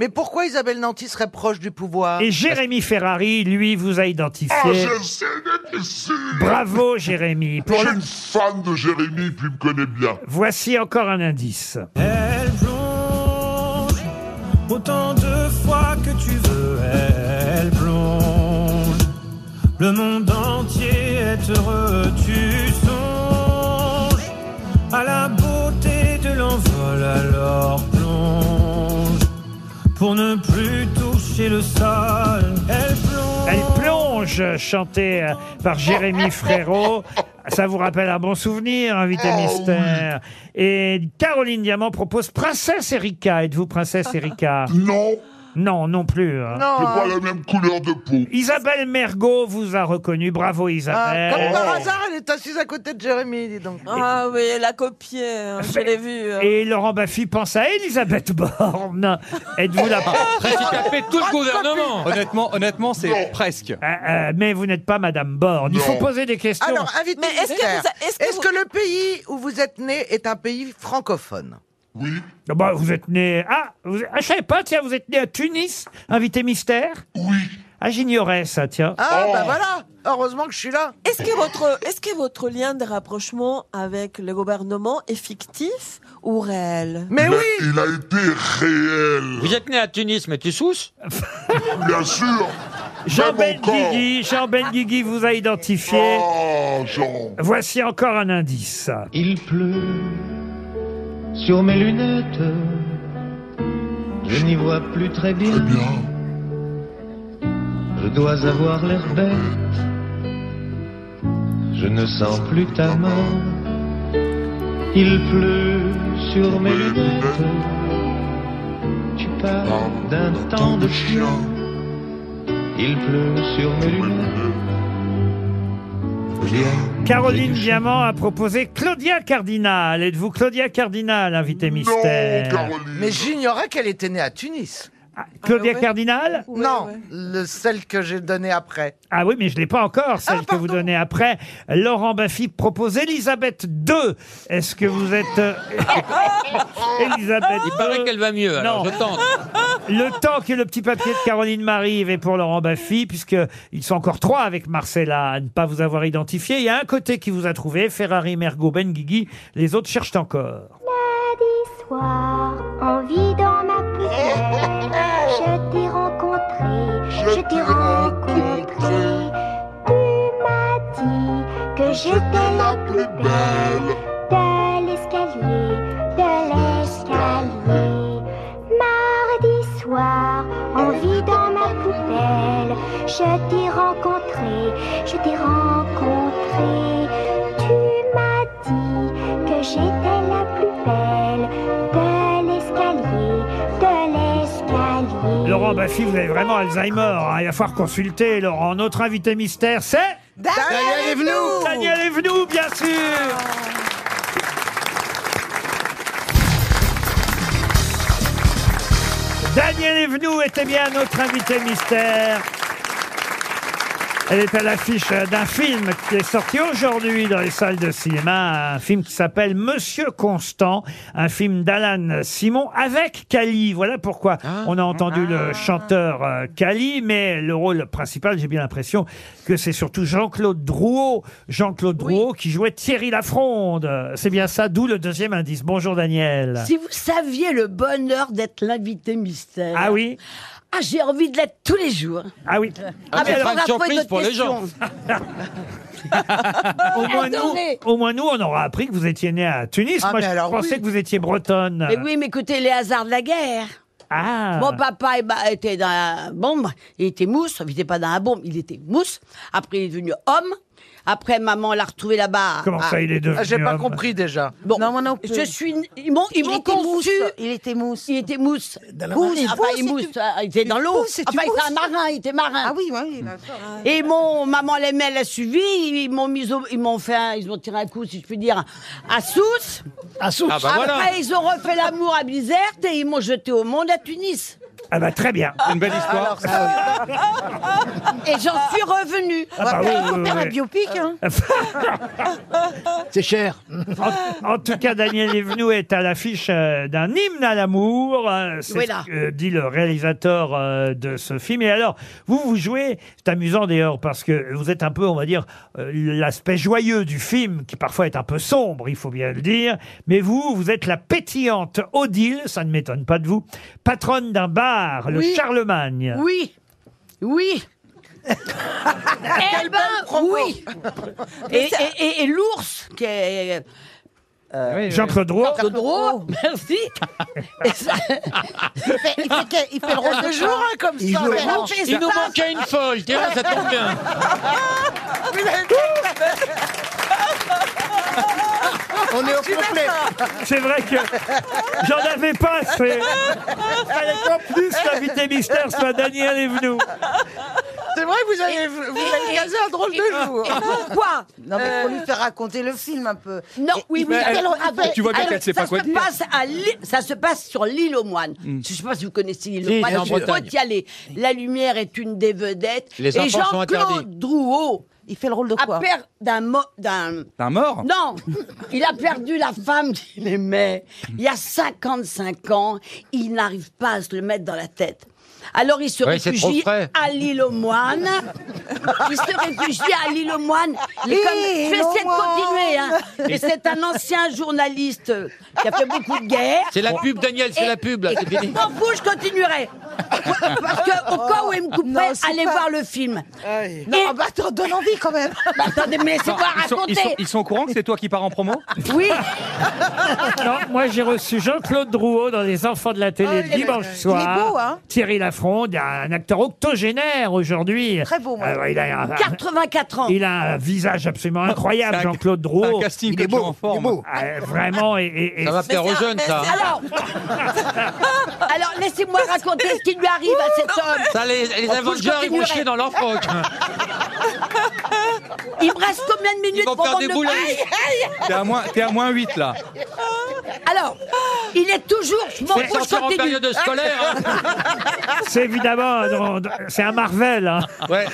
Mais pourquoi Isabelle Nanty serait proche du pouvoir Et Jérémy Ferrari, lui, vous a Ah, identifié. je sais, mais c'est- Bravo, Jérémy. Je Pour suis le- une fan de Jérémy, puis il me connaît bien. Voici encore un indice. Elle plonge Autant de fois que tu veux, elle plonge. Le monde entier est heureux, tu songes à la beauté de l'envol, alors plonge pour ne plus toucher le sol. Elle plonge. Elle plonge, chantée euh, par Jérémy Frérot. Ça vous rappelle un bon souvenir, invité Oh, Ah mystère. Et Caroline Diamant propose Princesse Erika. Êtes-vous Princesse Erika Non. Non, non plus. hein. C'est pas la même couleur de peau. Isabelle Mergot vous a reconnu. Bravo Ah, Isabelle. Ah, Comme par hasard, elle est assise à côté de Jérémy, dis donc. Ah oui, elle a copié, hein, je l'ai vu. hein. Et Laurent Baffy pense à Elisabeth Borne. Êtes-vous la Précipité tout le gouvernement. Honnêtement, honnêtement, c'est presque. Euh, mais vous n'êtes pas Madame Borne. Il faut Non. poser des questions. Alors, invité Mais est-ce que mystère, vous a- est-ce que est-ce vous- que le pays où vous êtes né est un pays francophone Oui. Ah bah, vous êtes né. Ah, vous... ah, je savais pas, tiens, vous êtes né à Tunis, invité mystère Oui. Ah, j'ignorais ça, tiens. Ah, bah voilà Heureusement que je suis là Est-ce que, votre, est-ce que votre lien de rapprochement avec le gouvernement est fictif ou réel Il a été réel. Vous êtes né à Tunis, mais tu sousses Bien sûr. Jean Même encore. Benguigui, Jean Benguigui vous a identifié. Oh, Jean. Voici encore un indice. Il pleut sur mes lunettes. Je n'y vois plus très bien. Je dois avoir l'air bête. Je ne sens plus ta main. Il pleut sur mes lunettes. Tu parles d'un temps de chien. Il pleut sur mes lunettes. Viens. Caroline Diamant a proposé Claudia Cardinal. Êtes-vous Claudia Cardinal, invité mystère Ah, Mais j'ignorais qu'elle était née à Tunis. Ah, Claudia Cardinal Non, le, celle que j'ai donnée après. Ah oui, mais je ne l'ai pas encore, celle que vous donnez après. Laurent Baffy propose Elisabeth II. Est-ce que vous êtes euh, Elisabeth Il paraît qu'elle va mieux, alors Non. je tente. Le temps que le petit papier de Caroline m'arrive et pour Laurent Baffy, puisque ils sont encore trois avec Marcella à ne pas vous avoir identifié. Il y a un côté qui vous a trouvé, Ferrari, Mergo, Benguigui. Les autres cherchent encore. Mardi soir, en vidant ma poussière, je t'ai rencontré, je t'ai rencontré. Tu m'as dit que j'étais la plus belle de l'escalier, de l'escalier. Mardi soir, en vidant ma poubelle, je t'ai rencontré, je t'ai rencontré. Tu m'as dit que j'étais la plus belle de l'escalier, de l'escalier. Laurent Baffy, vous avez vraiment Alzheimer. hein. Il va falloir consulter. Laurent, notre invité mystère, c'est Daniel Evenou. Daniel Evenou, bien sûr. Daniel Evenou était bien notre invité mystère. Elle est à l'affiche d'un film qui est sorti aujourd'hui dans les salles de cinéma, un film qui s'appelle Monsieur Constant, un film d'Alan Simon avec Cali. Voilà pourquoi on a entendu le chanteur euh, Cali, mais le rôle principal, j'ai bien l'impression que c'est surtout Jean-Claude Drouot, Jean-Claude Drouot qui jouait Thierry Lafronde. C'est bien ça, d'où le deuxième indice. Bonjour Daniel. Si vous saviez le bonheur d'être l'invité mystère. Ah oui Ah, j'ai envie de l'être tous les jours. Ah oui. Ah, mais c'est alors, pas on a une surprise notre pour les question. au, moins Attendez. nous, au moins nous, on aura appris que vous étiez né à Tunis. Ah, Moi, mais je alors pensais oui. que vous étiez bretonne. Mais oui, mais écoutez, les hasards de la guerre. Ah. Mon papa eh ben, était dans la bombe, il était mousse, il n'était pas dans la bombe, il était mousse. Après, il est devenu homme. Après, maman l'a retrouvé là-bas. Comment ça, il est devenu Ah, j'ai pas homme compris déjà. Bon, non, Je suis. Ils m'ont, ils Il m'ont était mousse, conçu. Il était mousse. Il était mousse. la Pousse, marine. enfin, Pousse, il c'est mousse, une- euh, il était dans Une l'eau. pousse, c'est une Enfin, il était un pousse. marin, il était marin. Ah oui, oui. Et mon maman l'aimait, elle l'a suivi. Ils m'ont mis, au- ils m'ont fait, un- ils m'ont tiré un coup, si je puis dire, à Sousse. À Sousse. Ah bah Après, voilà. ils ont refait l'amour à Bizerte et ils m'ont jeté au monde à Tunis. Ah bah très bien. Une belle histoire. Alors, Et j'en suis revenue. Ah bah oui, Il faut oui, faire oui. un biopic. hein. C'est cher. En, en tout cas, Daniel Evenou est à l'affiche euh, d'un hymne à l'amour. euh, C'est Oui, là. ce que dit le réalisateur euh, de ce film. Et alors, vous, vous jouez, c'est amusant d'ailleurs, parce que vous êtes un peu, on va dire, euh, l'aspect joyeux du film, qui parfois est un peu sombre, il faut bien le dire. Mais vous, vous êtes la pétillante Odile, ça ne m'étonne pas de vous, patronne d'un bar, le Oui. Charlemagne. Oui, oui. Eh ben, oui. Et, et- et- et l'ours qui est. Jean Claude Roux. Claude Roux, merci. Et ça- il, fait, il fait- il fait le rôle de jour hein, comme Il ça. nous Mais manque- non, mais il nous ça- manquait une folle, tiens, ça tombe bien. On est au complet. C'est vrai que j'en avais pas assez. Fallait qu'en plus l'invité mystère soit Daniel Evenou. C'est vrai que vous avez, vous avez casé un drôle de jour. Euh, Quoi Non, mais faut lui faire raconter le film un peu. Non, oui, oui. Mais elle- alors, elle- avec- tu vois bien alors, qu'elle sait ça pas quoi se dire. passe à l'île- ça se passe sur l'île aux moines. Je ne sais pas si vous connaissez l'île Si, aux moines. bien Il sûr. faut y aller. La lumière est une des vedettes. Les Et enfants sont Jean-Claude interdits. Drouot. Il fait le rôle de quoi d'un mo- d'un D'un mort non, il a perdu la femme qu'il aimait. Il y a 55 ans, il n'arrive pas à se le mettre dans la tête. Alors il se Ouais, c'est trop réfugie frais. à l'île aux moines. Il se réfugie à l'île aux moines. Il est comme- Je vais Île aux essayer de continuer. hein. Et c'est un ancien journaliste euh, qui a fait beaucoup de guerres. C'est la pub, Daniel, c'est Et- la pub, là, et- c'est fini. M'en fous, je continuerai. Parce que au cas où il me couperait, Non, c'est allez pas- voir le film. Non, ah bah attends, donne envie quand même. Bah, attendez, mais Non, laissez-moi ils, sont, raconter. ils sont- ils sont au courant que c'est toi qui pars en promo Oui. Non, moi j'ai reçu Jean-Claude Drouot dans Les Enfants de la télé Oh, il est- le dimanche il est soir. beau, hein Thierry Lafronde, un acteur octogénaire aujourd'hui. Très beau, moi. Ah ouais, il, a un, 84 ans. il a un visage absolument incroyable, C'est un- Jean-Claude Drouot. c'est un casting Il que est tu beau, renformes. il est beau. Ah, vraiment. Et, et- et- Ça va plaire aux jeunes, ça. hein. Alors, alors laissez-moi raconter ce qui lui arrive à cet homme. Ça, les, les En plus, je Avengers, ils vont continuerai. chier dans leur froc. Ah Il me reste combien de minutes vont pour faire vendre des le- boulets. Aïe, aïe. T'es à, moins- t'es à moins 8 là. Alors, il est toujours. Je m'en Faut fous, je sortir en continue. période scolaire. hein. C'est évidemment. un- un- C'est un Marvel. hein. Ouais.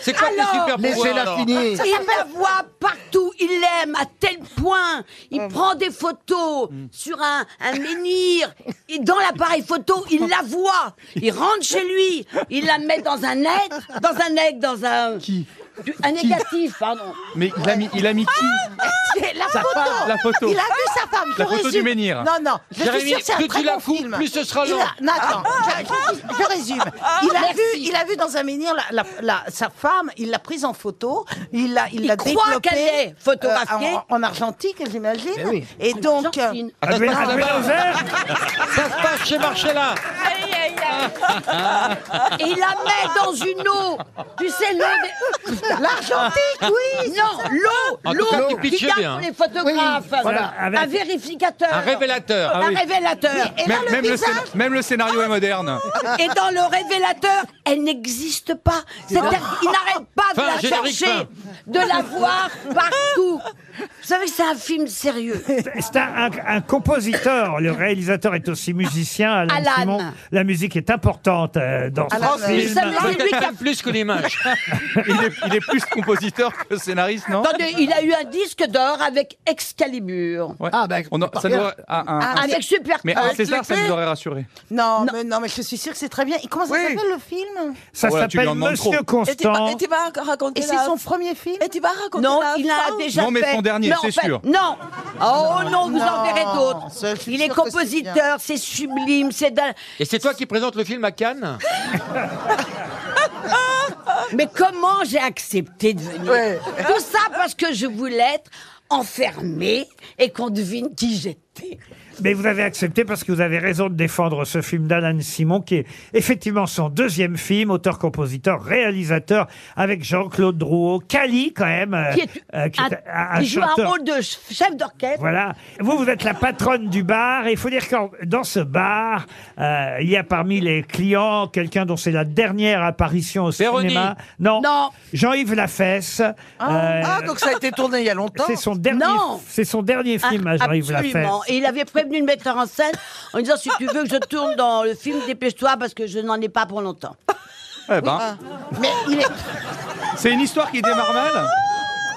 C'est quoi Alors, tes super pouvoirs laissez-la alors finir. Il me voit partout, il l'aime à tel point, il Euh. prend des photos Mm. sur un, un menhir, et dans l'appareil photo, il la voit, il rentre chez lui, il la met dans un être, dans un aigle, dans un... Qui du- Un négatif, pardon. Mais il a mis, il a mis qui Ah, C'est la Sa photo. femme, la photo. Il a vu sa femme. je La photo du résume. menhir. Non, non. Je Jérémy, suis sûre que c'est un plus très tu la bon coupes, film. plus ce sera Il a- long. Non, attends. Je, je- je résume. Il a, vu, il a vu dans un menhir la- la- la- sa femme. Il l'a prise en photo. Il l'a, il Il l'a croit développée, qu'elle est photographiée. euh, en, en argentique, j'imagine. Ben oui. Et donc, euh, Georgine. Ah, ça, se passe Adrien là-bas. Vénozère, Ça se passe chez Marcella. Et il la met dans une eau. Tu sais, l'eau. des- l'argentique, oui. Ah, Non, l'eau, En tout cas, l'eau tu pitches qui garde bien. hein. pour les photographes. voilà. Un vérificateur. Un révélateur. Un révélateur. Et là, Ah même, le même le visage- scén- même le scénario est moderne. Et dans le révélateur, elle n'existe pas. C'est-à-dire qu'il n'arrête pas de Fin, la générique, chercher, de la voir partout. Vous savez, c'est un film sérieux. C'est un, un- un compositeur. Le réalisateur est aussi musicien. Alain, Alan. Simon. La musique est importante euh, dans Alan, ce euh, film. Ça me dit, c'est lui qui a- Peut-être plus que l'image. Il est, il est plus compositeur que scénariste, non Attendez, il a eu un disque d'or avec Excalibur. Ouais. Ah, ben, On a- ça nous aurait- ah, un- un- Avec Super Mais un Trump. César, ça nous aurait rassuré. Non, mais non, mais je suis sûre que c'est très bien. Et comment ça Oui. s'appelle le film Ça Voilà, tu lui s'appelle en demandes Monsieur trop. Et tu vas- Constant. et tu vas raconter Et c'est la- son premier film Et tu vas raconter Non, la il en Oh. fin a déjà Non, mais fait. son dernier, Non, c'est en fait, sûr. Non. Oh non, vous Non, en verrez d'autres. ça, je suis Il est sûre que c'est compositeur, c'est sublime, c'est dingue. Et c'est toi qui présente le film à Cannes Mais comment j'ai accepté de venir Tout ça parce que je voulais être enfermée et qu'on devine qui j'étais. Mais vous avez accepté parce que vous avez raison de défendre ce film d'Alan Simon, qui est effectivement son deuxième film, auteur, compositeur, réalisateur, avec Jean-Claude Drouot, Cali quand même, euh, Qui, est- euh, qui un- est un, un qui joue un chanteur. rôle de ch- chef d'orchestre. Voilà. Vous, vous êtes la patronne du bar. Et il faut dire que dans ce bar, euh, il y a parmi les clients quelqu'un dont c'est la dernière apparition au Véronique. cinéma. Non. Non. Jean-Yves Lafesse. Euh, Ah, donc ça a été tourné il y a longtemps. c'est son dernier. Non. Ah, C'est son dernier film hein, à Jean-Yves Lafesse. Absolument. Et il avait pré- prévenu le metteur en scène en disant si tu veux que je tourne dans le film, dépêche-toi parce que je n'en ai pas pour longtemps. Ah. Eh ben, Mais il est. c'est une histoire qui démarre mal,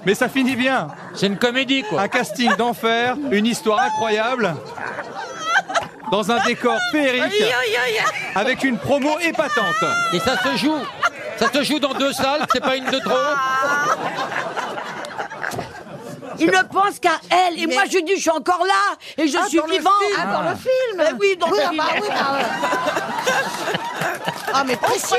mais ça finit bien. C'est une comédie, quoi. Un casting d'enfer, une histoire incroyable, dans un décor féerique, avec une promo épatante. Et ça se joue. Ça se joue dans deux salles, c'est pas une de trop. Il ne pense qu'à elle. Et moi, je lui dis, je suis encore là. Et je Ah, suis dans le vivante. film. Ah, dans le film. Eh oui, dans Oui, le ah film. bah oui, bah Ah, mais précise.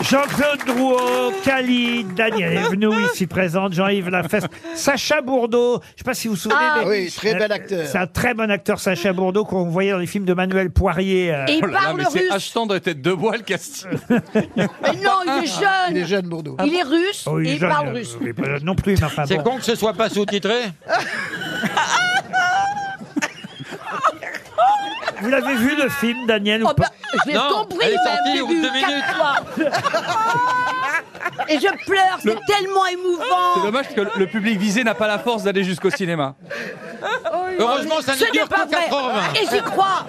Jean-Claude Drouot, Khalid, Daniel Evenou, ici présente, Jean-Yves Lafesse, Sacha Bourdeau, je ne sais pas si vous vous souvenez. Ah, mais- oui, très bel acteur. C'est un très bon acteur, Sacha Bourdeau, qu'on voyait dans les films de Manuel Poirier. euh. Eh Et il Oh ben là là, parle mais c'est russe. H tendre et tête de bois, le casting. Mais non, il est jeune. Il est jeune, Bourdeau. Ah. Il est russe Oh, il est et il jeune, parle euh, russe. oui, bah, non plus, mais enfin C'est bon. con que ce soit pas sous-titré. Vous l'avez vu le film, Daniel Oh ben, ou pas J'ai compris au même début, quatre fois. Et je pleure, c'est tellement C'est émouvant. dommage parce que le- le public visé n'a pas la force d'aller jusqu'au cinéma. Heureusement, ça ne Ce dure n'est pas que vrai. 80. Et j'y crois.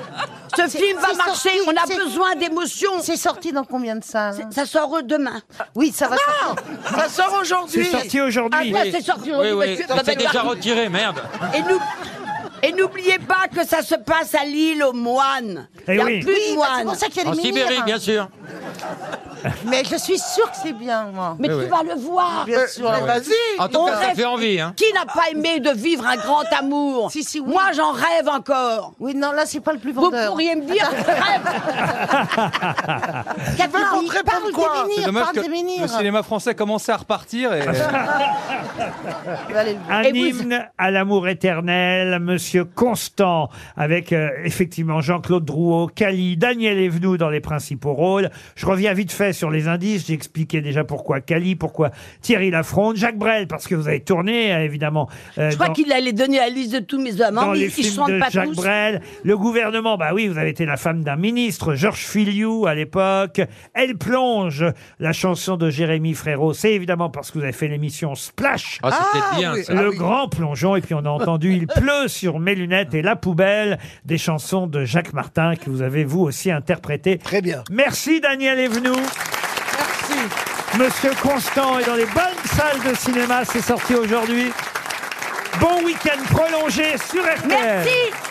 Ce C'est- film va c'est marcher, sorti, on a c'est- besoin d'émotions. C'est sorti dans combien de salles Ça sort euh, demain. Oui, ça va sortir. Ça sort aujourd'hui. C'est sorti aujourd'hui. Ah, ouais, c'est sorti aujourd'hui. Oui, oui. parce que- C'est déjà retiré, merde. Et nous. Et n'oubliez pas que ça se passe à l'île aux moines. Eh Il n'y a oui. plus Oui, de bah, c'est moines. pour ça qu'il y a En des Sibérie, menhirs. bien sûr. Mais je suis sûre que c'est bien, moi. Mais Eh tu oui. vas le voir. Bien sûr. Mais Vas-y. En tout On cas, ça rêve- fait envie, hein. Qui n'a pas aimé de vivre un grand amour Si, si, oui. Moi, j'en rêve encore. Oui, non, là, c'est pas le plus Vous vendeur. pourriez me dire que je rêve. Catherine, rentrer par parle quoi des C'est menhirs, dommage parle que des le menhirs. cinéma français commençait à repartir et Allez, Un Et vous- hymne à l'amour éternel, Monsieur Constant, avec euh, effectivement Jean-Claude Drouot, Cali, Daniel Evenou dans les principaux rôles. Je reviens vite fait sur les indices. J'ai expliqué déjà pourquoi Cali, pourquoi Thierry Lafronde, Jacques Brel, parce que vous avez tourné euh, évidemment. euh, Je crois dans- qu'il allait donner la liste de tous mes amants, dans mais les ils ne films chantent de pas Jacques tous. Brel. Le gouvernement, bah oui, vous avez été la femme d'un ministre, Georges Filiou à l'époque. Elle plonge, la chanson de Jérémy Frérot. C'est évidemment parce que vous avez fait l'émission Splash. Ah, c'était Ah, bien, oui. ça. le grand plongeon, et puis on a entendu Il pleut sur mes lunettes et la poubelle, des chansons de Jacques Martin que vous avez vous aussi interprétées. Très bien. Merci Daniel Evenou. Merci. Monsieur Constant est dans les bonnes salles de cinéma, c'est sorti aujourd'hui. Bon week-end prolongé sur RTL. Merci.